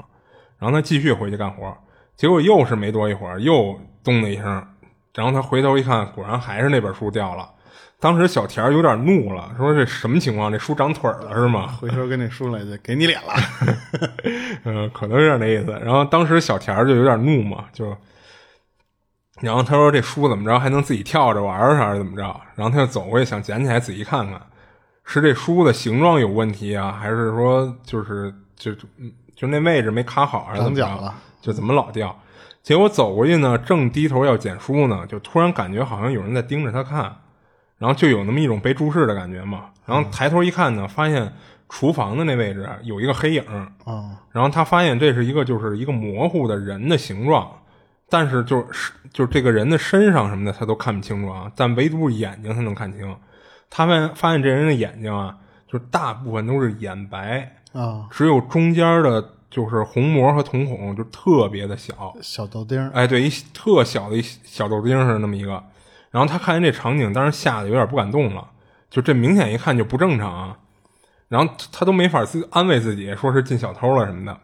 Speaker 2: 然后他继续回去干活，结果又是没多一会儿又咚的一声，然后他回头一看，果然还是那本书掉了。当时小田儿有点怒了，说这什么情况？这叔长腿儿了是吗？
Speaker 1: 回头跟那叔来就给你脸了。
Speaker 2: 嗯，可能有点那意思。然后当时小田儿就有点怒嘛，就，然后他说这书怎么着还能自己跳着玩儿还是怎么着？然后他就走过去想捡起来仔细看看，是这书的形状有问题啊，还是说就是就嗯就那位置没卡好还是怎么着
Speaker 1: 长角了？
Speaker 2: 就怎么老掉？结果走过去呢，正低头要捡书呢，就突然感觉好像有人在盯着他看，然后就有那么一种被注视的感觉嘛。然后抬头一看呢，发现厨房的那位置有一个黑影，
Speaker 1: 嗯，
Speaker 2: 然后他发现这是一个就是一个模糊的人的形状，但是就是就是这个人的身上什么的他都看不清楚啊，但唯独是眼睛他能看清。他发现发现这人的眼睛啊，就是大部分都是眼白，
Speaker 1: 啊，
Speaker 2: 只有中间的就是虹膜和瞳孔就特别的小，
Speaker 1: 小豆丁儿，
Speaker 2: 哎，对，一特小的一小豆丁似的那么一个。然后他看见这场景，当时吓得有点不敢动了，就这明显一看就不正常啊。然后他都没法自安慰自己，说是进小偷了什么的。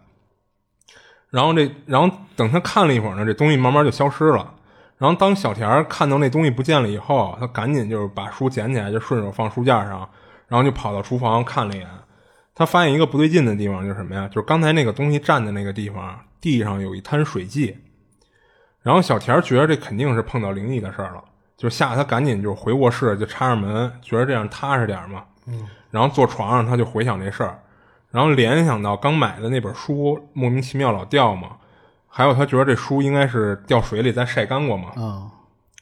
Speaker 2: 然后这，然后等他看了一会儿呢，这东西慢慢就消失了。然后当小田儿看到那东西不见了以后，啊他赶紧就是把书捡起来，就顺手放书架上，然后就跑到厨房看了一眼。他发现一个不对劲的地方，就是什么呀？就是刚才那个东西站的那个地方，地上有一滩水迹。然后小田儿觉得这肯定是碰到灵异的事儿了，就吓得他赶紧就回卧室就插上门，觉得这样踏实点儿嘛。嗯，然后坐床上他就回想这事儿，然后联想到刚买的那本书莫名其妙老掉嘛，还有他觉得这书应该是掉水里再晒干过嘛，
Speaker 1: 嗯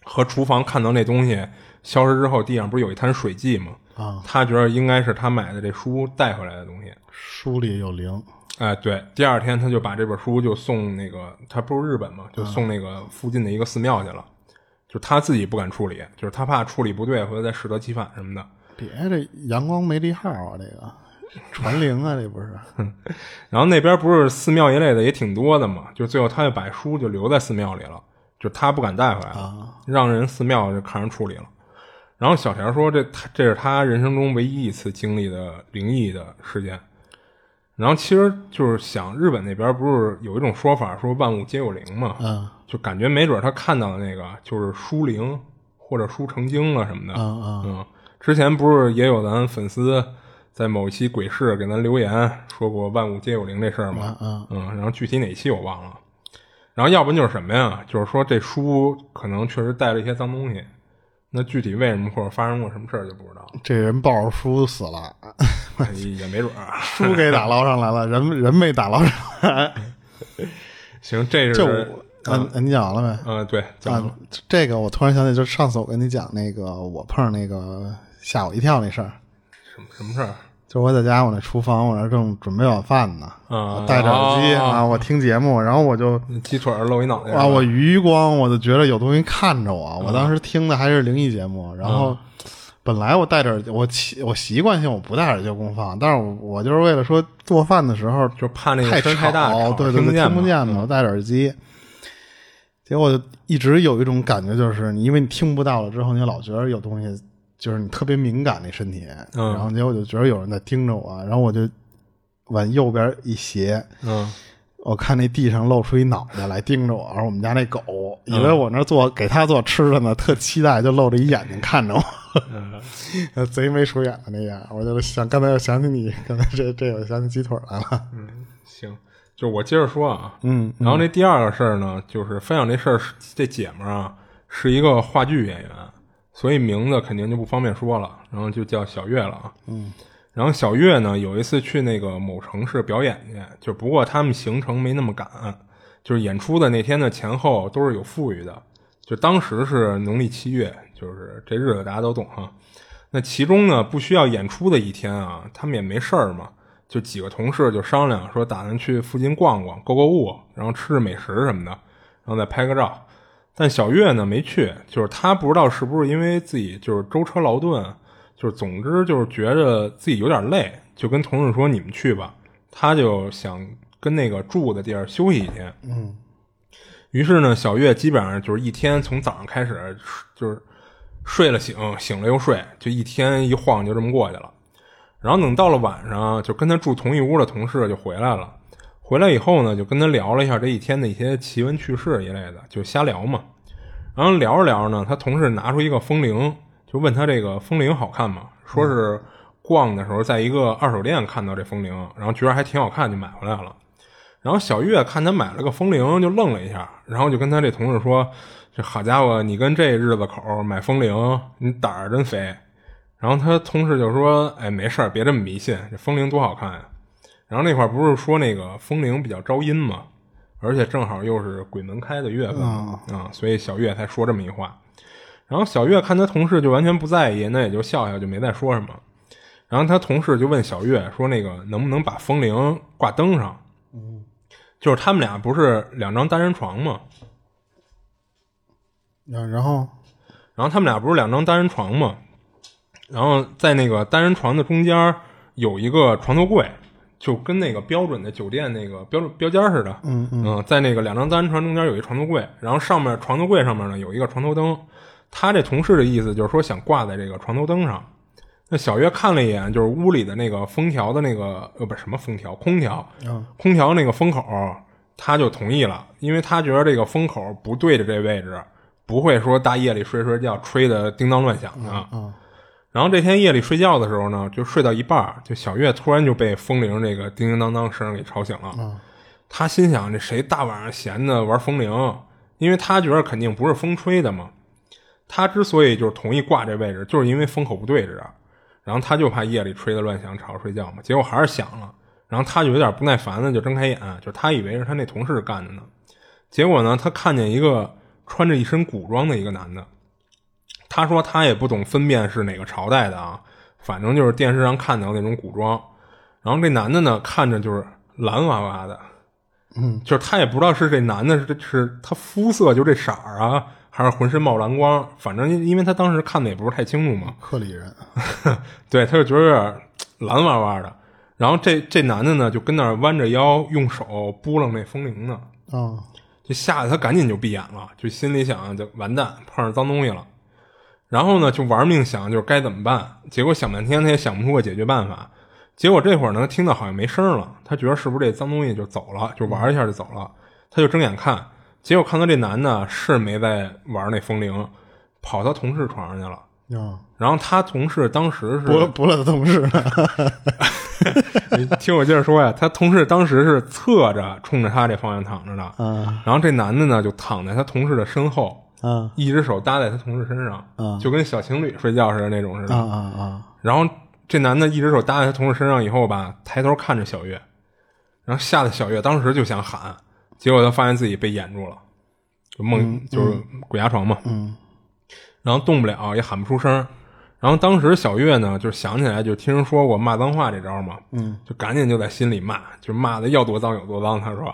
Speaker 2: 和厨房看到那东西消失之后地上不是有一滩水迹嘛，
Speaker 1: 啊，
Speaker 2: 他觉得应该是他买的这书带回来的东西。
Speaker 1: 书里有灵，
Speaker 2: 哎，对，第二天他就把这本书就送那个，他不是日本嘛，就送那个附近的一个寺庙去了。就他自己不敢处理，就是他怕处理不对，回头再适得其反什么的。
Speaker 1: 别这阳光没利号啊，这个传灵啊，这不是？
Speaker 2: 然后那边不是寺庙一类的也挺多的嘛，就最后他就把书就留在寺庙里了，就他不敢带回来了，让人寺庙就看人处理了。然后小田说这他这是他人生中唯一一次经历的灵异的事件。然后其实就是想日本那边不是有一种说法说万物皆有灵嘛，
Speaker 1: 嗯
Speaker 2: 就感觉没准他看到的那个就是书灵或者书成精啊了什么的。
Speaker 1: 嗯嗯，
Speaker 2: 嗯，之前不是也有咱粉丝在某一期鬼市给咱留言说过万物皆有灵这事儿吗？
Speaker 1: 嗯
Speaker 2: 嗯，然后具体哪期我忘了。然后要不然就是什么呀？就是说这书可能确实带了一些脏东西，那具体为什么或者发生过什么事儿就不知道 了，哎
Speaker 1: 这人抱着书死了，
Speaker 2: 也没准儿。
Speaker 1: 书给打捞上来了，人人没打捞上来。
Speaker 2: 行，这
Speaker 1: 这
Speaker 2: 是
Speaker 1: 我，嗯，嗯你讲了没？
Speaker 2: 呃，对，讲了
Speaker 1: 啊，这个我突然想起，就是上次我跟你讲那个，我碰上那个吓我一跳那事儿，
Speaker 2: 什么什么事儿？
Speaker 1: 就是我在家，我那厨房，我那正准备晚饭呢，
Speaker 2: 啊
Speaker 1: 我戴着耳机啊，我听节目，然后我就
Speaker 2: 你鸡腿儿露一脑袋
Speaker 1: 啊，
Speaker 2: 是吧
Speaker 1: 我余光我就觉得有东西看着
Speaker 2: 嗯
Speaker 1: 我，我当时听的还是灵异节目，然后本来我戴着耳机，我习我习惯性我不戴耳机功放，但是我我就是为了说做饭的时候
Speaker 2: 就怕那个
Speaker 1: 太
Speaker 2: 声
Speaker 1: 吵，
Speaker 2: 儿太大，吵
Speaker 1: 对对对，听
Speaker 2: 不
Speaker 1: 不
Speaker 2: 见嘛。
Speaker 1: 见嘛，我戴着耳机。结果就一直有一种感觉，就是你因为你听不到了之后，你老觉得有东西，就是你特别敏感那身体，
Speaker 2: 嗯
Speaker 1: 然后结果就觉得有人在盯着我，然后我就往右边一斜，
Speaker 2: 嗯，
Speaker 1: 我看那地上露出一脑袋来盯着我，然后我们家那狗以
Speaker 2: 嗯
Speaker 1: 为我那做给它做吃的呢，特期待，就露着一眼睛看着
Speaker 2: 嗯
Speaker 1: 我， 贼眉鼠眼的那样。我就想刚才又想起你，刚才这这我想起鸡腿来了，
Speaker 2: 行，就我接着说啊。
Speaker 1: 嗯，
Speaker 2: 然后这第二个事儿呢，就是分享这事儿是，这姐们儿啊是一个话剧演员，所以名字肯定就不方便说了，然后就叫小月了啊。嗯。然后小月呢，有一次去那个某城市表演去，就不过他们行程没那么赶，就是演出的那天的前后都是有富裕的，就当时是农历七月，就是这日子大家都懂哈。那其中呢，不需要演出的一天啊，他们也没事儿嘛，就几个同事就商量说，打算去附近逛逛、购购物，然后吃吃美食什么的，然后再拍个照。但小月呢没去，就是她不知道是不是因为自己就是舟车劳顿，就是总之就是觉着自己有点累，就跟同事说你们去吧，她就想跟那个住的地儿休息一天。于是呢，小月基本上就是一天从早上开始，就是睡了醒，醒了又睡，就一天一晃就这么过去了。然后等到了晚上，就跟他住同一屋的同事就回来了。回来以后呢，就跟他聊了一下这一天的一些奇闻趣事一类的，就瞎聊嘛。然后聊着聊着呢，他同事拿出一个风铃，就就问他这个风铃好看吗？说是逛的时候在一个二手店看到这风铃，然后觉得还挺好看，就买回来了。然后小月看他买了个风铃，就愣了一下，然后就跟他这同事说：“这好家伙，你跟这日子口儿买风铃，你胆儿真肥。”然后他同事就说：“哎，没事儿，别这么迷信，这风铃多好看呀、然后那块儿不是说那个风铃比较招阴嘛，而且正好又是鬼门开的月份啊、所以小月才说这么一话。然后小月看他同事就完全不在意，那也就笑笑，就没再说什么。然后他同事就问小月说：“那个能不能把风铃挂灯上？”就是他们俩不是两张单人床嘛，
Speaker 1: 嗯然然后
Speaker 2: 然后他们俩不是两张单人床嘛，然后在那个单人床的中间儿有一个床头柜，就跟那个标准的酒店那个标标间儿似的。嗯嗯、在那个两张单人床中间有一床头柜，然后上面床头柜上面呢有一个床头灯。他这同事的意思就是说想挂在这个床头灯上。那小月看了一眼，就是屋里的那个封条的那个呃，不是什么封条，空调，空调那个风口，他就同意了，因为他觉得这个风口不对着这位置，不会说大夜里睡睡觉吹的叮当乱响啊的。
Speaker 1: 啊
Speaker 2: 然后这天夜里睡觉的时候呢，就睡到一半儿，就小月突然就被风铃这个叮叮当当声儿给吵醒了。他心想这谁大晚上闲的玩风铃？因为他觉得肯定不是风吹的嘛。他之所以就是同意挂这位置，就是因为风口不对着，然后他就怕夜里吹的乱响吵着睡觉嘛。结果还是响了，然后他就有点不耐烦了，就睁开眼，就是他以为是他那同事干的呢。结果呢，他看见一个穿着一身古装的一个男的，他说他也不懂分辨是哪个朝代的啊，反正就是电视上看到那种古装。然后这男的呢，看着就是蓝哇哇的，嗯，就是他也不知道是这男的是这是他肤色就这色儿啊，还是浑身冒蓝光，反正因因为他当时看的也不是太清楚嘛，
Speaker 1: 克里人，
Speaker 2: 对，他就觉得有点儿蓝哇哇的。然后这这男的呢，就跟那儿弯着腰，用手拨弄那风铃呢，
Speaker 1: 啊，
Speaker 2: 就吓得他赶紧就闭眼了，就心里想就完蛋，碰上脏东西了。然后呢，就玩命想，就是该怎么办。结果想半天，他也想不出个解决办法。结果这会儿呢，听到好像没声儿了，他觉得是不是这脏东西就走了，就玩一下就走了。他就睁眼看，结果看到这男的是没在玩那风铃，跑他同事床上去了。
Speaker 1: 啊，
Speaker 2: 然后他同事当时是
Speaker 1: 不不乐的同事呢，
Speaker 2: 你听我接着说呀，他同事当时是侧着冲着他这方向躺着的，
Speaker 1: 啊
Speaker 2: 然后这男的呢就躺在他同事的身后，
Speaker 1: 啊
Speaker 2: 一只手搭在他同事身上，
Speaker 1: 嗯
Speaker 2: 就跟小情侣睡觉似的那种似
Speaker 1: 啊
Speaker 2: 的。
Speaker 1: 啊啊，
Speaker 2: 然后这男的一只手搭在他同事身上以后吧，抬头看着小月，然后吓得小月当时就想喊，结果他发现自己被掩住了，就梦、就是鬼压床嘛，
Speaker 1: 嗯
Speaker 2: 然后动不了，也喊不出声儿。然后当时小月呢，就想起来，就听人说过骂脏话这招嘛，
Speaker 1: 嗯，
Speaker 2: 就赶紧就在心里骂，就骂的要多脏有多脏。他说，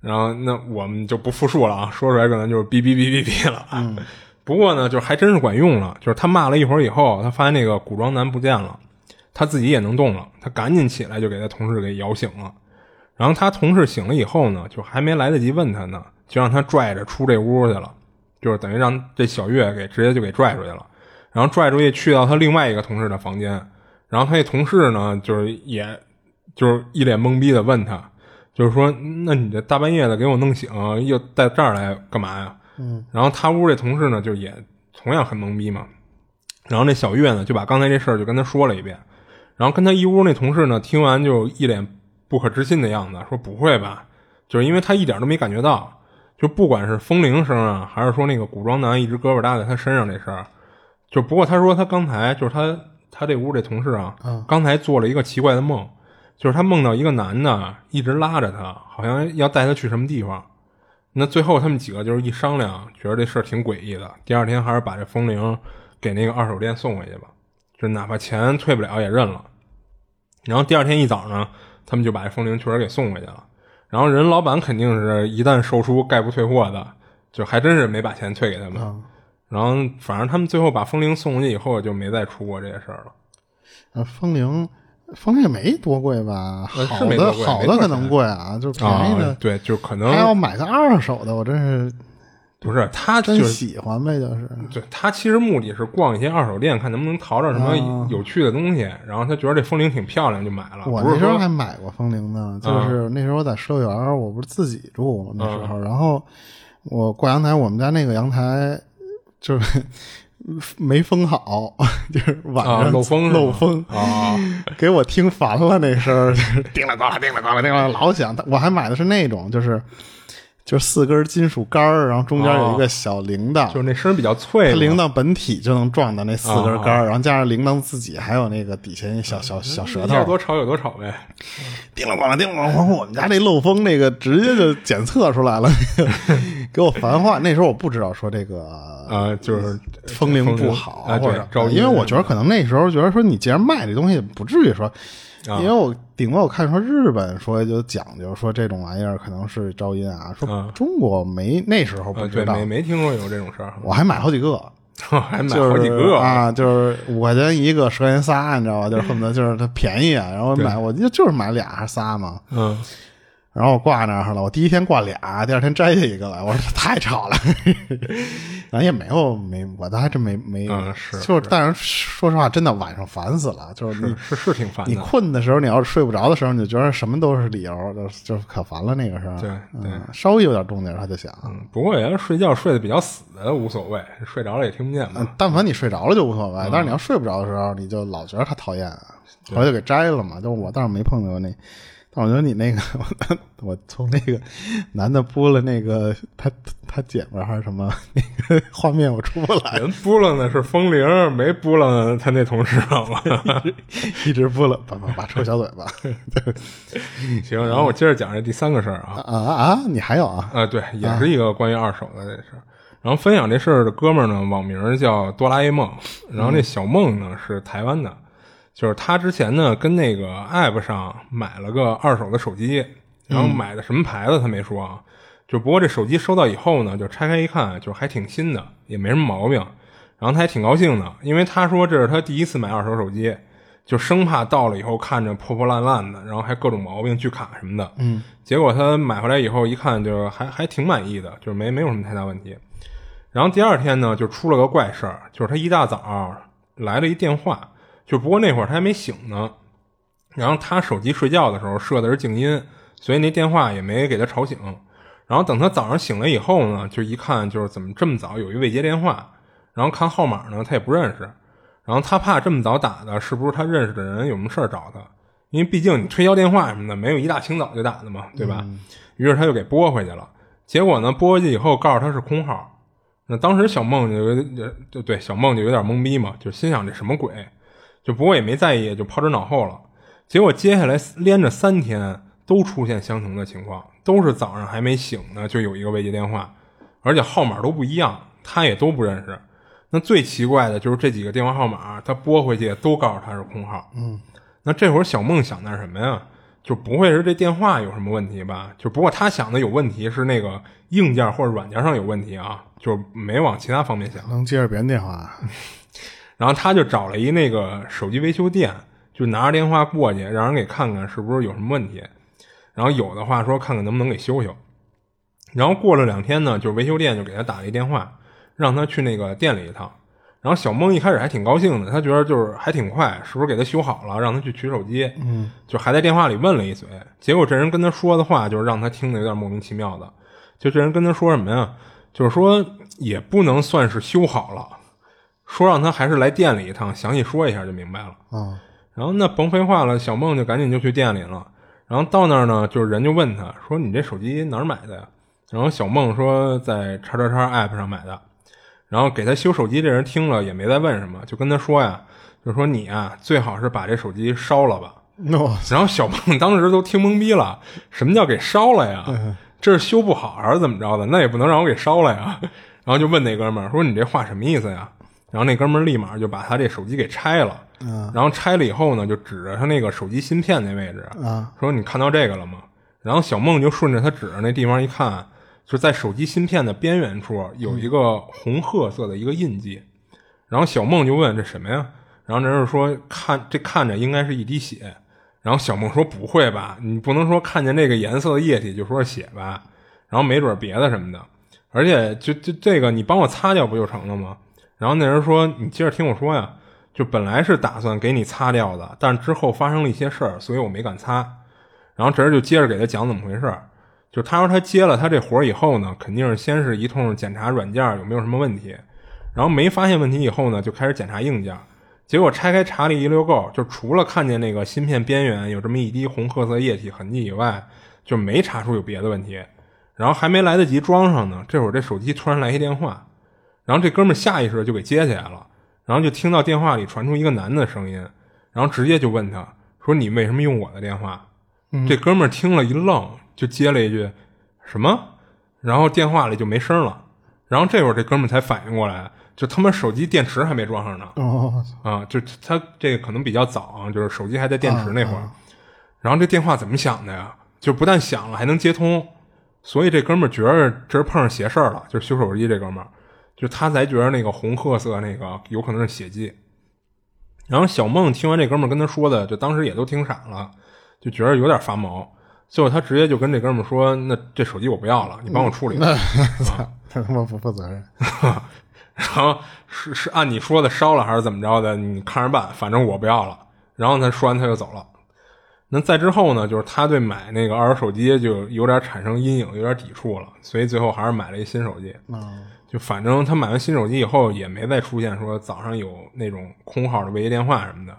Speaker 2: 然后那我们就不复述了啊，说出来可能就是哔哔哔哔哔了。嗯，不过呢，就还真是管用了，就是他骂了一会儿以后，他发现那个古装男不见了，他自己也能动了，他赶紧起来就给他同事给摇醒了。然后他同事醒了以后呢，就还没来得及问他呢，就让他拽着出这屋去了，就是等于让这小月给直接就给拽出去了，然后拽出去去到他另外一个同事的房间，然后他那同事呢，就是也就是一脸懵逼的问他，就是说，那你这大半夜的给我弄醒，又在这儿来干嘛呀？嗯，然后他屋这同事呢，就也同样很懵逼嘛，然后那小月呢，就把刚才这事儿就跟他说了一遍，然后跟他一屋那同事呢，听完就一脸不可置信的样子，说不会吧？就是因为他一点都没感觉到，就不管是风铃声啊，还是说那个古装男一只胳膊搭在他身上这事儿，就不过他说他刚才就是他他这屋这同事啊，刚才做了一个奇怪的梦，就是他梦到一个男的一直拉着他，好像要带他去什么地方。那最后他们几个就是一商量，觉得这事儿挺诡异的。第二天还是把这风铃给那个二手店送回去吧，就哪怕钱退不了也认了。然后第二天一早呢，他们就把这风铃确实给送回去了。然后人老板肯定是一旦售出概不退货的，就还真是没把钱退给他们。
Speaker 1: 啊
Speaker 2: 然后反正他们最后把风铃送回去以后，就没再出过这些事儿了。
Speaker 1: 呃风铃。风铃也没多贵吧，
Speaker 2: 呃
Speaker 1: 好
Speaker 2: 是没
Speaker 1: 的
Speaker 2: 多贵
Speaker 1: 好
Speaker 2: 没
Speaker 1: 的
Speaker 2: 多
Speaker 1: 可
Speaker 2: 少
Speaker 1: 能
Speaker 2: 钱
Speaker 1: 贵啊，就是便宜的，
Speaker 2: 对，就可
Speaker 1: 还要
Speaker 2: 能
Speaker 1: 买个二手的，我真是
Speaker 2: 不是他就
Speaker 1: 真
Speaker 2: 是
Speaker 1: 喜欢呗，就是
Speaker 2: 对他其实目的是逛一些二手店，看能不能淘着什么有趣的东西。然后他觉得这风铃挺漂亮，就买了。
Speaker 1: 啊我
Speaker 2: 啊不
Speaker 1: 那
Speaker 2: 是
Speaker 1: 时候
Speaker 2: 说啊
Speaker 1: 还买过风铃呢，就是那时候我在社员，我不是自己住那时候，然后我挂阳台，我们家那个阳台就是 没封好， 就是晚
Speaker 2: 啊
Speaker 1: 上
Speaker 2: 漏风是吗
Speaker 1: 漏风，
Speaker 2: 啊，
Speaker 1: 给我听烦了那声儿，就是叮了呱啦叮了呱啦叮了，老响。我还买的是那种，就是就是四根金属杆儿，然后中间有一个小铃铛，
Speaker 2: 就是那声儿比较脆
Speaker 1: 它
Speaker 2: 嘛，
Speaker 1: 铃铛本体就能撞到那四根
Speaker 2: 啊
Speaker 1: 杆儿，然后加上铃铛自己，还有那个底下一小小小舌头
Speaker 2: 要，多吵有多吵呗。
Speaker 1: 叮了咣啷，叮了咣啷，然后我们家那漏风那个直接就检测出来了， 给我烦坏。那时候我不知道说这个
Speaker 2: 啊，就是
Speaker 1: 风铃不好
Speaker 2: 啊，
Speaker 1: 或
Speaker 2: 对
Speaker 1: 者，
Speaker 2: 噪音
Speaker 1: 因为我觉得可能那时候觉得说你既然卖这东西，不至于说，
Speaker 2: 啊
Speaker 1: 因为我顶多我看说日本说就讲究说这种玩意儿可能是噪音啊，说
Speaker 2: 啊
Speaker 1: 中国没那时候不
Speaker 2: 啊，
Speaker 1: 知
Speaker 2: 对，
Speaker 1: 道
Speaker 2: 没，没听说有这种事儿，
Speaker 1: 我还买好几个。
Speaker 2: 还买
Speaker 1: 就是
Speaker 2: 好几个，
Speaker 1: 啊，就是五块钱一个，十块钱仨，你知道吧？就是恨不得就是它便宜啊，然后我买我就就是买俩还是仨嘛，
Speaker 2: 嗯，
Speaker 1: 然后我挂那儿了，我第一天挂俩，第二天摘下一个来，我说这太吵了， 然后也没有没，我倒还真没没，
Speaker 2: 嗯是
Speaker 1: 就是，但是说实话，真的晚上烦死了，就是你
Speaker 2: 是是是挺烦
Speaker 1: 你
Speaker 2: 的，
Speaker 1: 困的时候，你要是睡不着的时候，你就觉得什么都是理由，就就可烦了那个时候，
Speaker 2: 对对
Speaker 1: 嗯，稍微有点动静他就响，
Speaker 2: 嗯不过也是睡觉睡得比较死的无所谓，睡着了也听不见嘛。
Speaker 1: 但凡你睡着了就无所谓，但是你要睡不着的时候，你就老觉得他讨厌，啊后来就给摘了嘛。就是我倒是没碰见过那，但我觉得你那个， 我从那个男的播了那个他他姐们儿还是什么那个 画面我出不来，
Speaker 2: 人拨浪的是风铃，没拨浪的他那同事 好吗？
Speaker 1: 一直播了，把把把臭小嘴 巴
Speaker 2: 行，然后我接着讲这第三个事儿啊，
Speaker 1: 啊啊！你还有啊？
Speaker 2: 啊，对，也是一个关于二手的这事儿。然后分享这事儿的哥们儿呢，网名儿叫哆啦 A 梦，然后那小梦呢是台湾的，就是他之前呢跟那个 App 上买了个二手的手机，然后买的什么牌子他没说啊，就不过这手机收到以后呢，就拆开一看，就是还挺新的，也没什么毛病，然后他还挺高兴的，因为他说这是他第一次买二手手机，就生怕到了以后看着破破烂烂的，然后还各种毛病、锯卡什么的。嗯，结果他买回来以后一看，就是还还挺满意的，就是没没有什么太大问题。然后第二天呢，就出了个怪事儿，就是他一大早来了一电话，就不过那会儿他还没醒呢。然后他手机睡觉的时候设的是静音，所以那电话也没给他吵醒。然后等他早上醒来以后呢，就一看就是怎么这么早有一未接电话，然后看号码呢他也不认识，然后他怕这么早打的是不是他认识的人有什么事儿找他，因为毕竟你推销电话什么的没有一大清早就打的嘛，对吧？于是他就给拨回去了。结果呢，拨回去以后告诉他是空号，那当时小梦就有点就对小梦就有点懵逼嘛，就心想这什么鬼，就不过也没在意，就抛之脑后了。结果接下来连着三天都出现相同的情况，都是早上还没醒呢就有一个未接电话，而且号码都不一样，他也都不认识。那最奇怪的就是这几个电话号码，他拨回去都告诉他是空号。嗯，那这会儿小梦想的是什么呀？就不会是这电话有什么问题吧？就不过他想的有问题是那个硬件或者软件上有问题啊，就没往其他方面想。
Speaker 1: 能接着别人电话？啊
Speaker 2: 然后他就找了一那个手机维修店，就拿着电话过去，让人给看看是不是有什么问题。然后有的话说看看能不能给修修。然后过了两天呢，就维修店就给他打了一电话，让他去那个店里一趟。然后小孟一开始还挺高兴的，他觉得就是还挺快，是不是给他修好了，让他去取手机？嗯，就还在电话里问了一嘴。结果这人跟他说的话，就是让他听得有点莫名其妙的。就这人跟他说什么呀？就是说也不能算是修好了，说让他还是来店里一趟，详细说一下就明白了。
Speaker 1: 啊，
Speaker 2: 然后那甭废话了，小梦就赶紧就去店里了。然后到那儿呢，就是人就问他说：“你这手机哪儿买的呀？”然后小梦说在叉叉叉 app 上买的。然后给他修手机这人听了也没再问什么，就跟他说呀，就说你啊最好是把这手机烧了吧。
Speaker 1: 那我
Speaker 2: 然后小梦当时都听懵逼了，什么叫给烧了呀？这是修不好还是怎么着的？那也不能让我给烧了呀。 然后就问那哥们儿说：“你这话什么意思呀？”然后那哥们儿立马就把他这手机给拆了，
Speaker 1: 嗯
Speaker 2: 然后拆了以后呢，就指着他那个手机芯片那位置，
Speaker 1: 啊
Speaker 2: 说：“你看到这个了吗？”然后小梦就顺着他指着那地方一看，就在手机芯片的边缘处有一个红褐色的一个印记。然后小梦就问：“这什么呀？”然后那人就说：“看这看着应该是一滴血。”然后小梦说：“不会吧？你不能说看见这个颜色的液体就说是血吧？然后没准儿别的什么的。而且就就这个，你帮我擦掉不就成了吗？”然后那人说：“你接着听我说呀，就本来是打算给你擦掉的，但是之后发生了一些事儿，所以我没敢擦。”然后这人就接着给他讲怎么回事儿。就他说他接了他这活儿以后呢，肯定是先是一通检查软件儿有没有什么问题，然后没发现问题以后呢，就开始检查硬件。结果拆开查了一溜够，就除了看见那个芯片边缘有这么一滴红褐色液体痕迹以外，就没查出有别的问题。然后还没来得及装上呢，这会儿这手机突然来一电话，然后这哥们儿下意识地就给接起来了，然后就听到电话里传出一个男的声音，然后直接就问他说：“你为什么用我的电话？”这哥们儿听了一愣，就接了一句：“什么？”然后电话里就没声了。然后这会儿这哥们儿才反应过来，就他妈手机电池还没装上呢。
Speaker 1: 哦，
Speaker 2: 啊，就他这个可能比较早啊，就是手机还在电池那会儿。然后这电话怎么响的呀？就不但响了，还能接通，所以这哥们儿觉着这是碰上邪事儿了，就是修手机这哥们儿，就他才觉着那个红褐色那个有可能是血迹。然后小梦听完这哥们儿跟他说的，就当时也都听傻了，就觉着有点发毛。最后他直接就跟这哥们儿说：“那这手机我不要了，你帮我处理吧。
Speaker 1: 操， 他他妈不负责任。
Speaker 2: 然后是是按你说的烧了还是怎么着的，你看着办，反正我不要了。然后他说完他就走了。那再之后呢，就是他对买那个二手手机就有点产生阴影，有点抵触了，所以最后还是买了一新手机。
Speaker 1: 嗯，
Speaker 2: 就反正他买完新手机以后，也没再出现说早上有那种空号的未接电话什么的。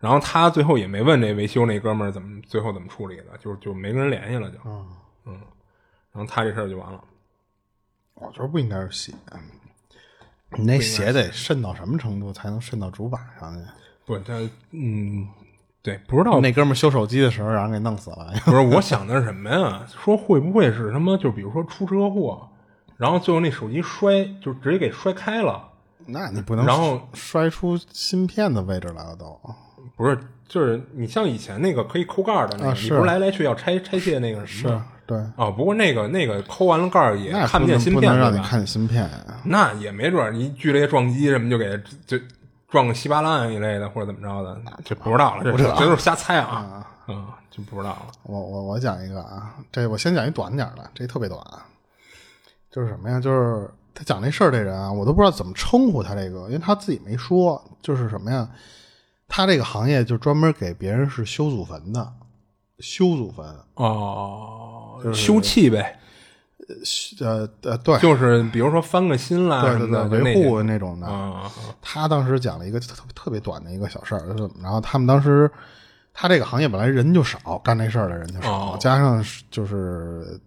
Speaker 2: 然后他最后也没问这维修那哥们儿怎么最后怎么处理的，就就没跟人联系了就。嗯然后他这事儿就完了。
Speaker 1: 我觉得不应该是嗯血。你那血得渗到什么程度才能渗到主板上去？
Speaker 2: 不，他嗯，对，不知道
Speaker 1: 那哥们儿修手机的时候让人给弄死了。
Speaker 2: 不是，我想的是什么呀？说会不会是他妈就比如说出车祸，然后最后那手机摔，就直接给摔开了？
Speaker 1: 那你不能
Speaker 2: 然后
Speaker 1: 摔出芯片的位置来了都。
Speaker 2: 不是，就是你像以前那个可以抠盖儿的那个，
Speaker 1: 啊
Speaker 2: 你
Speaker 1: 是
Speaker 2: 不是来来去要拆拆卸那个什么吗？
Speaker 1: 对，
Speaker 2: 哦，不过那个那个抠完了盖儿也
Speaker 1: 那
Speaker 2: 看
Speaker 1: 不
Speaker 2: 见
Speaker 1: 能
Speaker 2: 芯
Speaker 1: 不
Speaker 2: 片，
Speaker 1: 能让
Speaker 2: 对
Speaker 1: 你
Speaker 2: 吧
Speaker 1: 看见芯片。
Speaker 2: 那也没准儿你剧烈撞击什么就给就撞个稀巴烂一类的，或者怎么着的，这不知道了，这这都是瞎猜啊，嗯，就不知道了。
Speaker 1: 我我我讲一个啊，这我先讲一短点儿的，这特别短啊，就是什么呀？就是他讲这事儿这人啊，我都不知道怎么称呼他这个，因为他自己没说，就是什么呀？他这个行业就专门给别人是修祖坟的，修祖坟，
Speaker 2: 哦，修气呗，
Speaker 1: 呃呃，对
Speaker 2: 就是比如说翻个新啦
Speaker 1: 对
Speaker 2: 啊什
Speaker 1: 对
Speaker 2: 么的，
Speaker 1: 对，
Speaker 2: 就那
Speaker 1: 维
Speaker 2: 些
Speaker 1: 护那种的。
Speaker 2: 啊，
Speaker 1: 他当时讲了一个特特别短的一个小事儿，就是然后他们当时他这个行业本来人就少，干这事儿的人就少，
Speaker 2: 哦
Speaker 1: 加上是就是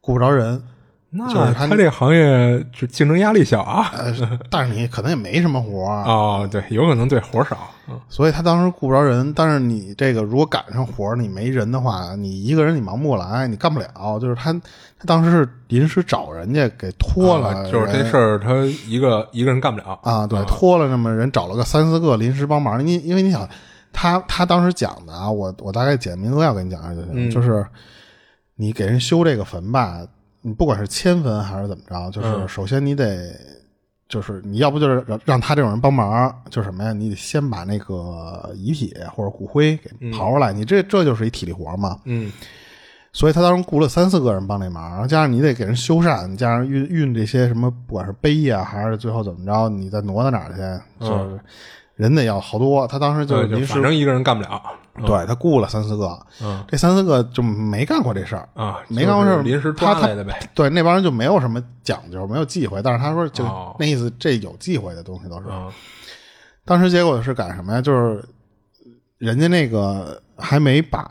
Speaker 1: 顾不着人，
Speaker 2: 那
Speaker 1: 就是他
Speaker 2: 他这个行业就竞争压力小啊。
Speaker 1: 呃，但是你可能也没什么活儿，
Speaker 2: 哦，对，有可能对活少，嗯
Speaker 1: 所以他当时顾不着人。但是你这个如果赶上活儿，你没人的话，你一个人你忙不过来，你干不了。就是他他当时是临时找人家给拖了
Speaker 2: 啊
Speaker 1: 人，
Speaker 2: 就是这事儿他一个一个人干不了。
Speaker 1: 啊，对，托了那么人找了个三四个临时帮忙，因因为你想，他他当时讲的啊，我我大概简明扼要跟你讲一啊下就行，
Speaker 2: 嗯
Speaker 1: 就是你给人修这个坟吧，你不管是迁坟还是怎么着，就是
Speaker 2: 嗯
Speaker 1: 首先你得。就是你要不就是让让他这种人帮忙，就是什么呀？你得先把那个遗体或者骨灰给刨出来，你这这就是一体力活嘛。
Speaker 2: 嗯，
Speaker 1: 所以他当时雇了三四个人帮这忙，然后加上你得给人修缮，加上运运这些什么，不管是碑呀、还是最后怎么着，你再挪到哪儿去，就是人得要好多。他当时就
Speaker 2: 嗯对，
Speaker 1: 临
Speaker 2: 就
Speaker 1: 时
Speaker 2: 反正嗯一个人干不了。
Speaker 1: 对他雇了三四个，
Speaker 2: 嗯
Speaker 1: 这三四个就没干过这事儿。
Speaker 2: 啊，
Speaker 1: 没干过事儿
Speaker 2: 就是临时抓来的呗。
Speaker 1: 对那帮人就没有什么讲究，没有忌讳，但是他说就
Speaker 2: 哦
Speaker 1: 那意思，这有忌讳的东西都是。
Speaker 2: 啊
Speaker 1: 当时结果是赶什么呀？就是人家那个还没把，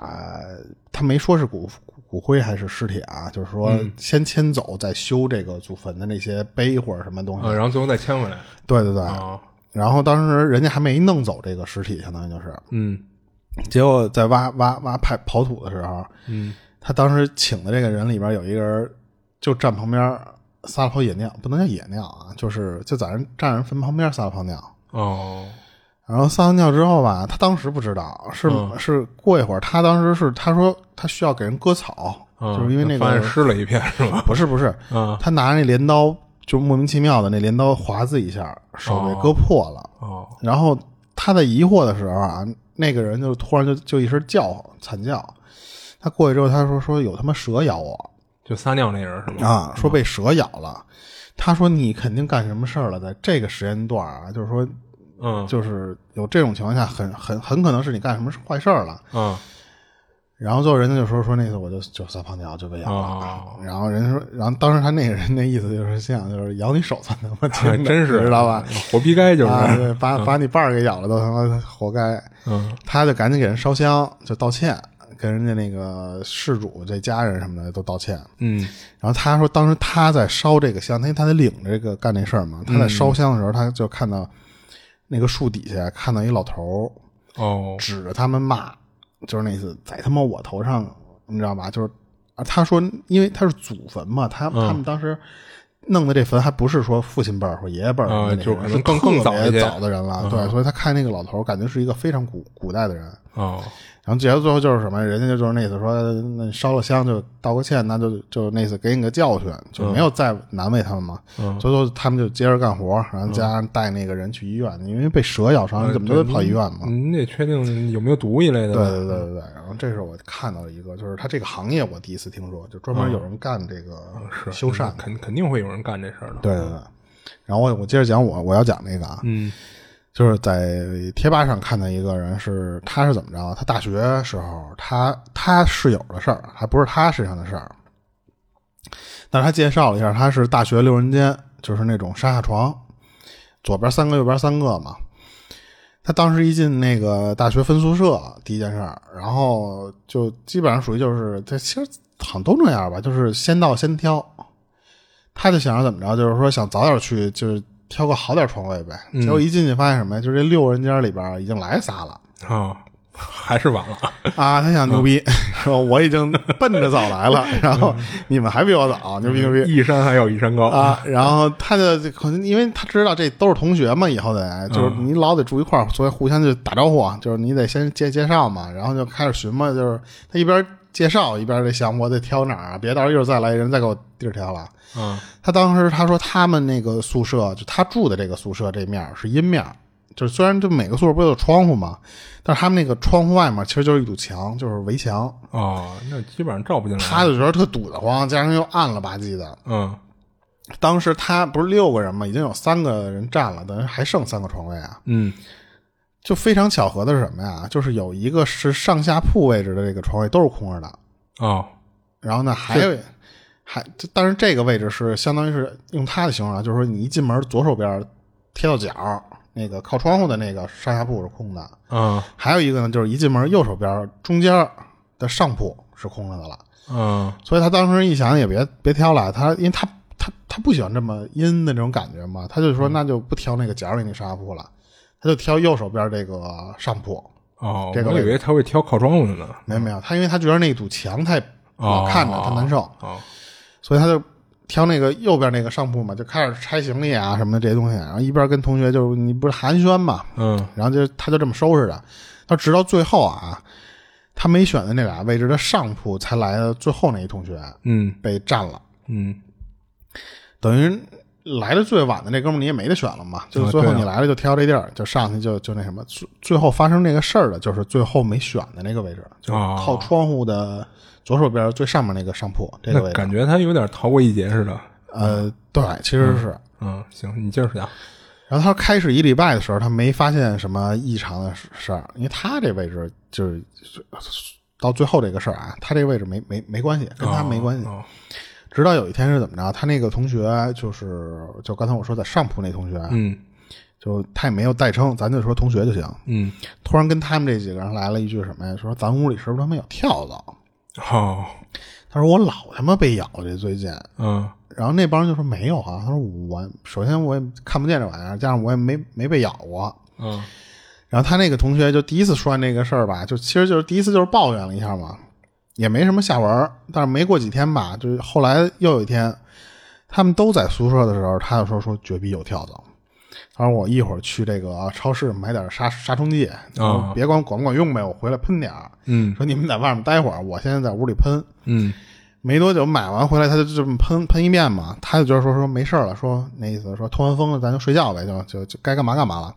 Speaker 1: 他没说是骨骨灰还是尸体啊，就是说先迁走再修这个祖坟的那些碑或者什么东西。
Speaker 2: 啊，然后最后再牵回来
Speaker 1: 对对对。
Speaker 2: 啊。
Speaker 1: 然后当时人家还没弄走这个尸体，相当于就是，
Speaker 2: 嗯
Speaker 1: 结果在挖挖挖排刨土的时候，
Speaker 2: 嗯，
Speaker 1: 他当时请的这个人里边有一个人就站旁边撒了泡野尿，不能叫野尿啊，就是就在人站人坟旁边撒了泡尿。
Speaker 2: 哦，
Speaker 1: 然后撒完尿之后吧，他当时不知道，是、
Speaker 2: 嗯
Speaker 1: 是过一会儿，他当时是他说他需要给人割草，
Speaker 2: 啊
Speaker 1: 就是因为那
Speaker 2: 发现
Speaker 1: 个
Speaker 2: 湿了一片是吧？
Speaker 1: 不是不是，
Speaker 2: 啊
Speaker 1: 他拿那镰刀就莫名其妙的那镰刀划自己一下，手被
Speaker 2: 哦
Speaker 1: 割破了。
Speaker 2: 哦
Speaker 1: 然后他在疑惑的时候啊，那个人就突然就就一声叫惨叫，他过去之后他说说有他妈蛇咬我
Speaker 2: 就撒尿那人是吗？
Speaker 1: 啊，说被蛇咬了。他说你肯定干什么事儿了，在这个时间段啊，就是说
Speaker 2: 嗯
Speaker 1: 就是有这种情况下，很很很可能是你干什么坏事儿了。
Speaker 2: 啊
Speaker 1: 然后最后人家就说说那次我就就撒泡尿就被咬了，
Speaker 2: 哦
Speaker 1: 然后人家说，然后当时他那个人那意思就是像就是咬你手算他妈轻的，
Speaker 2: 啊 真是
Speaker 1: 知道吧？
Speaker 2: 活逼该就是，
Speaker 1: 啊， 对，把把你伴儿给咬了都他妈活该。
Speaker 2: 嗯，
Speaker 1: 他就赶紧给人烧香，就道歉，跟人家那个事主这家人什么的都道歉。
Speaker 2: 嗯，
Speaker 1: 然后他说，当时他在烧这个香，因为他得领着这个干这事儿嘛。他
Speaker 2: 嗯
Speaker 1: 在烧香的时候，他就看到那个树底下看到一老头儿
Speaker 2: 哦，
Speaker 1: 指着他们骂，就是那次在他妈我头上，你知道吧？就是啊，他说，因为他是祖坟嘛，他、
Speaker 2: 嗯
Speaker 1: 他们当时弄的这坟还不是说父亲辈儿或爷爷辈儿
Speaker 2: 啊
Speaker 1: 的那种人、
Speaker 2: 就可能
Speaker 1: 是
Speaker 2: 更
Speaker 1: 特别
Speaker 2: 更早一些嗯
Speaker 1: 早的人了，对，所以他看那个老头儿，感觉是一个非常古古代的人。
Speaker 2: 哦，
Speaker 1: 然后结果最后就是什么，人家就是那次说，那你烧了香就道个歉，那就就那次给你个教训，就没有再难为他们嘛。
Speaker 2: 嗯
Speaker 1: 所以说他们就接着干活，然后加上带那个人去医院，因为被蛇咬伤，你怎么都得跑医院嘛。
Speaker 2: 嗯你得确定有没有毒一类的
Speaker 1: 对
Speaker 2: 吧，嗯
Speaker 1: 对对对对，然后这是我看到的一个，就是他这个行业我第一次听说，就专门有人干这个
Speaker 2: 嗯是嗯
Speaker 1: 修缮。
Speaker 2: 肯肯定会有人干这事儿的，
Speaker 1: 对对对，然后我我接着讲我我要讲那个啊，
Speaker 2: 嗯，
Speaker 1: 就是在贴吧上看到一个人是他是怎么着？他大学时候他他室友的事儿，还不是他身上的事儿。但是他介绍了一下，他是大学六人间，就是那种上下床，左边三个，右边三个嘛。他当时一进那个大学分宿舍，第一件事儿，然后就基本上属于就是，他其实好像都这样吧，就是先到先挑。他就想着怎么着，就是说想早点去，就是挑个好点床位呗。结果一进去发现什么呀？就是这六人间里边已经来仨 了
Speaker 2: 哦，还是晚了，
Speaker 1: 啊！他想牛逼，嗯说 我已经奔着早来了，然后你们还比我早，牛逼牛逼！
Speaker 2: 一山还有一山高，
Speaker 1: 啊，然后他就可能因为他知道这都是同学嘛，以后得就是你老得住一块儿，所以互相就打招呼，啊就是你得先介介绍嘛，然后就开始寻摸，就是他一边介绍一边得想我得挑哪儿啊，别到时候一会儿再来人再给我地儿挑了。
Speaker 2: 嗯，
Speaker 1: 他当时他说他们那个宿舍就他住的这个宿舍这面儿是阴面儿，就是虽然就每个宿舍不都有窗户嘛，但是他们那个窗户外面其实就是一堵墙，就是围墙，
Speaker 2: 哦，那基本上照不进来，
Speaker 1: 他就觉得特堵得慌，加上又暗了吧唧的，
Speaker 2: 嗯，
Speaker 1: 当时他不是六个人嘛，已经有三个人占了，等于还剩三个床位啊。
Speaker 2: 嗯，
Speaker 1: 就非常巧合的是什么呀？就是有一个是上下铺位置的这个床位都是空着的，
Speaker 2: 哦，
Speaker 1: 然后呢还有还，这但是这个位置是相当于是用他的形容啊，就是说你一进门左手边贴到角那个靠窗户的那个上下铺是空的，
Speaker 2: 嗯
Speaker 1: 还有一个呢就是一进门右手边中间的上铺是空着的了。
Speaker 2: 嗯，
Speaker 1: 所以他当时一想也别别挑了，他因为他他他不喜欢这么阴的那种感觉嘛，他就说那就不挑那个角里那上下铺了，他就挑右手边这个上铺。
Speaker 2: 哦，
Speaker 1: 这个
Speaker 2: 我以为他会挑靠窗户的呢，
Speaker 1: 没有没有，他因为他觉得那堵墙太老
Speaker 2: 哦
Speaker 1: 看着他难受，
Speaker 2: 哦，
Speaker 1: 所以他就挑那个右边那个上铺嘛，就开始拆行李啊什么的这些东西，然后一边跟同学就是你不是寒暄嘛，
Speaker 2: 嗯，
Speaker 1: 然后就他就这么收拾着，他直到最后啊，他没选的那俩位置的上铺才来的最后那一同学
Speaker 2: 嗯，
Speaker 1: 被占了。
Speaker 2: 嗯，
Speaker 1: 等于来的最晚的那哥们儿你也没得选了嘛，就是最
Speaker 2: 对
Speaker 1: 后
Speaker 2: 啊
Speaker 1: 你来了就挑这地儿，就上去就就那什么，最最后发生这个事儿的就是最后没选的那个位置，就是
Speaker 2: 哦
Speaker 1: 靠窗户的左手边最上面那个上铺这个
Speaker 2: 那
Speaker 1: 位置。
Speaker 2: 感觉他有点逃过一劫似的，
Speaker 1: 呃，对，其实是。
Speaker 2: 嗯，行，你接着讲，
Speaker 1: 然后他开始一礼拜的时候，他没发现什么异常的事儿，因为他这位置就是到最后这个事儿啊，他这个位置没没没关系，跟他没关系。
Speaker 2: 哦
Speaker 1: 直到有一天是怎么着，他那个同学就是就刚才我说在上铺那同学，啊
Speaker 2: 嗯
Speaker 1: 就他也没有代称，咱就说同学就行。
Speaker 2: 嗯，
Speaker 1: 突然跟他们这几个人来了一句什么呀？说咱屋里是不是他妈有跳蚤？
Speaker 2: 哦，
Speaker 1: 他说我老他妈被咬这最近。
Speaker 2: 嗯
Speaker 1: 然后那帮人就说没有啊。他说我首先我也看不见这玩意儿，加上我也没没被咬过。
Speaker 2: 嗯
Speaker 1: 然后他那个同学就第一次说完这个事儿吧，就其实就是第一次就是抱怨了一下嘛，也没什么下文儿。但是没过几天吧，就是后来又有一天，他们都在宿舍的时候，他就说说绝壁有跳蚤。他说我一会儿去这个超市买点杀杀虫剂，然后别管管不管用呗，我回来喷点儿。
Speaker 2: 嗯
Speaker 1: 说你们在外面待会儿，我现在在屋里喷。
Speaker 2: 嗯，
Speaker 1: 没多久买完回来，他就这么喷喷一遍嘛，他就觉得说说没事儿了，说那意思说通完风了咱就睡觉呗，就就就该干嘛干嘛了。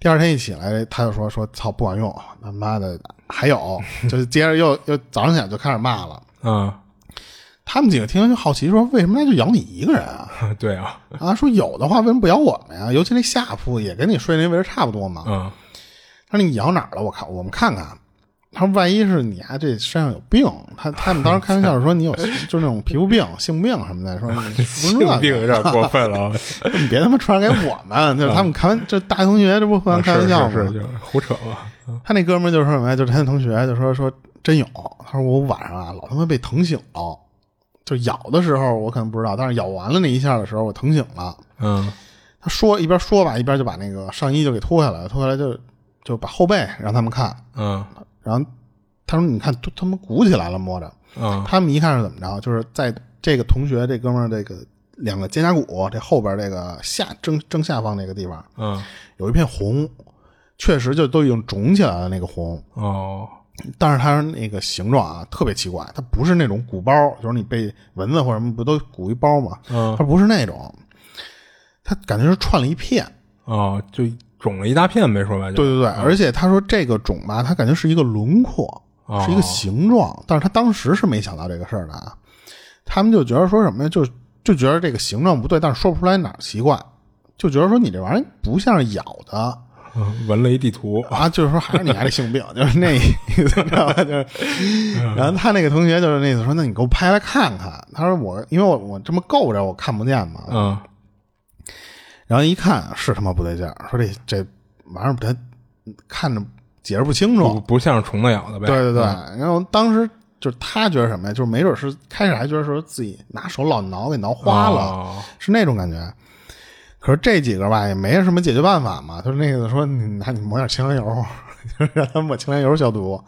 Speaker 1: 第二天一起来，他就说说操不管用，他妈的还有，就是接着又又早上起来就开始骂了。
Speaker 2: 啊，
Speaker 1: 他们几个听了就好奇说为什么他就咬你一个人啊？
Speaker 2: 对啊，
Speaker 1: 啊，说有的话为什么不咬我们呀？尤其那下铺也跟你睡那位置差不多嘛。
Speaker 2: 嗯
Speaker 1: 他说你咬哪儿了？我看我们看看。啊他说万一是你啊，这身上有病，他他们当时开玩笑说 你有就是那种皮肤病、性病什么的，说你是
Speaker 2: 性
Speaker 1: 不是
Speaker 2: 病有点过 分了啊，
Speaker 1: 你别他妈传染给我 们，啊就是他们开玩，这大学同学这不互相开玩笑吗？
Speaker 2: 啊是是是，就是胡扯啊嘛。
Speaker 1: 他那哥们儿就说什么呀？就是他那同学就说说真有，他说我晚上啊老他妈被疼醒了，就咬的时候我可能不知道，但是咬完了那一下的时候我疼醒了。
Speaker 2: 嗯，
Speaker 1: 他说一边说吧，一边就把那个上衣就给脱下来了，脱下来就就把后背让他们看，
Speaker 2: 嗯
Speaker 1: 然后他说你看都他妈鼓起来了摸着，
Speaker 2: 嗯
Speaker 1: 他们一看是怎么着，就是在这个同学这哥们儿这个两个肩胛骨这后边这个下正正下方这个地方
Speaker 2: 嗯，
Speaker 1: 有一片红，确实就都已经肿起来了那个红。
Speaker 2: 哦，
Speaker 1: 但是它那个形状啊特别奇怪，它不是那种鼓包，就是你被蚊子或者什么不都鼓一包吗？
Speaker 2: 嗯
Speaker 1: 它不是那种，它感觉是串了一片。
Speaker 2: 哦，就肿了一大片呗，说白就
Speaker 1: 对对对，而且他说这个肿吧，它感觉是一个轮廓，
Speaker 2: 哦
Speaker 1: 是一个形状，但是他当时是没想到这个事儿的啊。他们就觉得说什么呀，就就觉得这个形状不对，但是说不出来哪儿奇怪，就觉得说你这玩意儿不像是咬的，
Speaker 2: 嗯纹了一地图，
Speaker 1: 啊， 就是说还是你家这性病，就是那意思，知道吧？ 就是，然后他那个同学就是那意思说，那你给我拍来看看。他说我因为我我这么够着我看不见嘛，
Speaker 2: 嗯
Speaker 1: 然后一看是他妈不对劲儿，说这这玩意儿它看着解释不清楚，
Speaker 2: 不不像是虫子咬的呗，
Speaker 1: 对对对。然后当时就是他觉得什么呀？就是没准是开始还觉得说自己拿手老挠给挠花了，
Speaker 2: 哦
Speaker 1: 是那种感觉。可是这几个吧，也没什么解决办法嘛。就是那个说，你拿你抹点清凉油，就是 让他抹清凉油消毒。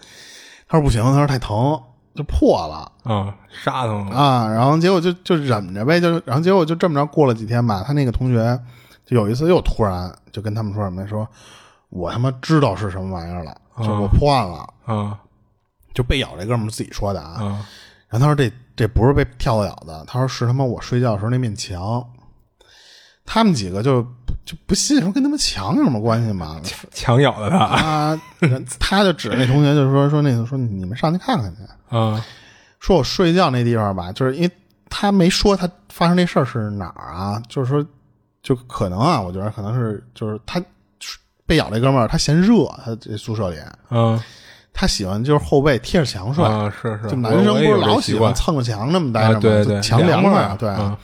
Speaker 1: 他说不行，他说太疼，就破了
Speaker 2: 啊，沙疼了，
Speaker 1: 啊。然后结果就就忍着呗，就然后结果就这么着过了几天吧。他那个同学就有一次又突然就跟他们说什么，说我他妈知道是什么玩意儿了，就我破案了，
Speaker 2: 啊
Speaker 1: 就被咬这哥们儿自己说的啊。
Speaker 2: 啊
Speaker 1: 然后他说这这不是被跳蚤咬的，他说是他妈我睡觉的时候那面墙。他们几个就就不信，说跟他们墙有什么关系嘛？
Speaker 2: 强咬的它
Speaker 1: 啊，人他就指着那同学就说说那个说你们上去看看去，
Speaker 2: 啊
Speaker 1: 说我睡觉那地方吧，就是因为他没说他发生那事儿是哪儿啊，就是说就可能啊，我觉得可能是就是他被咬那哥们儿他嫌热，他这宿舍里
Speaker 2: 啊
Speaker 1: 他喜欢就是后背贴着墙睡，
Speaker 2: 啊是是，
Speaker 1: 就男
Speaker 2: 我
Speaker 1: 生
Speaker 2: 我
Speaker 1: 不
Speaker 2: 也
Speaker 1: 是
Speaker 2: 有这
Speaker 1: 老
Speaker 2: 习
Speaker 1: 喜
Speaker 2: 惯
Speaker 1: 欢蹭着墙那么待
Speaker 2: 啊
Speaker 1: 着吗？
Speaker 2: 对
Speaker 1: 就
Speaker 2: 对，
Speaker 1: 墙
Speaker 2: 凉
Speaker 1: 快
Speaker 2: 快
Speaker 1: 啊，对。
Speaker 2: 啊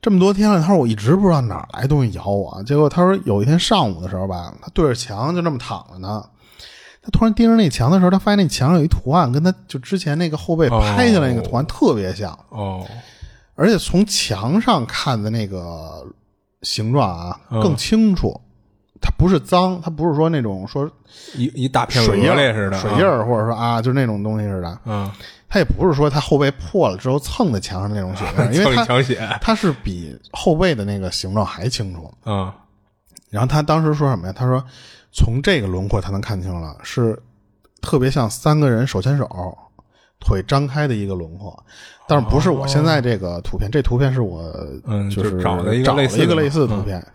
Speaker 1: 这么多天了，他说我一直不知道哪儿来东西咬我，结果他说有一天上午的时候吧，他对着墙就这么躺着呢，他突然盯着那墙的时候，他发现那墙上有一图案，跟他就之前那个后背拍下来那个图案特别像，
Speaker 2: 哦
Speaker 1: 而且从墙上看的那个形状啊
Speaker 2: 嗯
Speaker 1: 更清楚，它不是脏，它不是说那种说
Speaker 2: 一一大片
Speaker 1: 水印
Speaker 2: 鹅
Speaker 1: 儿
Speaker 2: 类似的
Speaker 1: 水印儿或者说啊就是那种东西似的，
Speaker 2: 啊，
Speaker 1: 它也不是说它后背破了之后蹭在墙上那种 血
Speaker 2: 啊
Speaker 1: 印，因为
Speaker 2: 蹭一
Speaker 1: 它
Speaker 2: 墙血
Speaker 1: 它是比后背的那个形状还清楚。
Speaker 2: 啊
Speaker 1: 然后他当时说什么呀？他说从这个轮廓他能看清了，是特别像三个人手牵手，腿张开的一个轮廓，但是不是我现在这个图片？这图片是我
Speaker 2: 哦嗯
Speaker 1: 就是
Speaker 2: 就
Speaker 1: 找
Speaker 2: 找了一个
Speaker 1: 了
Speaker 2: 类似的
Speaker 1: 一个类似的
Speaker 2: 嗯
Speaker 1: 图片，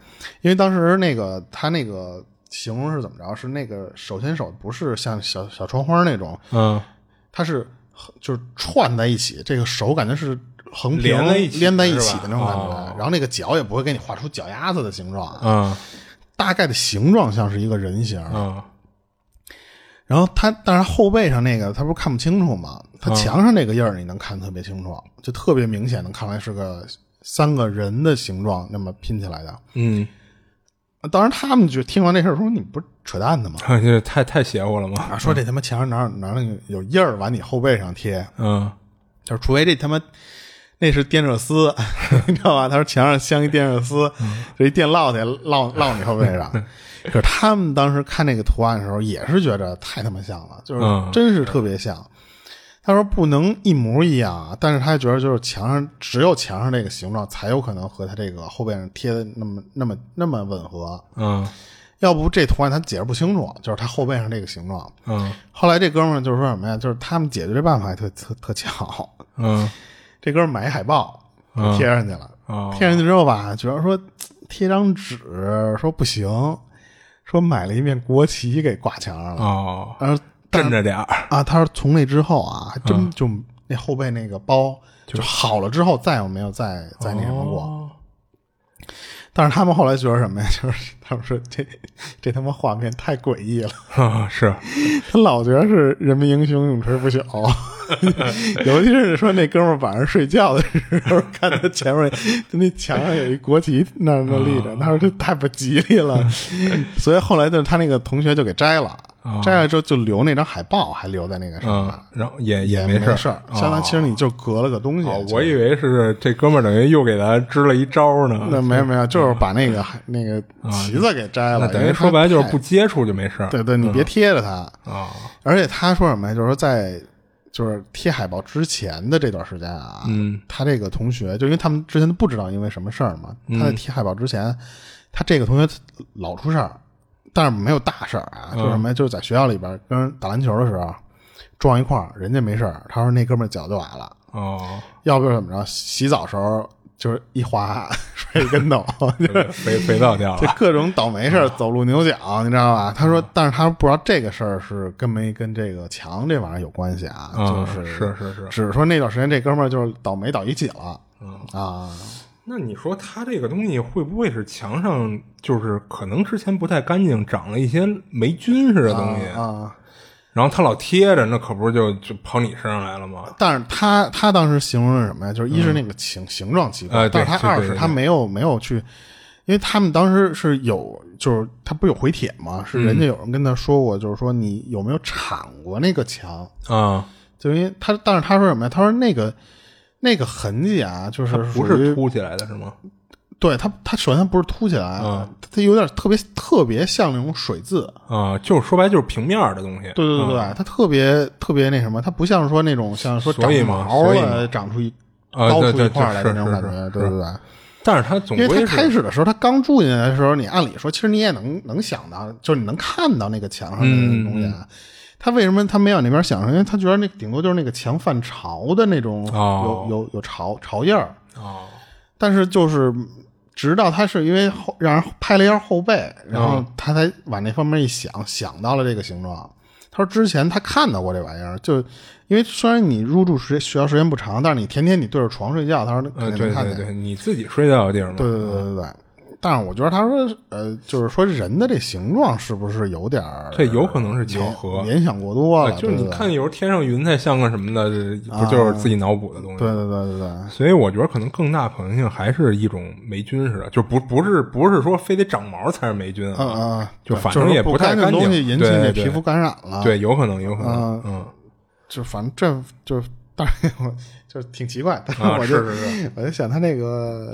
Speaker 1: 因为当时那个他那个形容是怎么着？是那个手牵手不是像小小窗花那种，
Speaker 2: 嗯
Speaker 1: 它是横就是串在一起，这个手感觉是横平
Speaker 2: 连在一起
Speaker 1: 连在一起的那种
Speaker 2: 是吧
Speaker 1: 感觉，
Speaker 2: 哦
Speaker 1: 然后那个脚也不会给你画出脚丫子的形状，
Speaker 2: 啊
Speaker 1: 大概的形状像是一个人形。
Speaker 2: 啊
Speaker 1: 然后它，但是后背上那个它不是看不清楚吗？它墙上那个印儿你能看特别清楚，就特别明显能看出来是个三个人的形状那么拼起来的。
Speaker 2: 嗯，
Speaker 1: 当然，他们就听完这事儿说：“你不是扯淡的吗？”
Speaker 2: 这啊太太邪乎了嘛，
Speaker 1: 啊，说这他妈墙上哪儿哪儿有印儿往你后背上贴，
Speaker 2: 嗯
Speaker 1: 就是除非这他妈那是电热丝， 你知道吧？他说墙上镶一电热丝，这一电烙得烙烙你后背上。可是他们当时看那个图案的时候，也是觉得太他妈像了，就是
Speaker 2: 嗯
Speaker 1: 真是特别像。他说不能一模一样啊，但是他觉得就是墙上只有墙上这个形状才有可能和他这个后背上贴的那么那么那么吻合，
Speaker 2: 嗯
Speaker 1: 要不这图案他解释不清楚，就是他后背上这个形状。
Speaker 2: 嗯
Speaker 1: 后来这哥们儿就是说什么呀？就是他们解决这办法还特特特巧，
Speaker 2: 嗯
Speaker 1: 这哥们儿买一海报就贴上去了，
Speaker 2: 啊
Speaker 1: 贴上去之后吧，觉得说嘖贴张纸说不行，说买了一面国旗给挂墙上了。
Speaker 2: 哦，
Speaker 1: 然后
Speaker 2: 镇着点儿
Speaker 1: 啊，他说从那之后啊，还真就那后背哦那个包就好了之后，再也没有再再那什么过。
Speaker 2: 哦
Speaker 1: 但是他们后来觉得什么呀？ 就是他们说这这他妈画面太诡异了，
Speaker 2: 啊，是，
Speaker 1: 他老觉得是人民英雄永垂 不朽，尤其是说那哥们儿晚上睡觉的时候，看他前面那墙上有一国旗那那立
Speaker 2: 啊
Speaker 1: 着，他说这太不吉利 了，所以后来就是他那个同学就给摘了，
Speaker 2: 啊
Speaker 1: 摘了之后就留那张海报还留在那个上面。
Speaker 2: 嗯，然后也也
Speaker 1: 没
Speaker 2: 没事
Speaker 1: 事儿
Speaker 2: 儿，，啊
Speaker 1: 相当于其实你就隔了个东西。
Speaker 2: 哦，我以为是这哥们儿等于又给他支了一招
Speaker 1: 那
Speaker 2: 呢，
Speaker 1: 没有没有，就是把那个那个旗子给摘了，
Speaker 2: 啊那等于说白了就是不嗯接触就没事儿
Speaker 1: 对对，你别贴着它。
Speaker 2: 啊，
Speaker 1: 而且他说什么呀？就是说在就是贴海报之前的这段时间啊，
Speaker 2: 嗯，
Speaker 1: 他这个同学就因为他们之前都不知道因为什么事儿嘛，他在贴海报之前，他这个同学老出事儿，但是没有大事儿啊，就是什么呀？就是在学校里边跟人打篮球的时候撞一块儿，人家没事儿，他说那哥们儿脚就崴了。
Speaker 2: 哦，
Speaker 1: 要不就是怎么着，洗澡时候就是一滑 摔一跟头，就是
Speaker 2: 肥肥 皂掉
Speaker 1: 这
Speaker 2: 了，
Speaker 1: 各种倒霉事儿，走路牛角，你知道
Speaker 2: 嗯
Speaker 1: 吧？他说，但是他不知道这个事儿是跟没跟这个墙这玩意儿有关系啊，
Speaker 2: 啊，
Speaker 1: 就是
Speaker 2: 是是是。
Speaker 1: 只是说那段时间这哥们儿就是倒霉倒一起了
Speaker 2: 嗯
Speaker 1: 啊，
Speaker 2: 那你说他这个东西会不会是墙上就是可能之前不太干净，长了一些霉菌似的东西，
Speaker 1: 啊！
Speaker 2: 然后他老贴着，那可不是就就跑你身上来了吗？
Speaker 1: 但是他他当时形容是什么呀？就是一是那个形形状奇怪
Speaker 2: 呃，
Speaker 1: 但
Speaker 2: 对
Speaker 1: 是他二
Speaker 2: 对对
Speaker 1: 是
Speaker 2: 对
Speaker 1: 他没有没有去，因为他们当时是有，就是他不是有回帖吗？
Speaker 2: 嗯
Speaker 1: 是人家有人跟他说过，就是说你有没有铲过那个墙？
Speaker 2: 啊，
Speaker 1: 就因为他，但是他说什么呀？他说那个那个痕迹啊，就是
Speaker 2: 不
Speaker 1: 属于
Speaker 2: 是凸起来的是吗？
Speaker 1: 对他，他首先他不是凸起来，啊
Speaker 2: 嗯
Speaker 1: 它有点特别特别像那种水渍。
Speaker 2: 啊，就是说白了就是平面儿的东西。
Speaker 1: 对对对对，
Speaker 2: 啊
Speaker 1: 它特别特别那什么，它不像说那种像说长
Speaker 2: 所以嘛
Speaker 1: 毛
Speaker 2: 所以
Speaker 1: 了
Speaker 2: 嘛
Speaker 1: 长出一
Speaker 2: 啊
Speaker 1: 刀
Speaker 2: 对
Speaker 1: 出
Speaker 2: 对
Speaker 1: 一块儿来的
Speaker 2: 是
Speaker 1: 那种感
Speaker 2: 是
Speaker 1: 觉，
Speaker 2: 是
Speaker 1: 对对对。
Speaker 2: 但是他总
Speaker 1: 因为他
Speaker 2: 归
Speaker 1: 开
Speaker 2: 是
Speaker 1: 始的时候，他刚住进来的时候，你按理说，其实你也能能想到，就是你能看到那个墙上的那个东西
Speaker 2: 嗯
Speaker 1: 啊。他为什么他没往那边想？因为他觉得那顶多就是那个墙泛潮的那种，
Speaker 2: 哦
Speaker 1: 有有有潮潮印儿。
Speaker 2: 哦
Speaker 1: 但是就是直到他是因为后让人拍了一下后背，然
Speaker 2: 哦
Speaker 1: 后他才往那方面一想，想到了这个形状。他说之前他看到过这玩意儿，就因为虽然你入住时学校时间不长，但是你天天你对着床睡觉，他说那
Speaker 2: 呃，
Speaker 1: 肯定
Speaker 2: 对
Speaker 1: 能看见。
Speaker 2: 对对，你自己睡觉的地儿嘛。
Speaker 1: 对对对对对。但是我觉得他说，呃，就是说人的这形状是不是有点儿
Speaker 2: 这有可能是巧合
Speaker 1: 联联想过多
Speaker 2: 啊，
Speaker 1: 了？
Speaker 2: 就
Speaker 1: 对啊
Speaker 2: 是你看有时候天上云彩像个什么的，这不就是自己脑补的东西？
Speaker 1: 对对对对对，
Speaker 2: 所以我觉得可能更大可能性还是一种霉菌似的，就不不是不是说非得长毛才是霉菌
Speaker 1: 嗯
Speaker 2: 啊，
Speaker 1: 嗯，
Speaker 2: 就
Speaker 1: 对
Speaker 2: 反
Speaker 1: 是
Speaker 2: 正也
Speaker 1: 不
Speaker 2: 不太
Speaker 1: 干
Speaker 2: 干净
Speaker 1: 东西引起
Speaker 2: 对
Speaker 1: 你
Speaker 2: 对
Speaker 1: 皮肤感染了，，
Speaker 2: 对，有可能，有可能
Speaker 1: 啊，
Speaker 2: 嗯
Speaker 1: 就反正这就是，当然我 就是挺奇怪，但是
Speaker 2: 啊，
Speaker 1: 我
Speaker 2: 是
Speaker 1: 就是
Speaker 2: 是，
Speaker 1: 我就想他那个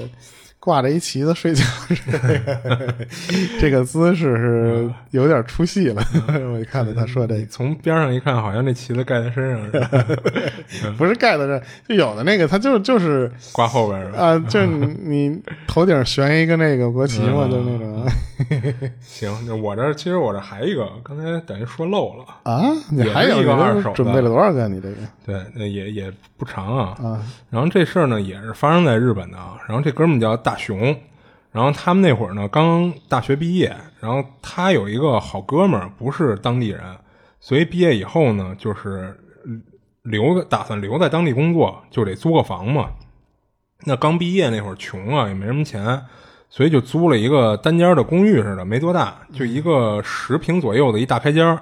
Speaker 1: 挂着一旗子睡觉，这个姿势是有点出戏了。 我一看到他说这个
Speaker 2: 你。从边上一看，好像那旗子盖在身上似的，嗯
Speaker 1: 不是盖在这儿，就有的那个，他就就是
Speaker 2: 挂后边儿了。
Speaker 1: 啊，就是你你头顶悬一个那个国旗嘛，就那种
Speaker 2: 行，那我这儿其实我这儿还一个，刚才等于说漏了，
Speaker 1: 啊，你还
Speaker 2: 也
Speaker 1: 有
Speaker 2: 是一个
Speaker 1: 你这
Speaker 2: 二手的
Speaker 1: 准备了多少个？你这个
Speaker 2: 对，那也也不长啊。
Speaker 1: 啊
Speaker 2: 然后这事儿呢也是发生在日本的啊。然后这哥们儿叫大熊，然后他们那会儿呢刚大学毕业，然后他有一个好哥们儿不是当地人，所以毕业以后呢就是留打算留在当地工作，就得租个房嘛。那刚毕业那会儿穷啊，也没什么钱，所以就租了一个单间儿的公寓似的，没多大，就一个十平左右的一大开间儿。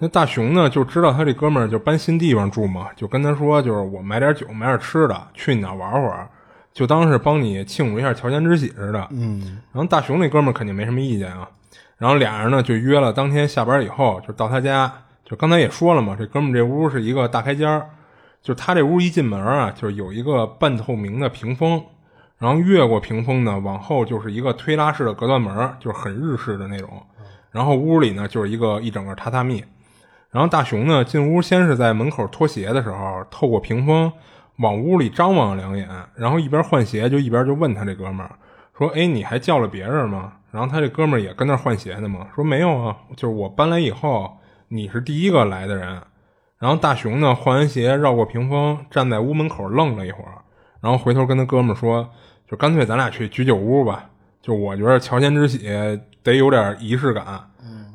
Speaker 2: 那大熊呢，就知道他这哥们儿就搬新地方住嘛，就跟他说，就是我买点酒，买点吃的，去你那儿玩会儿，就当是帮你庆祝一下乔迁之喜似的。嗯，然后大熊那哥们儿肯定没什么意见啊。然后俩人呢就约了当天下班以后，就到他家。就刚才也说了嘛，这哥们儿这屋是一个大开间儿，就是他这屋一进门啊，就是有一个半透明的屏风，然后越过屏风呢，往后就是一个推拉式的隔断门儿，就是很日式的那种。然后屋里呢就是一个一整个榻榻米。然后大熊呢进屋，先是在门口脱鞋的时候，透过屏风往屋里张望了两眼，然后一边换鞋就一边就问他这哥们儿说：“哎，你还叫了别人吗？”然后他这哥们儿也跟那儿换鞋呢嘛，说：“没有啊，就是我搬来以后，你是第一个来的人。”然后大熊呢换完鞋绕过屏风，站在屋门口愣了一会儿，然后回头跟他哥们儿说：“就干脆咱俩去居酒屋吧，就我觉得乔迁之喜得有点仪式感。”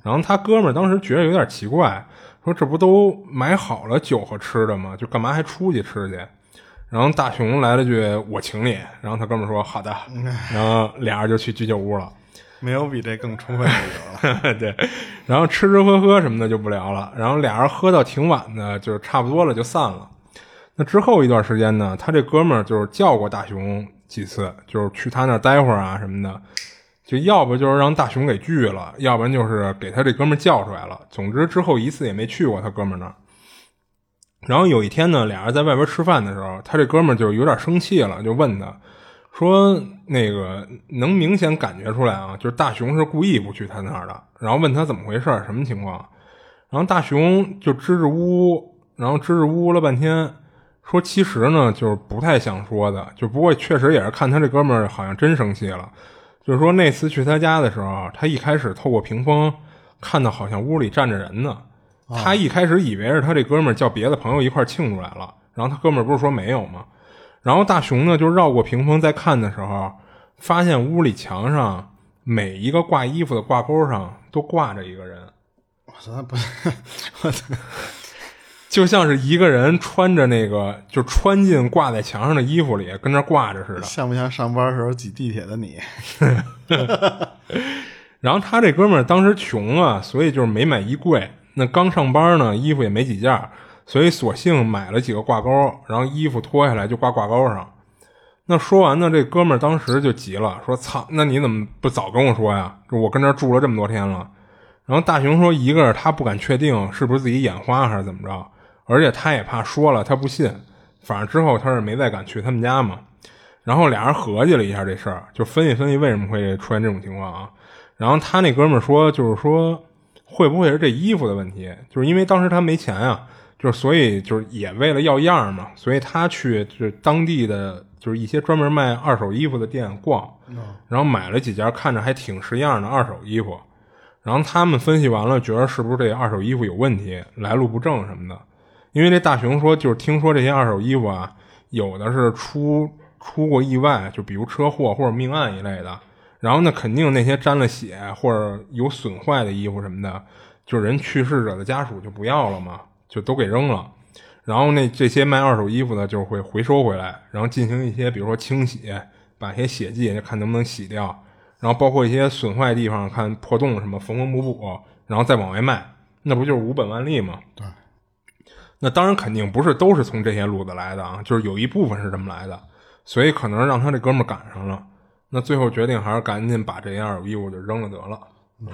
Speaker 2: 然后他哥们儿当时觉得有点奇怪，说这不都买好了酒和吃的吗？就干嘛还出去吃去？然后大熊来了句“我请你”，然后他哥们儿说“好的”，然后俩人就去居酒屋了。
Speaker 1: 没有比这更充分的理由了。
Speaker 2: 对，然后吃吃喝喝什么的就不聊了。然后俩人喝到挺晚的，就是差不多了就散了。那之后一段时间呢，他这哥们儿就是叫过大熊几次，就是去他那儿待会儿啊什么的，就要不就是让大熊给拒了，要不然就是给他这哥们儿叫出来了。总之之后一次也没去过他哥们儿那儿。然后有一天呢，俩人在外边吃饭的时候，他这哥们儿就有点生气了，就问他说：“那个能明显感觉出来啊，就是大熊是故意不去他那儿的。”然后问他怎么回事儿，什么情况。然后大熊就支支吾吾，然后支支吾吾了半天，说其实呢就是不太想说的，就不过确实也是看他这哥们儿好像真生气了，就是说那次去他家的时候，啊他一开始透过屏风看到好像屋里站着人呢，他一开始以为是他这哥们儿叫别的朋友一块儿庆祝来了，然后他哥们儿不是说没有吗？然后大熊呢就绕过屏风再看的时候，发现屋里墙上每一个挂衣服的挂钩上都挂着一个人。
Speaker 1: 我操，不是，我操，
Speaker 2: 就像是一个人穿着那个，就穿进挂在墙上的衣服里，跟那儿挂着似的。
Speaker 1: 像不像上班时候挤地铁的你？
Speaker 2: 然后他这哥们儿当时穷啊，所以就是没买衣柜。那刚上班呢，衣服也没几件儿，所以索性买了几个挂钩，然后衣服脱下来就挂挂钩上。那说完呢，这哥们儿当时就急了，说：“操，那你怎么不早跟我说呀？我跟这儿住了这么多天了。”然后大熊说：“一个是他不敢确定是不是自己眼花还是怎么着，而且他也怕说了他不信。反正之后他是没再敢去他们家嘛。然后俩人合计了一下这事儿，就分析分析为什么会出现这种情况啊。然后他那哥们儿说，就是说会不会是这衣服的问题？就是因为当时他没钱啊，就是所以就是也为了要样儿嘛，所以他去就是当地的就是一些专门卖二手衣服的店逛，然后买了几件看着还挺识样的二手衣服。然后他们分析完了，觉得是不是这二手衣服有问题，来路不正什么的。因为这大熊说，就是听说这些二手衣服啊，有的是出出过意外，就比如车祸或者命案一类的。然后呢，肯定那些沾了血或者有损坏的衣服什么的，就人去世者的家属就不要了嘛，就都给扔了。然后那这些卖二手衣服的就会回收回来，然后进行一些比如说清洗，把一些血迹看能不能洗掉，然后包括一些损坏地方看破洞什么缝缝补补，然后再往外卖，那不就是无本万利吗？
Speaker 1: 对，
Speaker 2: 那当然肯定不是都是从这些路子来的啊，就是有一部分是这么来的，所以可能让他这哥们儿赶上了。那最后决定还是赶紧把这些二手衣服就扔了得了。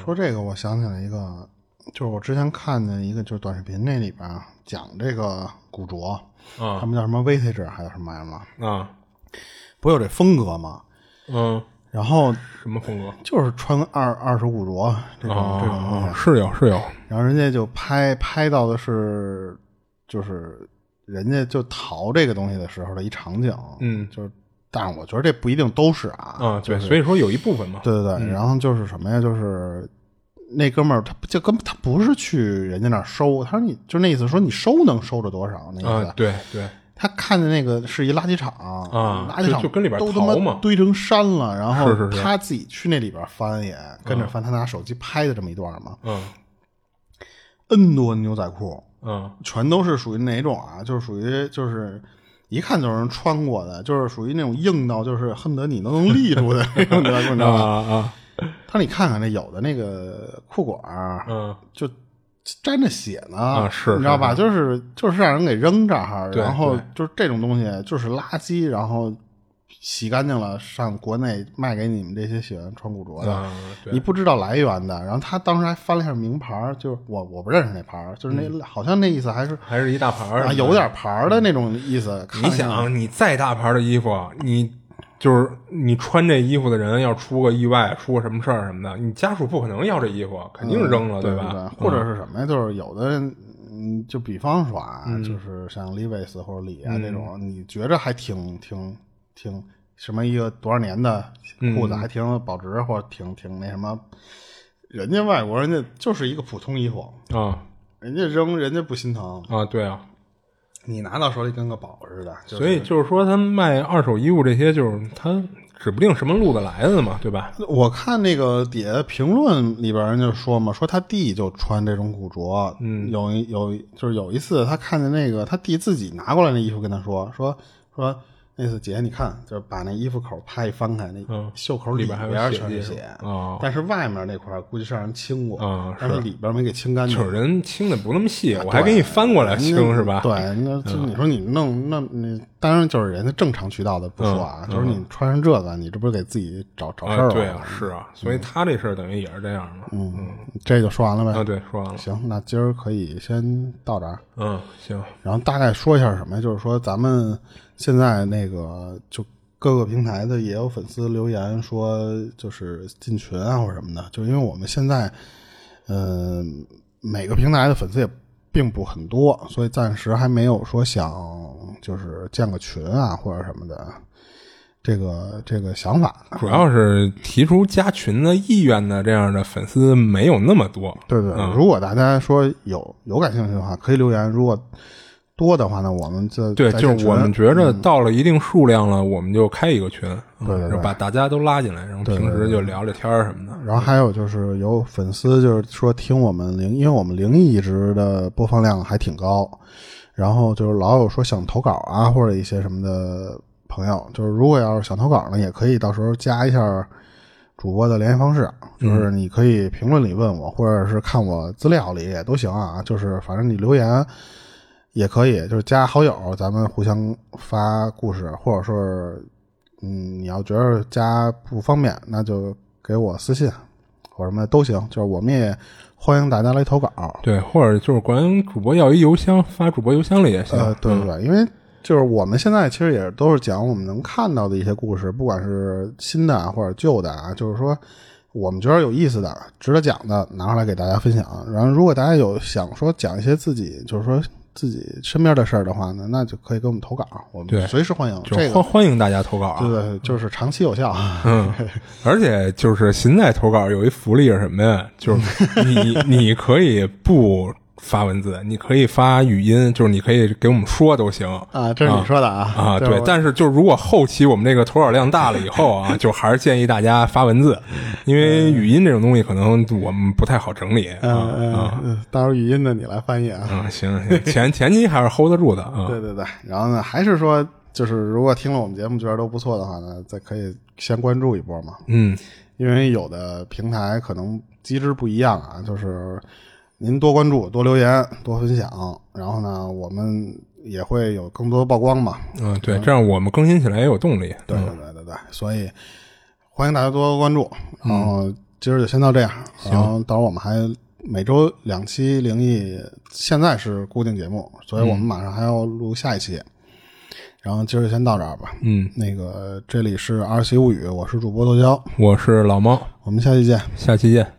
Speaker 1: 说这个，我想起来一个，就是我之前看的一个，就是短视频那里边啊讲这个古着，
Speaker 2: 啊
Speaker 1: 他们叫什么 vintage 还有什么来着？
Speaker 2: 啊，
Speaker 1: 不有这风格吗？
Speaker 2: 嗯，
Speaker 1: 然后
Speaker 2: 什么风格？啊
Speaker 1: 就是穿二二手古着这种、这种东西，
Speaker 2: 是有是有，
Speaker 1: 然后人家就拍拍到的是，就是人家就淘这个东西的时候的一场景，
Speaker 2: 嗯
Speaker 1: 就是，但是我觉得这不一定都是啊，
Speaker 2: 啊，对，所以说有一部分嘛，
Speaker 1: 对对对，然后就是什么呀？就是那哥们儿，他不就根本他不是去人家那儿收，他说你就那意思说你收能收着多少那意思。
Speaker 2: 啊，对对，
Speaker 1: 他看见那个是一垃圾场
Speaker 2: 啊
Speaker 1: 垃圾场
Speaker 2: 就就跟里边
Speaker 1: 都他妈
Speaker 2: 淘嘛
Speaker 1: 堆成山了，然后
Speaker 2: 是是嗯是
Speaker 1: 他自己去那里边翻也跟着翻，他拿手机拍的这么一段嘛
Speaker 2: 嗯
Speaker 1: ，N 多牛仔裤
Speaker 2: 嗯
Speaker 1: 全都是属于哪种啊？就是属于就是。一看就是人穿过的，就是属于那种硬到就是恨不得你都能立住的那种牛仔裤，你知
Speaker 2: 啊
Speaker 1: 道吧？
Speaker 2: 啊
Speaker 1: 他说你看看那有的那个裤管儿，
Speaker 2: 嗯，
Speaker 1: 就沾着血呢，
Speaker 2: 啊是
Speaker 1: 你知道吧？就是就是让人给扔这儿，
Speaker 2: 对
Speaker 1: 然后
Speaker 2: 对
Speaker 1: 就是这种东西就是垃圾，然后洗干净了上国内卖给你们这些喜欢穿古着的。
Speaker 2: 啊对
Speaker 1: 你不知道来源的，然后他当时还翻了一下名牌儿，就是我我不认识那牌儿，就是那、
Speaker 2: 嗯
Speaker 1: 好像那意思还是
Speaker 2: 还是一大牌儿
Speaker 1: 啊有。点牌儿的那种意思。看啊
Speaker 2: 嗯你
Speaker 1: 了一下
Speaker 2: 想，你再大牌儿的衣服，你就是你穿这衣服的人，要出个意外，出个什么事儿什么的，你家属不可能要这衣服，肯定扔
Speaker 1: 嗯
Speaker 2: 了，
Speaker 1: 对
Speaker 2: 吧？嗯
Speaker 1: 或者是什么呀？就是有的人，嗯，就比方说啊，
Speaker 2: 嗯
Speaker 1: 就是像 Levi's 或者李安那种，你觉着还挺挺挺什么一个多少年的
Speaker 2: 嗯
Speaker 1: 裤子，还挺保值或者挺挺那什么，人家外国人家就是一个普通衣服，
Speaker 2: 啊
Speaker 1: 人家扔人家不心疼，
Speaker 2: 啊，对啊，
Speaker 1: 你拿到手里跟个宝似的。就是
Speaker 2: 所以就是说，他卖二手衣物这些，就是他指不定什么路子来的嘛，对吧？
Speaker 1: 我看那个底下评论里边人就说嘛，说他弟就穿这种古着，嗯，有一有一就是有一次他看见那个他弟自己拿过来那衣服跟他说说说说那次姐你看，就是把那衣服口啪一翻开，那
Speaker 2: 嗯
Speaker 1: 袖口
Speaker 2: 里
Speaker 1: 边
Speaker 2: 边还有血
Speaker 1: 全是
Speaker 2: 迹是
Speaker 1: 血
Speaker 2: 吧哦
Speaker 1: 但是外面那块儿估计是让人清过，
Speaker 2: 啊
Speaker 1: 但是里边没给清干净。
Speaker 2: 就是人清的不那么细，我还给你翻过来
Speaker 1: 人家
Speaker 2: 清是吧？
Speaker 1: 对，那就你说你弄那你，当然就是人家正常渠道的不说啊，就是你穿上这个，你这不是给自己找找事儿
Speaker 2: 啊，
Speaker 1: 了？
Speaker 2: 嗯对啊，是啊，所以他这事儿等于也是这样的。
Speaker 1: 嗯，这就说完了呗。
Speaker 2: 啊，对，说完了。
Speaker 1: 行，那今儿可以先到这儿，
Speaker 2: 嗯，行，
Speaker 1: 然后大概说一下什么呀？就是说咱们现在那个就各个平台的也有粉丝留言说，就是进群啊或者什么的，就是因为我们现在，嗯、每个平台的粉丝也并不很多，所以暂时还没有说想就是建个群啊或者什么的这个这个想法。
Speaker 2: 主要是提出加群的意愿的这样的粉丝没有那么多。
Speaker 1: 对对，
Speaker 2: 嗯
Speaker 1: 如果大家说有有感兴趣的话，可以留言。如果多的话呢，我们就
Speaker 2: 对，
Speaker 1: 再
Speaker 2: 就
Speaker 1: 建
Speaker 2: 是
Speaker 1: 群嗯
Speaker 2: 我们觉着到了一定数量了，我们就开一个群，嗯
Speaker 1: 对对对
Speaker 2: 就把大家都拉进来，然后平时就聊聊天儿什么的。
Speaker 1: 然后还有就是有粉丝就是说听我们灵，因为我们灵异一直的播放量还挺高，然后就是老有说想投稿啊或者一些什么的朋友，就是如果要是想投稿呢，也可以到时候加一下主播的联系方式，就是你可以评论里问我，或者是看我资料里也都行啊，就是反正你留言。也可以，就是加好友，咱们互相发故事，或者说是嗯，你要觉得加不方便，那就给我私信或者什么都行，就是我们也欢迎大家来投稿。
Speaker 2: 对，或者就是管主播要一邮箱，发主播邮箱里也行。
Speaker 1: 呃，对对对，因为就是我们现在其实也都是讲我们能看到的一些故事，不管是新的啊或者旧的啊，就是说我们觉得有意思的、值得讲的，拿出来给大家分享。然后，如果大家有想说讲一些自己，就是说自己身边的事儿的话呢，那就可以给我们投稿，我
Speaker 2: 对
Speaker 1: 们随时欢迎。
Speaker 2: 就是
Speaker 1: 这
Speaker 2: 欢
Speaker 1: 个
Speaker 2: 欢迎大家投稿啊！
Speaker 1: 对对，就是长期有效。
Speaker 2: 嗯，而且就是现在投稿有一福利是什么呀？就是 你你可以不发文字，你可以发语音，就是你可以给我们说都行
Speaker 1: 啊，这是你说的啊
Speaker 2: 啊。
Speaker 1: 这是
Speaker 2: 对
Speaker 1: 我，
Speaker 2: 但是就是如果后期我们这个投稿量大了以后 啊，就还是建议大家发文字，
Speaker 1: 嗯
Speaker 2: 因为语音这种东西可能我们不太好整理啊
Speaker 1: 嗯
Speaker 2: 啊。
Speaker 1: 嗯嗯，到时候语音的你来翻译啊。
Speaker 2: 嗯，行行，前前期还是 hold 得住的啊。
Speaker 1: 对对对，然后呢，还是说，就是如果听了我们节目觉得都不错的话呢，再可以先关注一波嘛，
Speaker 2: 嗯，
Speaker 1: 因为有的平台可能机制不一样啊，就是您多关注、多留言、多分享，然后呢，我们也会有更多曝光嘛。
Speaker 2: 嗯，对，这样我们更新起来也有动力。
Speaker 1: 对对对对对，所以欢迎大家多多关注，然后今儿就先到这样，然后到时候我们还。每周两期灵异，现在是固定节目，所以我们马上还要录下一期，然后今儿就先到这儿吧。
Speaker 2: 嗯，
Speaker 1: 那个，这里是《二 C 物语》，我是主播剁椒，
Speaker 2: 我是老猫，
Speaker 1: 我们下期见。
Speaker 2: 下期见。